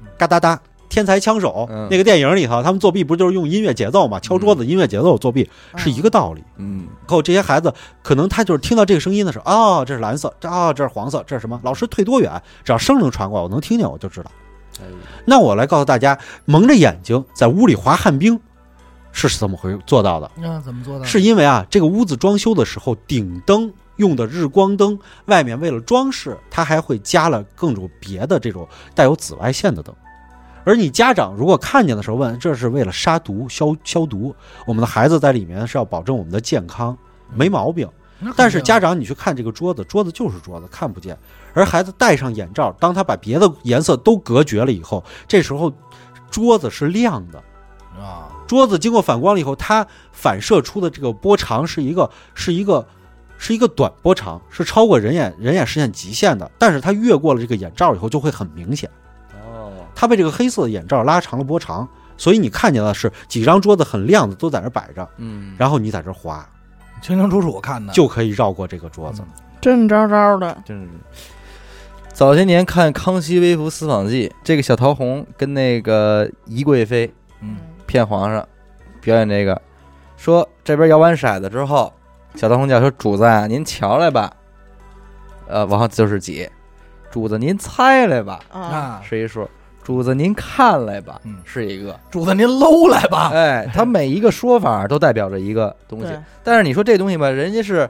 [SPEAKER 2] 嗯
[SPEAKER 4] 嘎哒哒。天才枪手、
[SPEAKER 1] 嗯
[SPEAKER 4] 那个电影里头，他们作弊不就是用音乐节奏
[SPEAKER 2] 嗯
[SPEAKER 4] 嘛？敲桌子音乐节奏作弊、是一个道理。
[SPEAKER 1] 嗯
[SPEAKER 4] 然后这些孩子可能他就是听到这个声音的时候，哦，这是蓝色，这哦这是黄色，这是什么？老师退多远？只要声能传过来，我能听见，我就知道。
[SPEAKER 1] 哎
[SPEAKER 4] 那我来告诉大家，蒙着眼睛在屋里滑旱冰是怎么回做到的？
[SPEAKER 2] 那怎么做到？
[SPEAKER 4] 是因为啊，这个屋子装修的时候，顶灯用的日光灯，外面为了装饰，它还会加了更种别的这种带有紫外线的灯。而你家长如果看见的时候问，这是为了杀毒消消毒，我们的孩子在里面是要保证我们的健康，没毛病。
[SPEAKER 2] 那肯定，
[SPEAKER 4] 但是家长你去看这个桌子，桌子就是桌子，看不见。而孩子戴上眼罩，当他把别的颜色都隔绝了以后，这时候桌子是亮的。
[SPEAKER 2] 啊，
[SPEAKER 4] 桌子经过反光了以后，它反射出的这个波长是一个是一个是一个短波长，是超过人眼人眼视线极限的。但是它越过了这个眼罩以后，就会很明显。
[SPEAKER 1] 哦，
[SPEAKER 4] 它被这个黑色的眼罩拉长了波长，所以你看见的是几张桌子很亮的都在那儿摆着，
[SPEAKER 1] 嗯，
[SPEAKER 4] 然后你在这儿滑。
[SPEAKER 2] 清清楚楚，我看的
[SPEAKER 4] 就可以绕过这个桌子。
[SPEAKER 3] 正招招的，
[SPEAKER 1] 真是。早些年看《康熙微服私访记》，这个小桃红跟那个宜贵妃
[SPEAKER 2] 嗯
[SPEAKER 1] 骗皇上，表演这个，说这边摇完骰子之后，小桃红叫说：“主子啊，您瞧来吧。”呃，往后就是几，主子您猜来吧，
[SPEAKER 3] 啊，
[SPEAKER 2] 啊，
[SPEAKER 1] 是一数；主子您看来吧
[SPEAKER 2] 嗯，
[SPEAKER 1] 是一个。
[SPEAKER 2] 主子您搂来吧，
[SPEAKER 1] 哎，他每一个说法都代表着一个东西。
[SPEAKER 3] 对，
[SPEAKER 1] 但是你说这东西吧，人家是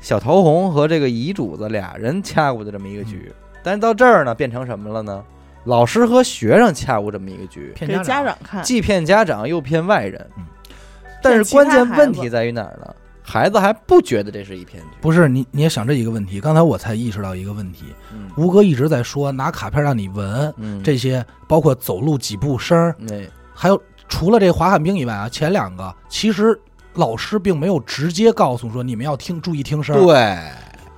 [SPEAKER 1] 小桃红和这个遗主子俩人掐过的这么一个局，但是到这儿呢，变成什么了呢？老师和学生掐过这么一个局，
[SPEAKER 2] 骗
[SPEAKER 3] 给家
[SPEAKER 2] 长
[SPEAKER 3] 长看，
[SPEAKER 1] 既骗家长又骗外人
[SPEAKER 2] 嗯。
[SPEAKER 1] 但是关键问
[SPEAKER 3] 嗯骗其他孩
[SPEAKER 1] 题在于哪儿呢？孩子还不觉得这是一骗局。
[SPEAKER 2] 不是你，你也想这一个问题。刚才我才意识到一个问题，
[SPEAKER 1] 嗯
[SPEAKER 2] 吴哥一直在说拿卡片让你闻
[SPEAKER 1] 嗯，
[SPEAKER 2] 这些，包括走路几步声儿，
[SPEAKER 1] 那
[SPEAKER 2] 还有除了这滑旱冰以外啊，前两个其实老师并没有直接告诉说你们要听注意听声儿，
[SPEAKER 1] 对，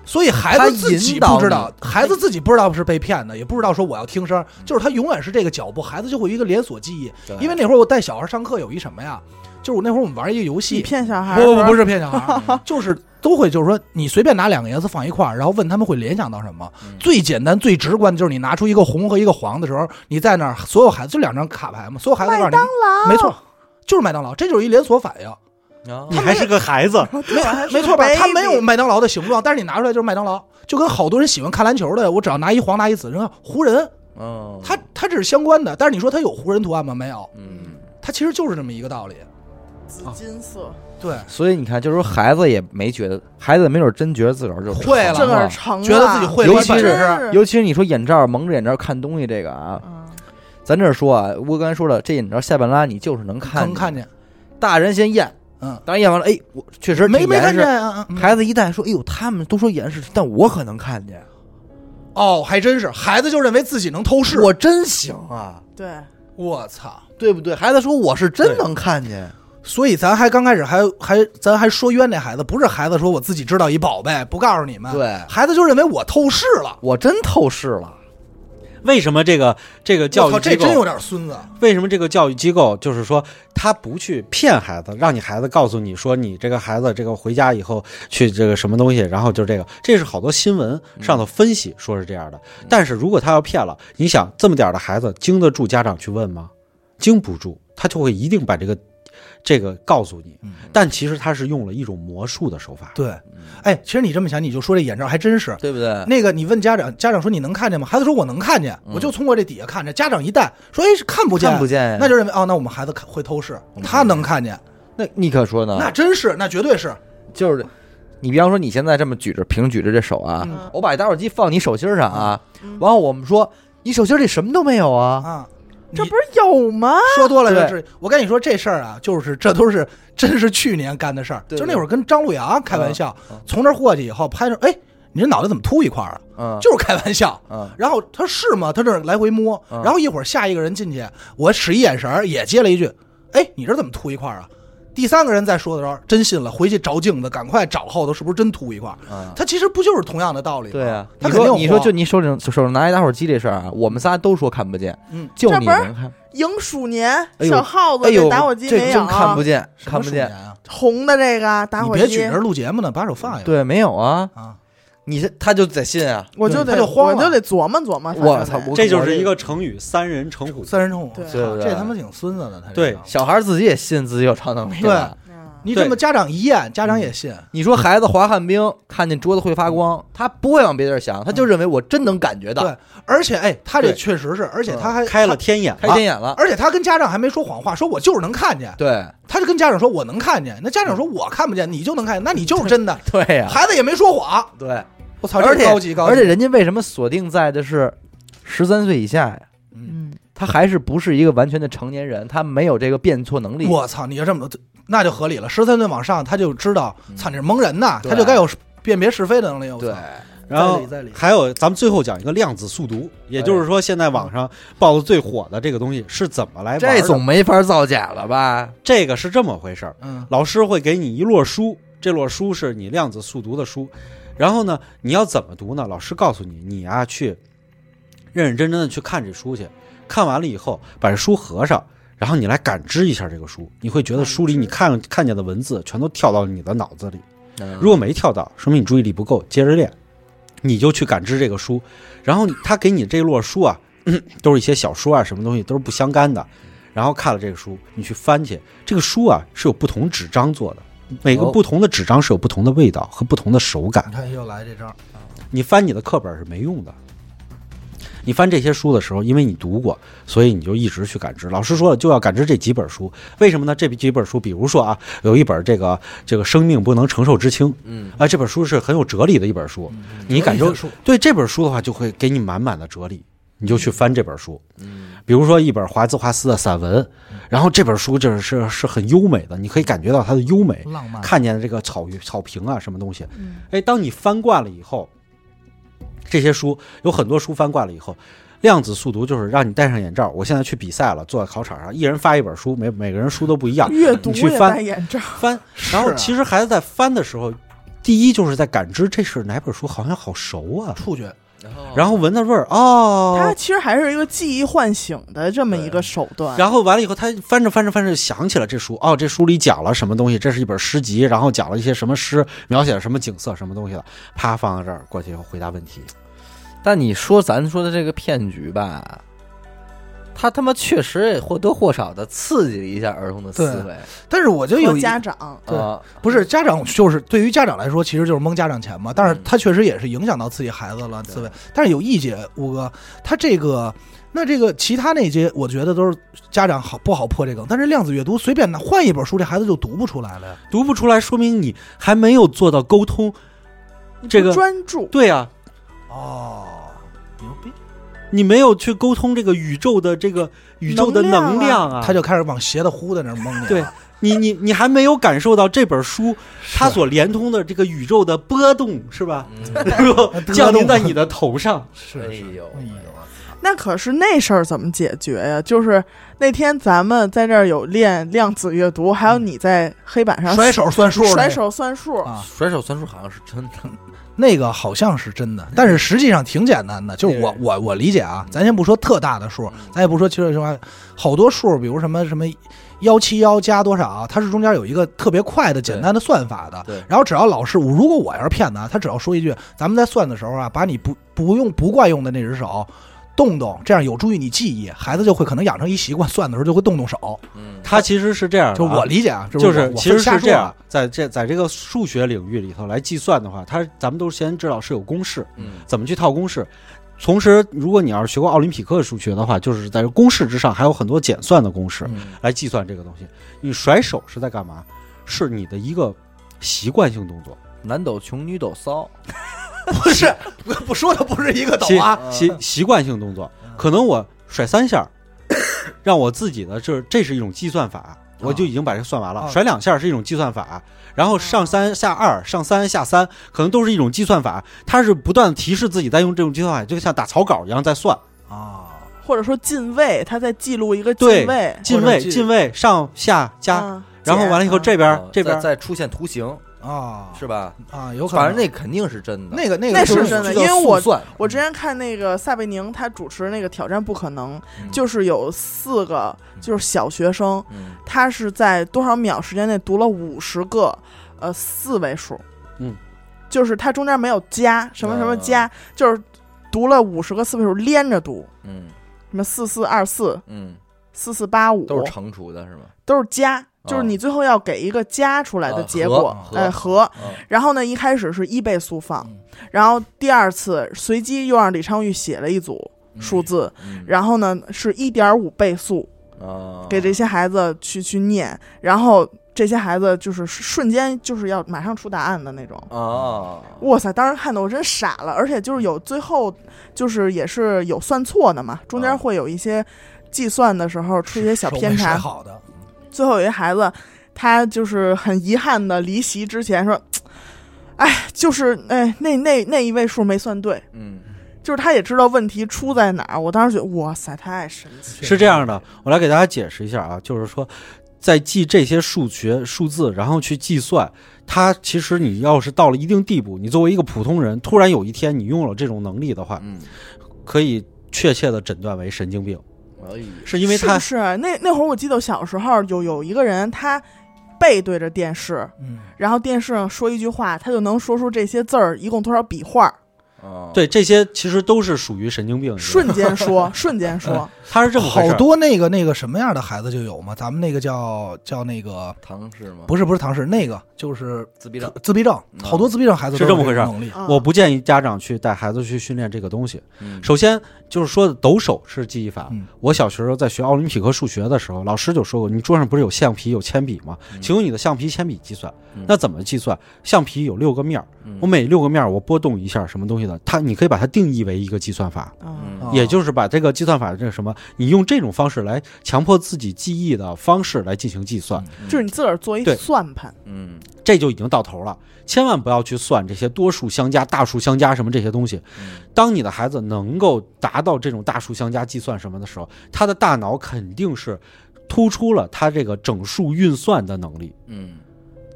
[SPEAKER 2] 所以孩
[SPEAKER 1] 他
[SPEAKER 2] 子自己
[SPEAKER 1] 引导
[SPEAKER 2] 不知
[SPEAKER 1] 你
[SPEAKER 2] 道，孩子自己不知道是被骗的，也不知道说我要听声儿，就是他永远是这个脚步，孩子就会有一个连锁记忆。
[SPEAKER 1] 对
[SPEAKER 2] 因为那会儿我带小孩上课有一什么呀，就是我那会儿我们玩一个游
[SPEAKER 3] 你
[SPEAKER 2] 戏，
[SPEAKER 3] 骗小
[SPEAKER 1] 啊
[SPEAKER 3] 孩
[SPEAKER 2] 不不不不
[SPEAKER 3] 是
[SPEAKER 2] 是骗小 孩儿，啊就是都会就是说你随便拿两个颜色放一块儿，然后问他们会联想到什么。
[SPEAKER 1] 嗯
[SPEAKER 2] 最简单最直观的就是你拿出一个红和一个黄的时候，你在那儿所有孩子就两张卡牌嘛，所有孩子告诉
[SPEAKER 3] 麦
[SPEAKER 2] 你
[SPEAKER 3] 当劳，
[SPEAKER 2] 没错，就是麦当劳，这就是一连锁反应。
[SPEAKER 1] 啊
[SPEAKER 4] 你还是个孩子，
[SPEAKER 3] 啊对，还是
[SPEAKER 2] 没错吧？
[SPEAKER 3] baby
[SPEAKER 2] 它没有麦当劳的形状，但是你拿出来就是麦当劳，就跟好多人喜欢看篮球的，我只要拿一黄拿一紫，然后湖人，
[SPEAKER 1] 嗯，
[SPEAKER 2] 它它这是相关的，但是你说它有湖人图案吗？没有，
[SPEAKER 1] 嗯，
[SPEAKER 2] 它其实就是这么一个道理。
[SPEAKER 3] 紫金色，
[SPEAKER 2] 对，
[SPEAKER 1] 所以你看，就是说孩子也没觉得，孩子没准真觉得自个儿就
[SPEAKER 2] 会了
[SPEAKER 3] 这
[SPEAKER 1] 成
[SPEAKER 3] 个儿成了，
[SPEAKER 2] 觉得自己会，
[SPEAKER 1] 尤
[SPEAKER 2] 关
[SPEAKER 1] 其
[SPEAKER 2] 键
[SPEAKER 1] 是
[SPEAKER 2] 是
[SPEAKER 1] 尤其是你说眼罩蒙着眼罩看东西这个啊，
[SPEAKER 3] 嗯
[SPEAKER 1] 咱这儿说啊，我刚才说了，这眼罩下半拉你就是能看
[SPEAKER 2] 能看见，
[SPEAKER 1] 大人先验，
[SPEAKER 2] 嗯，
[SPEAKER 1] 当然验完了，哎，我确实
[SPEAKER 2] 没没看
[SPEAKER 1] 看
[SPEAKER 2] 见啊？嗯嗯
[SPEAKER 1] 孩子一旦说，哎呦，他们都说严实，但我可能看见，
[SPEAKER 2] 哦，还真是，孩子就认为自己能透视。
[SPEAKER 1] 我真行啊，
[SPEAKER 3] 对，
[SPEAKER 2] 我操！
[SPEAKER 1] 对不对？孩子说我是真能看见，
[SPEAKER 2] 所以咱还刚开始还还咱还说冤那孩子，不是孩子说我自己知道一宝贝，不告诉你们，
[SPEAKER 1] 对
[SPEAKER 2] 孩子就认为我透视了。
[SPEAKER 1] 我真透视了，
[SPEAKER 4] 为什么这个这个
[SPEAKER 2] 我
[SPEAKER 4] 教
[SPEAKER 2] 靠，
[SPEAKER 4] 育
[SPEAKER 2] 这
[SPEAKER 4] 机
[SPEAKER 2] 真有
[SPEAKER 4] 构？
[SPEAKER 2] 点孙子。
[SPEAKER 4] 为什么这个教育机构就是说他不去骗孩子，让你孩子告诉你说你这个孩子这个回家以后去这个什么东西，然后就这个，这是好多新闻上头分析说是这样的。
[SPEAKER 2] 嗯
[SPEAKER 4] 但是如果他要骗了，你想这么点儿的孩子经得住家长去问吗？经不住，他就会一定把这个这个告诉你。但其实他是用了一种魔术的手法。
[SPEAKER 2] 嗯对，哎，其实你这么想，你就说这眼罩还真是。
[SPEAKER 1] 对不对？
[SPEAKER 2] 那个你问家长，家长说你能看见吗？孩子说我能看见，我就从我这底下看着。家长一戴说哎是看不
[SPEAKER 1] 嗯
[SPEAKER 2] 见，
[SPEAKER 1] 看不见呀
[SPEAKER 2] 那就认为哦，那我们孩子看会透视，他能看见，
[SPEAKER 1] 那你可说呢？
[SPEAKER 2] 那真是，那绝对是。
[SPEAKER 1] 就是，你比方说你现在这么举着平举着这手啊，
[SPEAKER 3] 嗯
[SPEAKER 1] 我把打火机放你手心儿上啊，
[SPEAKER 3] 嗯
[SPEAKER 1] 然后我们说你手心儿里什么都没有啊，
[SPEAKER 2] 啊，
[SPEAKER 3] 这不是有吗？
[SPEAKER 2] 说多了
[SPEAKER 1] 对
[SPEAKER 2] 就是，我跟你说这事儿啊，就是这都是真是去年干的事儿，
[SPEAKER 1] 对
[SPEAKER 2] 就那会儿跟张路阳开玩笑
[SPEAKER 1] 嗯嗯，
[SPEAKER 2] 从这儿过去以后拍着，哎，你这脑袋怎么秃一块儿啊？
[SPEAKER 1] 嗯，
[SPEAKER 2] 就是开玩笑。
[SPEAKER 1] 嗯
[SPEAKER 2] 然后他是吗？他这来回摸，
[SPEAKER 1] 嗯
[SPEAKER 2] 然后一会儿下一个人进去，我使一眼神儿也接了一句：“哎，你这怎么秃一块儿啊？”第三个人再说的时候，真信了，回去照镜子，赶快找后头是不是真秃一块儿。
[SPEAKER 1] 嗯
[SPEAKER 2] 他其实不就是同样的道理吗？
[SPEAKER 1] 对啊，
[SPEAKER 2] 他
[SPEAKER 1] 你
[SPEAKER 2] 肯定
[SPEAKER 1] 说
[SPEAKER 2] 慌
[SPEAKER 1] 你说就你手里手手上拿一打火机这事儿啊，我们仨都说看不见，
[SPEAKER 2] 嗯，
[SPEAKER 1] 就
[SPEAKER 3] 这
[SPEAKER 1] 你
[SPEAKER 3] 不是
[SPEAKER 1] 能看，
[SPEAKER 3] 迎鼠年，
[SPEAKER 1] 哎呦
[SPEAKER 3] 小耗子
[SPEAKER 1] 哎呦，
[SPEAKER 3] 打火机
[SPEAKER 1] 这
[SPEAKER 3] 没有
[SPEAKER 1] 真看
[SPEAKER 3] 啊
[SPEAKER 1] 不，见，
[SPEAKER 2] 什么
[SPEAKER 1] 看不见
[SPEAKER 2] 鼠，年啊！
[SPEAKER 3] 红的这个打
[SPEAKER 2] 你
[SPEAKER 3] 火
[SPEAKER 2] 别
[SPEAKER 3] 机
[SPEAKER 2] 举，着录节目呢，把手放下。
[SPEAKER 1] 对，没有啊，
[SPEAKER 2] 啊，
[SPEAKER 1] 你这他就得信啊，
[SPEAKER 3] 我就
[SPEAKER 2] 对
[SPEAKER 3] 得
[SPEAKER 2] 他就慌
[SPEAKER 3] 我
[SPEAKER 2] 了
[SPEAKER 3] 就得琢磨琢磨。反
[SPEAKER 1] 我
[SPEAKER 3] 正
[SPEAKER 1] 操
[SPEAKER 3] 得，
[SPEAKER 1] 我
[SPEAKER 4] 这就是一个成语“三人成虎”。
[SPEAKER 2] 三人成虎，
[SPEAKER 3] 对
[SPEAKER 2] 操
[SPEAKER 1] 对对
[SPEAKER 2] 这他妈挺孙子的。他这
[SPEAKER 4] 对
[SPEAKER 2] 个
[SPEAKER 1] 小孩自己也信自己有超能力了。
[SPEAKER 3] 嗯
[SPEAKER 2] 你这么家长一验，家长也信。
[SPEAKER 1] 你说孩子滑旱冰，看见桌子会发光，他不会往别地儿想，他就认为我真能感觉到，
[SPEAKER 2] 对，而且哎，他这
[SPEAKER 1] 对
[SPEAKER 2] 确实是，而且
[SPEAKER 1] 嗯
[SPEAKER 2] 他还
[SPEAKER 4] 开了，天眼
[SPEAKER 1] 开
[SPEAKER 4] 了，
[SPEAKER 1] 天眼
[SPEAKER 2] 他
[SPEAKER 1] 了。
[SPEAKER 2] 而且他跟家长还没说谎话，说我就是能看见。
[SPEAKER 1] 对
[SPEAKER 2] 他就跟家长说：“我能看见。”那家长说：“我看不见，你就能看见，那你就是真的。
[SPEAKER 1] 对”哎呀，
[SPEAKER 2] 孩子也没说谎。
[SPEAKER 1] 对，
[SPEAKER 2] 我操，
[SPEAKER 1] 而
[SPEAKER 2] 这
[SPEAKER 1] 且
[SPEAKER 2] 高级高级！
[SPEAKER 1] 而且人家为什么锁定在的是十三岁以下呀？
[SPEAKER 3] 嗯，
[SPEAKER 1] 他还是不是一个完全的成年人，他没有这个辨错能力。
[SPEAKER 2] 我操，你要这么多，那就合理了。十三岁往上，他就知道，操，你是蒙人呐，
[SPEAKER 1] 对
[SPEAKER 2] 他就该有辨别是非的能力。我操
[SPEAKER 1] 对，哎
[SPEAKER 4] 然
[SPEAKER 2] 在
[SPEAKER 4] 后
[SPEAKER 2] 理在理哎
[SPEAKER 4] 还有，咱们最后讲一个量子速读，也就是说，现在网上报的最火的这个东西是怎么来玩的？
[SPEAKER 1] 这总没法造假了吧？
[SPEAKER 4] 这个是这么回事儿，
[SPEAKER 2] 嗯，
[SPEAKER 4] 老师会给你一摞书，这摞书是你量子速读的书，然后呢，你要怎么读呢？老师告诉你，你啊去认认真真的去看这书去，看完了以后把这书合上。然后你来感知一下这个书，你会觉得书里你看看见的文字全都跳到你的脑子里，
[SPEAKER 1] 嗯
[SPEAKER 4] 如果没跳到，说明你注意力不够，接着练，你就去感知这个书。然后你他给你这摞书啊，都是一些小说啊，什么东西都是不相干的。然后看了这个书，你去翻去，这个书啊是有不同纸张做的，每个
[SPEAKER 1] 哦
[SPEAKER 4] 不同的纸张是有不同的味道和不同的手感
[SPEAKER 2] 你。看又来这招，
[SPEAKER 4] 你翻你的课本是没用的。你翻这些书的时候，因为你读过，所以你就一直去感知。老师说了，就要感知这几本书。为什么呢？这几本书，比如说啊，有一本这个这个生命不能承受之轻，
[SPEAKER 1] 嗯
[SPEAKER 4] 啊，这本书是很有哲理的一本书。你感受
[SPEAKER 2] 受
[SPEAKER 4] 对这本书的话，就会给你满满的哲理，你就去翻这本书。
[SPEAKER 1] 嗯
[SPEAKER 4] 比如说一本华兹华斯的散文，然后这本书就是是是很优美的，你可以感觉到它的优
[SPEAKER 1] 嗯
[SPEAKER 4] 美。
[SPEAKER 2] 浪漫，
[SPEAKER 4] 看见这个草原草坪啊，什么东西
[SPEAKER 3] 嗯，
[SPEAKER 4] 哎，当你翻惯了以后，这些书有很多书翻惯了以后，量子速读就是让你戴上眼罩。我现在去比赛了，坐在考场上，一人发一本书，每每个人书都不一 样，
[SPEAKER 3] 阅读
[SPEAKER 4] 你去
[SPEAKER 3] 也
[SPEAKER 4] 翻
[SPEAKER 3] 戴眼罩，
[SPEAKER 4] 翻。然后其实孩子在翻的时候，第一就是在感知这是哪本书，好像好熟啊，
[SPEAKER 2] 触觉，
[SPEAKER 4] 然后闻的味儿哦，
[SPEAKER 3] 它其实还是一个记忆唤醒的这么一个手段。
[SPEAKER 4] 然后完了以后，他翻着翻着翻着就想起了这书，哦，这书里讲了什么东西？这是一本诗集，然后讲了一些什么诗，描写了什么景色、什么东西了。啪，放到这儿，过去以后回答问题。
[SPEAKER 1] 但你说咱说的这个骗局吧，他他妈确实也或多或少的刺激了一下儿童的思维
[SPEAKER 2] 但是我就有
[SPEAKER 3] 和
[SPEAKER 2] 一
[SPEAKER 3] 家长，
[SPEAKER 2] 对
[SPEAKER 1] 啊，
[SPEAKER 2] 不是家长，就是对于家长来说，其实就是蒙家长钱嘛。
[SPEAKER 4] 嗯
[SPEAKER 2] 但是他确实也是影响到自己孩子了，
[SPEAKER 1] 对
[SPEAKER 2] 思维。但是有一节，吴哥，他这个，那这个其他那节，我觉得都是家长好不好破这个。但是量子阅读随便拿换一本书，这孩子就读不出来了呀。
[SPEAKER 4] 读不出来，说明你还没有做到沟通。这
[SPEAKER 3] 不
[SPEAKER 4] 个
[SPEAKER 3] 专注，
[SPEAKER 4] 对啊，
[SPEAKER 2] 哦，牛逼！
[SPEAKER 4] 你没有去沟通这个宇宙的这个宇宙的
[SPEAKER 3] 能量啊
[SPEAKER 4] 能量啊，
[SPEAKER 2] 他就开始往斜的呼在那儿蒙你了。
[SPEAKER 4] 对你你你还没有感受到这本书
[SPEAKER 2] 是，
[SPEAKER 4] 它所连通的这个宇宙的波动 是吧？
[SPEAKER 1] 嗯
[SPEAKER 4] 降临在你的头上。
[SPEAKER 2] 是
[SPEAKER 1] 哎
[SPEAKER 2] 是
[SPEAKER 1] 呦
[SPEAKER 2] 哎呦
[SPEAKER 3] 那可是那事儿怎么解决呀？就是那天咱们在这儿有练量子阅读，还有你在黑
[SPEAKER 4] 哎
[SPEAKER 3] 板
[SPEAKER 4] 嗯
[SPEAKER 3] 上
[SPEAKER 2] 甩手算数，
[SPEAKER 3] 甩手算数，
[SPEAKER 2] 啊，
[SPEAKER 1] 甩手算数好像是真的，
[SPEAKER 2] 那个好像是真的，但是实际上挺简单的。就是我
[SPEAKER 1] 对
[SPEAKER 2] 我我理解啊，咱先不说特大的
[SPEAKER 4] 嗯
[SPEAKER 2] 数，
[SPEAKER 1] 嗯
[SPEAKER 2] 咱也不说其实什么好多数，比如什么什么幺七幺加多少，啊它是中间有一个特别快的简单的算法的。
[SPEAKER 1] 对，
[SPEAKER 2] 然后只要老师，我如果我要是骗子啊，他只要说一句，咱们在算的时候啊，把你不不用不惯用的那只手动动，这样有助于你记忆，孩子就会可能养成一习惯，算的时候就会动动手。
[SPEAKER 1] 嗯，
[SPEAKER 4] 它其实是这样的啊，
[SPEAKER 2] 就我理解啊，
[SPEAKER 4] 就是
[SPEAKER 2] 我
[SPEAKER 4] 是
[SPEAKER 2] 我
[SPEAKER 4] 其实
[SPEAKER 2] 瞎
[SPEAKER 4] 是这
[SPEAKER 2] 说啊
[SPEAKER 4] 样，在这在这个数学领域里头来计算的话，它咱们都先知道是有公式，
[SPEAKER 1] 嗯
[SPEAKER 4] 怎么去套公式。同时，如果你要是学过奥林匹克数学的话，就是在公式之上还有很多简算的公式
[SPEAKER 1] 嗯
[SPEAKER 4] 来计算这个东西。你甩手是在干嘛？是你的一个习惯性动作，
[SPEAKER 1] 男抖穷，女抖骚，
[SPEAKER 2] 不是，不说的不是一个抖
[SPEAKER 4] 习
[SPEAKER 2] 啊，嗯
[SPEAKER 4] 习习惯性动作。可能我甩三下儿， 让我自己的这这是一种计算法，我就已经把这个算完了。
[SPEAKER 2] 啊
[SPEAKER 4] 甩两下儿是一种计算法，然后上三下二，上三下三，可能都是一种计算法。它是不断地提示自己在用这种计算法，就像打草稿一样在算。
[SPEAKER 2] 啊，
[SPEAKER 3] 或者说进位，他在记录一个进
[SPEAKER 4] 对
[SPEAKER 3] 位，
[SPEAKER 4] 进
[SPEAKER 2] 或者嗯
[SPEAKER 4] 位，
[SPEAKER 2] 记
[SPEAKER 4] 进位，上下加，
[SPEAKER 3] 啊
[SPEAKER 4] 然后完了以后
[SPEAKER 3] 减
[SPEAKER 4] 这边儿
[SPEAKER 2] 哦
[SPEAKER 1] 啊
[SPEAKER 4] 这边
[SPEAKER 1] 再
[SPEAKER 4] 儿
[SPEAKER 1] 再出现图形
[SPEAKER 2] 啊
[SPEAKER 1] 是吧？
[SPEAKER 2] 啊，有可能。
[SPEAKER 1] 反正那肯定是真的，
[SPEAKER 2] 那个那个
[SPEAKER 3] 那
[SPEAKER 2] 就是
[SPEAKER 3] 真的
[SPEAKER 1] 就叫
[SPEAKER 3] 因为我
[SPEAKER 1] 速算
[SPEAKER 3] 我之前看那个撒贝宁，他主持那个挑战不可能，
[SPEAKER 1] 嗯
[SPEAKER 3] 就是有四个就是小学生，
[SPEAKER 1] 嗯
[SPEAKER 3] 他是在多少秒时间内读了五十个呃四位数，
[SPEAKER 4] 嗯，
[SPEAKER 3] 就是他中间没有加什么什
[SPEAKER 1] 啊
[SPEAKER 3] 么加，就是读了五十个四位数连着读，
[SPEAKER 1] 嗯
[SPEAKER 3] 什么四四二四、
[SPEAKER 1] 嗯，
[SPEAKER 3] 四四八五，
[SPEAKER 1] 都是乘除的是吗？
[SPEAKER 3] 都是加，就是
[SPEAKER 1] 哦
[SPEAKER 3] 你最后要给一个加出来的
[SPEAKER 1] 啊
[SPEAKER 3] 结
[SPEAKER 1] 和
[SPEAKER 3] 果，
[SPEAKER 1] 和
[SPEAKER 3] 哎和。
[SPEAKER 1] 嗯
[SPEAKER 3] 然后呢，一开始是一倍速放
[SPEAKER 2] 嗯，
[SPEAKER 3] 然后第二次随机又让李昌钰写了一组数字，
[SPEAKER 1] 嗯
[SPEAKER 3] 然后呢是一点五倍速
[SPEAKER 1] 啊
[SPEAKER 3] 给这些孩子去去念，然后这些孩子就是瞬间就是要马上出答案的那种。
[SPEAKER 1] 啊，
[SPEAKER 3] 哇塞！当时看的我真傻了，而且就是有最后就是也是有算错的嘛，中
[SPEAKER 1] 啊
[SPEAKER 3] 间会有一些计算的时候出一些小
[SPEAKER 2] 手
[SPEAKER 3] 偏
[SPEAKER 2] 没甩
[SPEAKER 3] 差。
[SPEAKER 2] 好的，
[SPEAKER 3] 最后有一孩子，他就是很遗憾的离席之前说：“哎，就是哎那那那一位数没算对。”
[SPEAKER 1] 嗯
[SPEAKER 3] 就是他也知道问题出在哪儿，我当时觉得哇塞，太神奇
[SPEAKER 4] 是这样的，我来给大家解释一下啊，就是说，在记这些数学数字，然后去计算，它其实你要是到了一定地步，你作为一个普通人，突然有一天你拥有这种能力的话，
[SPEAKER 1] 嗯，
[SPEAKER 4] 可以确切的诊断为神经病，
[SPEAKER 1] 哎呀
[SPEAKER 4] 是因为
[SPEAKER 3] 是
[SPEAKER 4] 它
[SPEAKER 3] 不是那那会儿我记得我小时候有有一个人他。背对着电视，
[SPEAKER 2] 嗯，
[SPEAKER 3] 然后电视上说一句话，他就能说出这些字儿一共多少笔画儿，
[SPEAKER 1] 哦
[SPEAKER 4] 对，这些其实都是属于神经
[SPEAKER 1] 嗯
[SPEAKER 4] 病。
[SPEAKER 3] 瞬 间说，瞬间说，
[SPEAKER 4] 他是这么回事
[SPEAKER 2] 好
[SPEAKER 4] 儿
[SPEAKER 2] 多那个那个什么样的孩子就有嘛，咱们那个叫叫那个
[SPEAKER 1] 唐氏吗？
[SPEAKER 2] 不是不是唐氏，那个就是
[SPEAKER 1] 自闭症。
[SPEAKER 2] 自闭症，
[SPEAKER 1] 嗯
[SPEAKER 2] 好多自闭症孩子都
[SPEAKER 4] 是这么回事
[SPEAKER 2] 有
[SPEAKER 4] 儿
[SPEAKER 2] 能力，
[SPEAKER 3] 啊
[SPEAKER 4] 我不建议家长去带孩子去训练这个东西。
[SPEAKER 1] 嗯
[SPEAKER 4] 首先就是说的抖手是记忆法。
[SPEAKER 2] 嗯
[SPEAKER 4] 我小学时候在学奥林匹克数学的时候，老师就说过，你桌上不是有橡皮有铅笔吗？
[SPEAKER 1] 嗯
[SPEAKER 4] 请用你的橡皮铅笔计算
[SPEAKER 1] 嗯。
[SPEAKER 4] 那怎么计算？橡皮有六个面儿，
[SPEAKER 1] 嗯
[SPEAKER 4] 我每六个面儿我波动一下什么东西的，它你可以把它定义为一个计算法。
[SPEAKER 3] 嗯
[SPEAKER 1] 嗯
[SPEAKER 2] 啊
[SPEAKER 4] 也就是把这个计算法这个什么，你用这种方式来强迫自己记忆的方式来进行计算，
[SPEAKER 3] 就是你自个儿做一
[SPEAKER 4] 对
[SPEAKER 3] 算盘，
[SPEAKER 1] 嗯
[SPEAKER 4] 这就已经到头了。千万不要去算这些多数相加、大数相加什么这些东西。
[SPEAKER 1] 嗯
[SPEAKER 4] 当你的孩子能够达到这种大数相加计算什么的时候，他的大脑肯定是突出了他这个整数运算的能力。
[SPEAKER 1] 嗯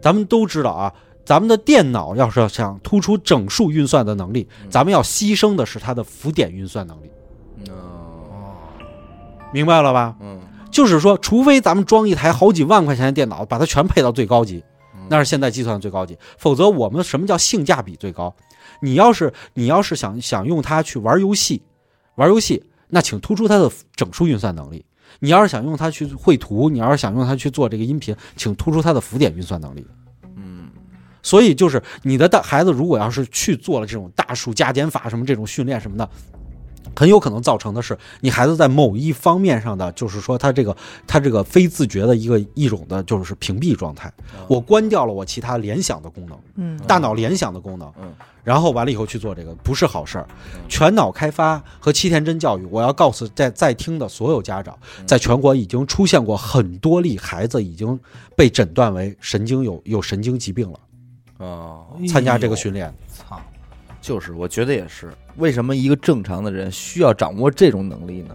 [SPEAKER 4] 咱们都知道啊，咱们的电脑要是想突出整数运算的能力，
[SPEAKER 1] 嗯
[SPEAKER 4] 咱们要牺牲的是它的浮点运算能力，
[SPEAKER 1] 嗯哦
[SPEAKER 4] 明白了吧？
[SPEAKER 1] 嗯
[SPEAKER 4] 就是说，除非咱们装一台好几万块钱的电脑，把它全配到最高级
[SPEAKER 1] 嗯，
[SPEAKER 4] 那是现在计算的最高级。否则，我们什么叫性价比最高？你要是你要是想想用它去玩游戏，玩游戏，那请突出它的整数运算能力；你要是想用它去绘图，你要是想用它去做这个音频，请突出它的浮点运算能力。
[SPEAKER 1] 嗯
[SPEAKER 4] 所以就是你的大孩子，如果要是去做了这种大数加减法什么这种训练什么的，很有可能造成的是你孩子在某一方面上的，就是说他这个他这个非自觉的一个一种的就是屏蔽状态。
[SPEAKER 1] 哦
[SPEAKER 4] 我关掉了我其他联想的功能，
[SPEAKER 3] 嗯
[SPEAKER 4] 大脑联想的功能
[SPEAKER 1] 嗯，
[SPEAKER 4] 然后完了以后去做这个不是好事儿
[SPEAKER 1] 嗯。
[SPEAKER 4] 全脑开发和七天真教育，我要告诉在在听的所有家长，
[SPEAKER 1] 嗯
[SPEAKER 4] 在全国已经出现过很多例孩子已经被诊断为神经有有神经疾病了。
[SPEAKER 1] 哦，
[SPEAKER 4] 参加这个训练。
[SPEAKER 2] 嗯操，
[SPEAKER 1] 就是，我觉得也是。为什么一个正常的人需要掌握这种能力呢？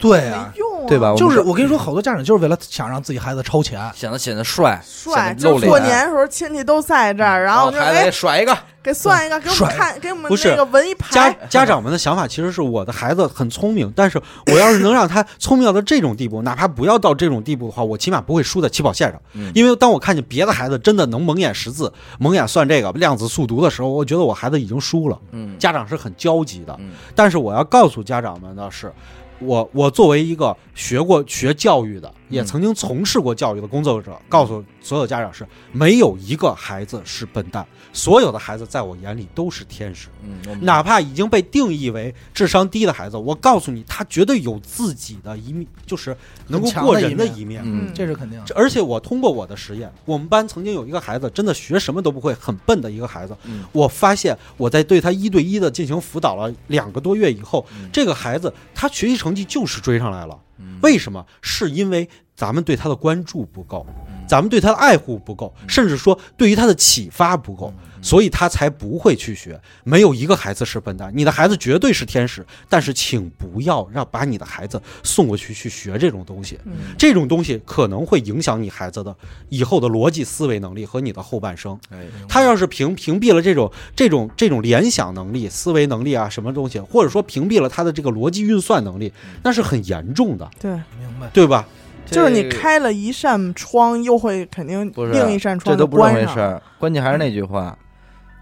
[SPEAKER 2] 对啊
[SPEAKER 3] 没，用啊，
[SPEAKER 1] 对吧？
[SPEAKER 2] 就是
[SPEAKER 1] 我们
[SPEAKER 2] 我跟你说，好多家长就是为了想让自己孩子超前，
[SPEAKER 1] 显得显得帅，
[SPEAKER 3] 帅，
[SPEAKER 1] 显得露
[SPEAKER 3] 就是
[SPEAKER 1] 脸。嗯
[SPEAKER 3] 过年的时候亲戚都在这儿，然后就
[SPEAKER 1] 孩子也
[SPEAKER 3] 哎
[SPEAKER 1] 甩一个，
[SPEAKER 3] 给算一个，给
[SPEAKER 1] 嗯
[SPEAKER 3] 我们
[SPEAKER 2] 甩
[SPEAKER 3] 看，给我们
[SPEAKER 4] 不是
[SPEAKER 3] 那个纹一
[SPEAKER 4] 家
[SPEAKER 3] 排，
[SPEAKER 4] 家长们的想法其实是我的孩子很聪明，但是我要是能让他聪明到这种地步，哪 怕不要到这种地步的话，我起码不会输在起跑线上。
[SPEAKER 1] 嗯
[SPEAKER 4] 因为当我看见别的孩子真的能蒙眼识字、蒙眼算这个量子速读的时候，我觉得我孩子已经输了。
[SPEAKER 1] 嗯
[SPEAKER 4] 家长是很焦急的，
[SPEAKER 1] 嗯
[SPEAKER 4] 但是我要告诉家长们的是。我我作为一个学过学教育的，也
[SPEAKER 1] 嗯
[SPEAKER 4] 曾经从事过教育的工作者，告诉所有家长是没有一个孩子是笨蛋，所有的孩子在我眼里都是天使。
[SPEAKER 1] 嗯，我们
[SPEAKER 4] 哪怕已经被定义为智商低的孩子，我告诉你，他绝对有自己的一面，就是能够过人的一面。
[SPEAKER 1] 嗯
[SPEAKER 2] 这是肯定的。
[SPEAKER 4] 这而且我通过我的实验，我们班曾经有一个孩子，真的学什么都不会，很笨的一个孩子。
[SPEAKER 1] 嗯
[SPEAKER 4] 我发现我在对他一对一的进行辅导了两个多月以后，
[SPEAKER 1] 嗯
[SPEAKER 4] 这个孩子他学习成绩就是追上来了。
[SPEAKER 1] 嗯
[SPEAKER 4] 为什么？是因为咱们对他的关注不够，
[SPEAKER 1] 嗯
[SPEAKER 4] 咱们对他的爱护不够，甚至说对于他的启发不够，
[SPEAKER 1] 嗯
[SPEAKER 4] 所以他才不会去学。没有一个孩子是笨蛋，你的孩子绝对是天使，但是请不要让把你的孩子送过去去学这种东西。
[SPEAKER 3] 嗯
[SPEAKER 4] 这种东西可能会影响你孩子的以后的逻辑思维能力和你的后半生。
[SPEAKER 1] 哎
[SPEAKER 4] 他要是屏屏蔽了这种这种这种联想能力、思维能力啊，什么东西，或者说屏蔽了他的这个逻辑运算能力，
[SPEAKER 1] 嗯
[SPEAKER 4] 那是很严重的，
[SPEAKER 3] 对，
[SPEAKER 2] 明白，
[SPEAKER 4] 对吧？
[SPEAKER 3] 就是你
[SPEAKER 1] 这
[SPEAKER 3] 开了一扇窗，又会肯定
[SPEAKER 1] 不是
[SPEAKER 3] 另一扇
[SPEAKER 1] 这
[SPEAKER 3] 窗
[SPEAKER 1] 都
[SPEAKER 3] 就
[SPEAKER 1] 不是
[SPEAKER 3] 关
[SPEAKER 1] 回
[SPEAKER 3] 上
[SPEAKER 1] 事
[SPEAKER 3] 了。嗯
[SPEAKER 1] 儿，关键还是那句话，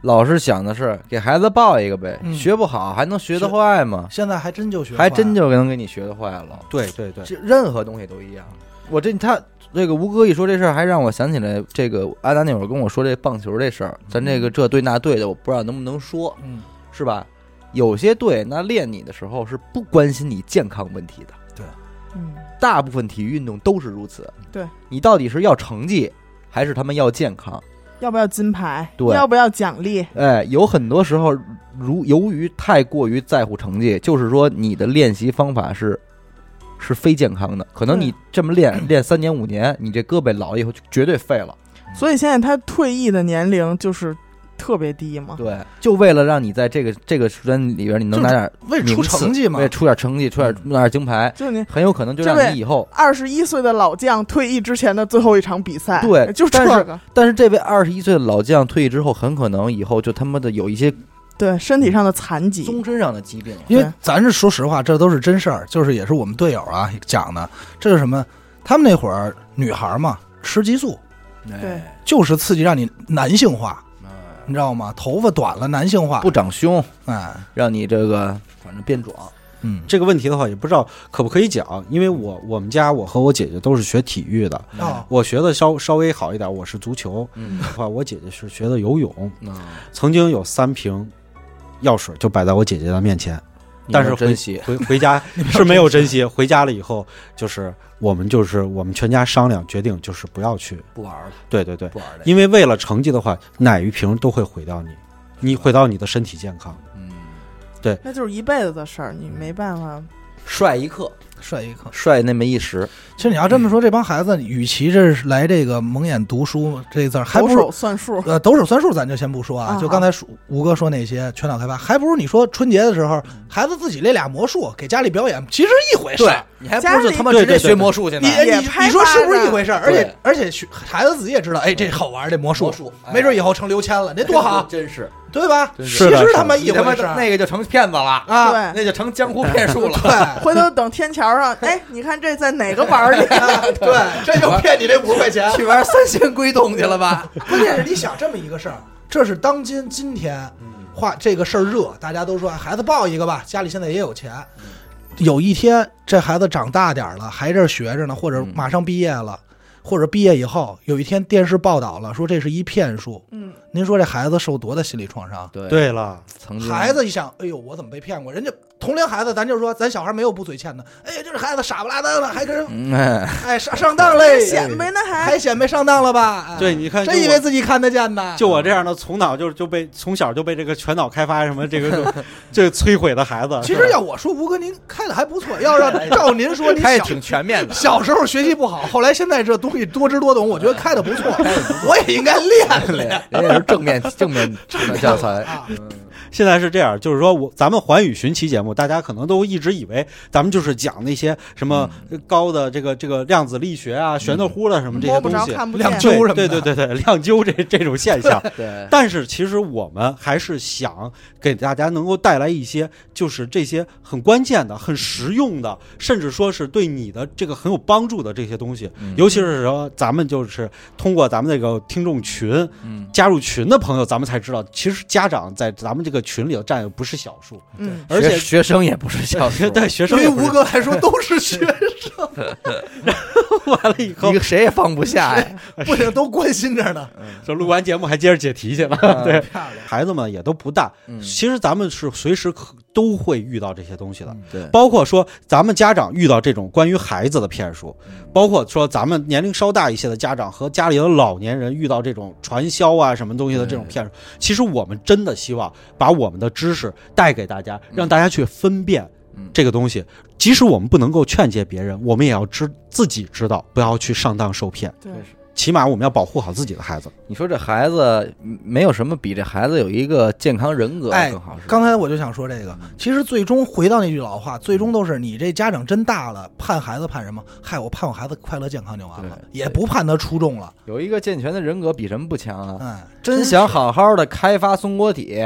[SPEAKER 1] 老师想的是给孩子报一个呗，
[SPEAKER 2] 嗯
[SPEAKER 1] 学不好还能学得坏吗？
[SPEAKER 2] 现在还真就学坏了，
[SPEAKER 1] 还真就能给你学得坏了。
[SPEAKER 4] 对对对，
[SPEAKER 1] 这任何东西都一样。我这他这个吴哥一说这事儿，还让我想起来这个阿达那会儿跟我说这棒球这事儿，咱这个这对那对的，我不知道能不能说，
[SPEAKER 2] 嗯，
[SPEAKER 1] 是吧？有些队那练你的时候是不关心你健康问题的，
[SPEAKER 3] 嗯，
[SPEAKER 1] 大部分体育运动都是如此。
[SPEAKER 3] 对
[SPEAKER 1] 你到底是要成绩，还是他们要健康？
[SPEAKER 3] 要不要金牌？
[SPEAKER 1] 对
[SPEAKER 3] 要不要奖励？
[SPEAKER 1] 哎，有很多时候，如由于太过于在乎成绩，就是说你的练习方法是是非健康的。可能你这么练 练三年五年，你这胳膊老了以后就绝对废了。
[SPEAKER 3] 所以现在他退役的年龄就是特别低嘛。
[SPEAKER 1] 对，就为了让你在这个这个时间里边，你能拿点
[SPEAKER 2] 为出
[SPEAKER 1] 名次
[SPEAKER 2] 成绩嘛
[SPEAKER 1] 为，了出点成绩，出点拿点金牌，
[SPEAKER 3] 就你
[SPEAKER 1] 很有可能就让
[SPEAKER 3] 这位
[SPEAKER 1] 你以后。
[SPEAKER 3] 二十一岁的老将退役之前的最后一场比赛，
[SPEAKER 1] 对
[SPEAKER 3] 就这
[SPEAKER 1] 但是
[SPEAKER 3] 个，
[SPEAKER 1] 但是这位二十一岁的老将退役之后，很可能以后就他妈的有一些
[SPEAKER 3] 对身体上的残疾
[SPEAKER 2] 嗯
[SPEAKER 1] 终，身上的疾病了。
[SPEAKER 2] 因为
[SPEAKER 3] 对
[SPEAKER 2] 咱是说实话，这都是真事儿，就是也是我们队友啊讲的，这是什么？他们那会儿女孩嘛，吃激素，
[SPEAKER 3] 对
[SPEAKER 1] 哎，
[SPEAKER 2] 就是刺激让你男性化，
[SPEAKER 1] 哎
[SPEAKER 2] 你知道吗？头发短了男性化，
[SPEAKER 1] 不长胸，
[SPEAKER 2] 哎，
[SPEAKER 1] 让你这个反正变壮。
[SPEAKER 2] 嗯，
[SPEAKER 4] 这个问题的话，也不知道可不可以讲，因为我我们家我和我姐姐都是学体育的，
[SPEAKER 1] 哎
[SPEAKER 2] 哦，
[SPEAKER 4] 我学的稍稍微好一点，我是足球，
[SPEAKER 1] 嗯，
[SPEAKER 4] 的话我姐姐是学的游泳，
[SPEAKER 1] 啊
[SPEAKER 4] 曾经有三瓶药水就摆在我姐姐的面前，
[SPEAKER 1] 你
[SPEAKER 4] 但是
[SPEAKER 1] 要
[SPEAKER 4] 回
[SPEAKER 1] 珍惜，
[SPEAKER 4] 回 回家是没有珍惜，回家了以后就是我们就是我们全家商量决定就是不要去，
[SPEAKER 1] 不玩了，
[SPEAKER 4] 对对对，
[SPEAKER 1] 不玩了。
[SPEAKER 4] 因为为了成绩的话，哪一瓶都会毁掉你，你毁到你的身体健康。
[SPEAKER 1] 嗯，
[SPEAKER 3] 那就是一辈子的事儿，你没办法。
[SPEAKER 1] 帅一刻，
[SPEAKER 2] 帅一刻。
[SPEAKER 1] 帅那么一时，
[SPEAKER 2] 其实你要这么说，这帮孩子，与其这是来这个蒙眼读书这字儿，还
[SPEAKER 3] 抖
[SPEAKER 2] 不如
[SPEAKER 3] 手算数，
[SPEAKER 2] 呃抖手算数，咱就先不说啊。
[SPEAKER 3] 啊
[SPEAKER 2] 就刚才说吴哥说那些全脑开发，还不如你说春节的时候，孩子自己练俩魔术，给家里表演，其实一回事儿。
[SPEAKER 1] 你还
[SPEAKER 3] 家
[SPEAKER 1] 不
[SPEAKER 3] 里
[SPEAKER 1] 是他妈
[SPEAKER 4] 对
[SPEAKER 1] 直接
[SPEAKER 4] 对对
[SPEAKER 1] 学魔术去呢
[SPEAKER 2] 你？哎
[SPEAKER 3] 也
[SPEAKER 2] 你
[SPEAKER 3] 拍
[SPEAKER 2] 你说是不是一回事儿？
[SPEAKER 1] 巴
[SPEAKER 2] 而
[SPEAKER 1] 掌
[SPEAKER 2] 且而且学孩子自己也知道，哎，这好玩儿这魔术
[SPEAKER 1] 魔术，哎
[SPEAKER 2] 没准以后成刘谦了，那多 好，
[SPEAKER 1] 真是，
[SPEAKER 2] 对吧？
[SPEAKER 1] 真
[SPEAKER 2] 其
[SPEAKER 1] 是
[SPEAKER 4] 的
[SPEAKER 2] 实
[SPEAKER 4] 是
[SPEAKER 2] 他妈
[SPEAKER 4] 的
[SPEAKER 2] 一
[SPEAKER 1] 你他妈
[SPEAKER 2] 回事
[SPEAKER 1] 的
[SPEAKER 2] 儿
[SPEAKER 1] 那个就成骗子了，
[SPEAKER 2] 啊，
[SPEAKER 3] 对。
[SPEAKER 1] 那就成江湖骗术了。
[SPEAKER 2] 对
[SPEAKER 3] 回头等天桥 上，哎，你看这在哪个玩儿里？
[SPEAKER 2] 啊对，这就骗你这五十块钱。
[SPEAKER 1] 去玩三仙归洞去了吧？
[SPEAKER 2] 关键是你想这么一个事儿，这是当今今天，话这个事儿热，大家都说哎孩子抱一个吧，家里现在也有钱。有一天这孩子长大点儿了，还这儿学着呢，或者
[SPEAKER 1] 嗯
[SPEAKER 2] 马上毕业了，或者毕业以后，有一天电视报道了，说这是一骗术。
[SPEAKER 3] 嗯，
[SPEAKER 2] 您说这孩子受多大心理创伤？
[SPEAKER 1] 对，
[SPEAKER 4] 对了，
[SPEAKER 1] 曾经
[SPEAKER 2] 孩子一想，哎呦，我怎么被骗过？人家同龄孩子，咱就说，咱小孩没有不嘴欠的。哎呀，这孩子傻不拉登的，还跟人
[SPEAKER 1] 嗯，哎
[SPEAKER 2] 哎上上当嘞，
[SPEAKER 3] 显摆呢还
[SPEAKER 2] 还显摆上当了吧？哎
[SPEAKER 4] 对，你看，
[SPEAKER 2] 真以为自己看得见
[SPEAKER 3] 啊
[SPEAKER 2] 呢？
[SPEAKER 4] 就我这样的，从脑就就被从小就被这个全脑开发什么这个 这个摧毁的孩子，
[SPEAKER 2] 其实要我说，吴哥您开的还不错。要让照您说，您
[SPEAKER 1] 他也
[SPEAKER 2] 小
[SPEAKER 1] 挺全面的。
[SPEAKER 2] 小时候学习不好，后来现在这东西多知多懂，我觉得开的不错，我也应该练
[SPEAKER 1] 对，
[SPEAKER 2] 练。
[SPEAKER 1] 人家是正面 正面正面教材
[SPEAKER 2] 啊
[SPEAKER 4] 现在是这样，就是说我咱们环宇寻奇节目，大家可能都一直以为咱们就是讲那些什么高的这个这个量子力学啊、玄的乎的什么
[SPEAKER 3] 嗯
[SPEAKER 4] 这
[SPEAKER 3] 摸
[SPEAKER 4] 些
[SPEAKER 3] 不
[SPEAKER 4] 东
[SPEAKER 3] 着
[SPEAKER 4] 西，
[SPEAKER 3] 看不
[SPEAKER 2] 亮
[SPEAKER 3] 见，
[SPEAKER 2] 揪什么的
[SPEAKER 4] 对对对对对，量究这这种 现象。
[SPEAKER 1] 对，
[SPEAKER 4] 但是其实我们还是想给大家能够带来一些，就是这些很关键的、很实用的，甚至说是对你的这个很有帮助的这些东西。
[SPEAKER 1] 嗯
[SPEAKER 4] 尤其是说咱们就是通过咱们这个听众群
[SPEAKER 1] 嗯，
[SPEAKER 4] 加入群的朋友，咱们才知道，其实家长在咱们这个群里头占的不是小数，
[SPEAKER 3] 嗯，
[SPEAKER 4] 而且
[SPEAKER 1] 学学生也不是小说
[SPEAKER 4] 对学生
[SPEAKER 2] 对于
[SPEAKER 4] 也不
[SPEAKER 2] 吴
[SPEAKER 4] 是
[SPEAKER 2] 哥来说都是学生，
[SPEAKER 4] 完了以后
[SPEAKER 1] 一，个谁也放不下呀。
[SPEAKER 2] 不行都关心着呢。
[SPEAKER 4] 这录完节目还接着解题去了。对，孩子们也都不大，
[SPEAKER 1] 嗯
[SPEAKER 4] 其实咱们是随时可都会遇到这些东西的。
[SPEAKER 1] 嗯对，
[SPEAKER 4] 包括说咱们家长遇到这种关于孩子的骗术，包括说咱们年龄稍大一些的家长和家里的老年人遇到这种传销啊什么东西的这种骗术，其实我们真的希望把我们的知识带给大家，让大家去分辨
[SPEAKER 1] 嗯
[SPEAKER 4] 这个东西。即使我们不能够劝诫别人，我们也要知自己知道，不要去上当受骗。
[SPEAKER 3] 对，
[SPEAKER 4] 起码我们要保护好自己的孩子。
[SPEAKER 1] 你说这孩子嗯没有什么比这孩子有一个健康人格
[SPEAKER 2] 哎
[SPEAKER 1] 更好是吧。
[SPEAKER 2] 刚才我就想说这个，其实最终回到那句老话，最终都是你这家长真大了，盼孩子盼什么？嗨，我盼我孩子快乐健康就完了
[SPEAKER 1] 对，
[SPEAKER 2] 也不盼他出众了。
[SPEAKER 1] 有一个健全的人格比什么不强啊？
[SPEAKER 2] 哎，
[SPEAKER 1] 真想好好的开发松果体，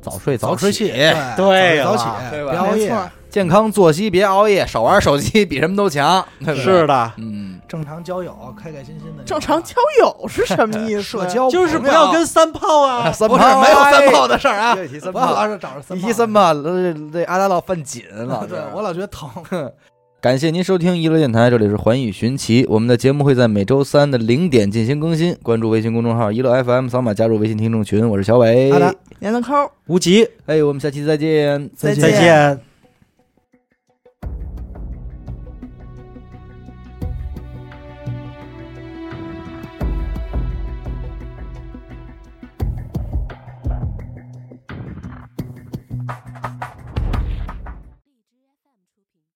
[SPEAKER 1] 早睡
[SPEAKER 2] 早
[SPEAKER 1] 起
[SPEAKER 2] 睡起，
[SPEAKER 4] 对
[SPEAKER 2] 早
[SPEAKER 4] 了
[SPEAKER 2] 起，
[SPEAKER 1] 对吧
[SPEAKER 2] 别熬
[SPEAKER 3] 没
[SPEAKER 2] 夜
[SPEAKER 3] 错，
[SPEAKER 1] 健康作息，别熬夜，少玩手机，比什么都强，对不对？
[SPEAKER 4] 是，的，
[SPEAKER 1] 嗯，
[SPEAKER 2] 正常交友，开开心心的就好，
[SPEAKER 3] 正常交友是什么意思？
[SPEAKER 2] 嗯 社交
[SPEAKER 4] 就是
[SPEAKER 2] 朋
[SPEAKER 4] 不
[SPEAKER 2] 友
[SPEAKER 4] 要跟三炮啊。
[SPEAKER 1] 三
[SPEAKER 2] 不是
[SPEAKER 1] 炮
[SPEAKER 2] 没有三炮的事儿啊，
[SPEAKER 1] 又提哎三
[SPEAKER 2] 不要
[SPEAKER 1] 炮，
[SPEAKER 2] 老是找着三
[SPEAKER 1] 一
[SPEAKER 2] 炮，
[SPEAKER 1] 提三炮，这这阿达老犯紧了。
[SPEAKER 2] 对我老觉得 疼。
[SPEAKER 1] 感谢您收听娱乐电台，这里是环宇寻奇。我们的节目会在每周三的零点进行更新，关注微信公众号“娱乐 FM”，扫码加入微信听众群。我是小伟
[SPEAKER 2] 好，的
[SPEAKER 3] 年龄抠儿，
[SPEAKER 4] 无极，
[SPEAKER 1] 哎，我们下期再见，
[SPEAKER 3] 再见
[SPEAKER 4] 再见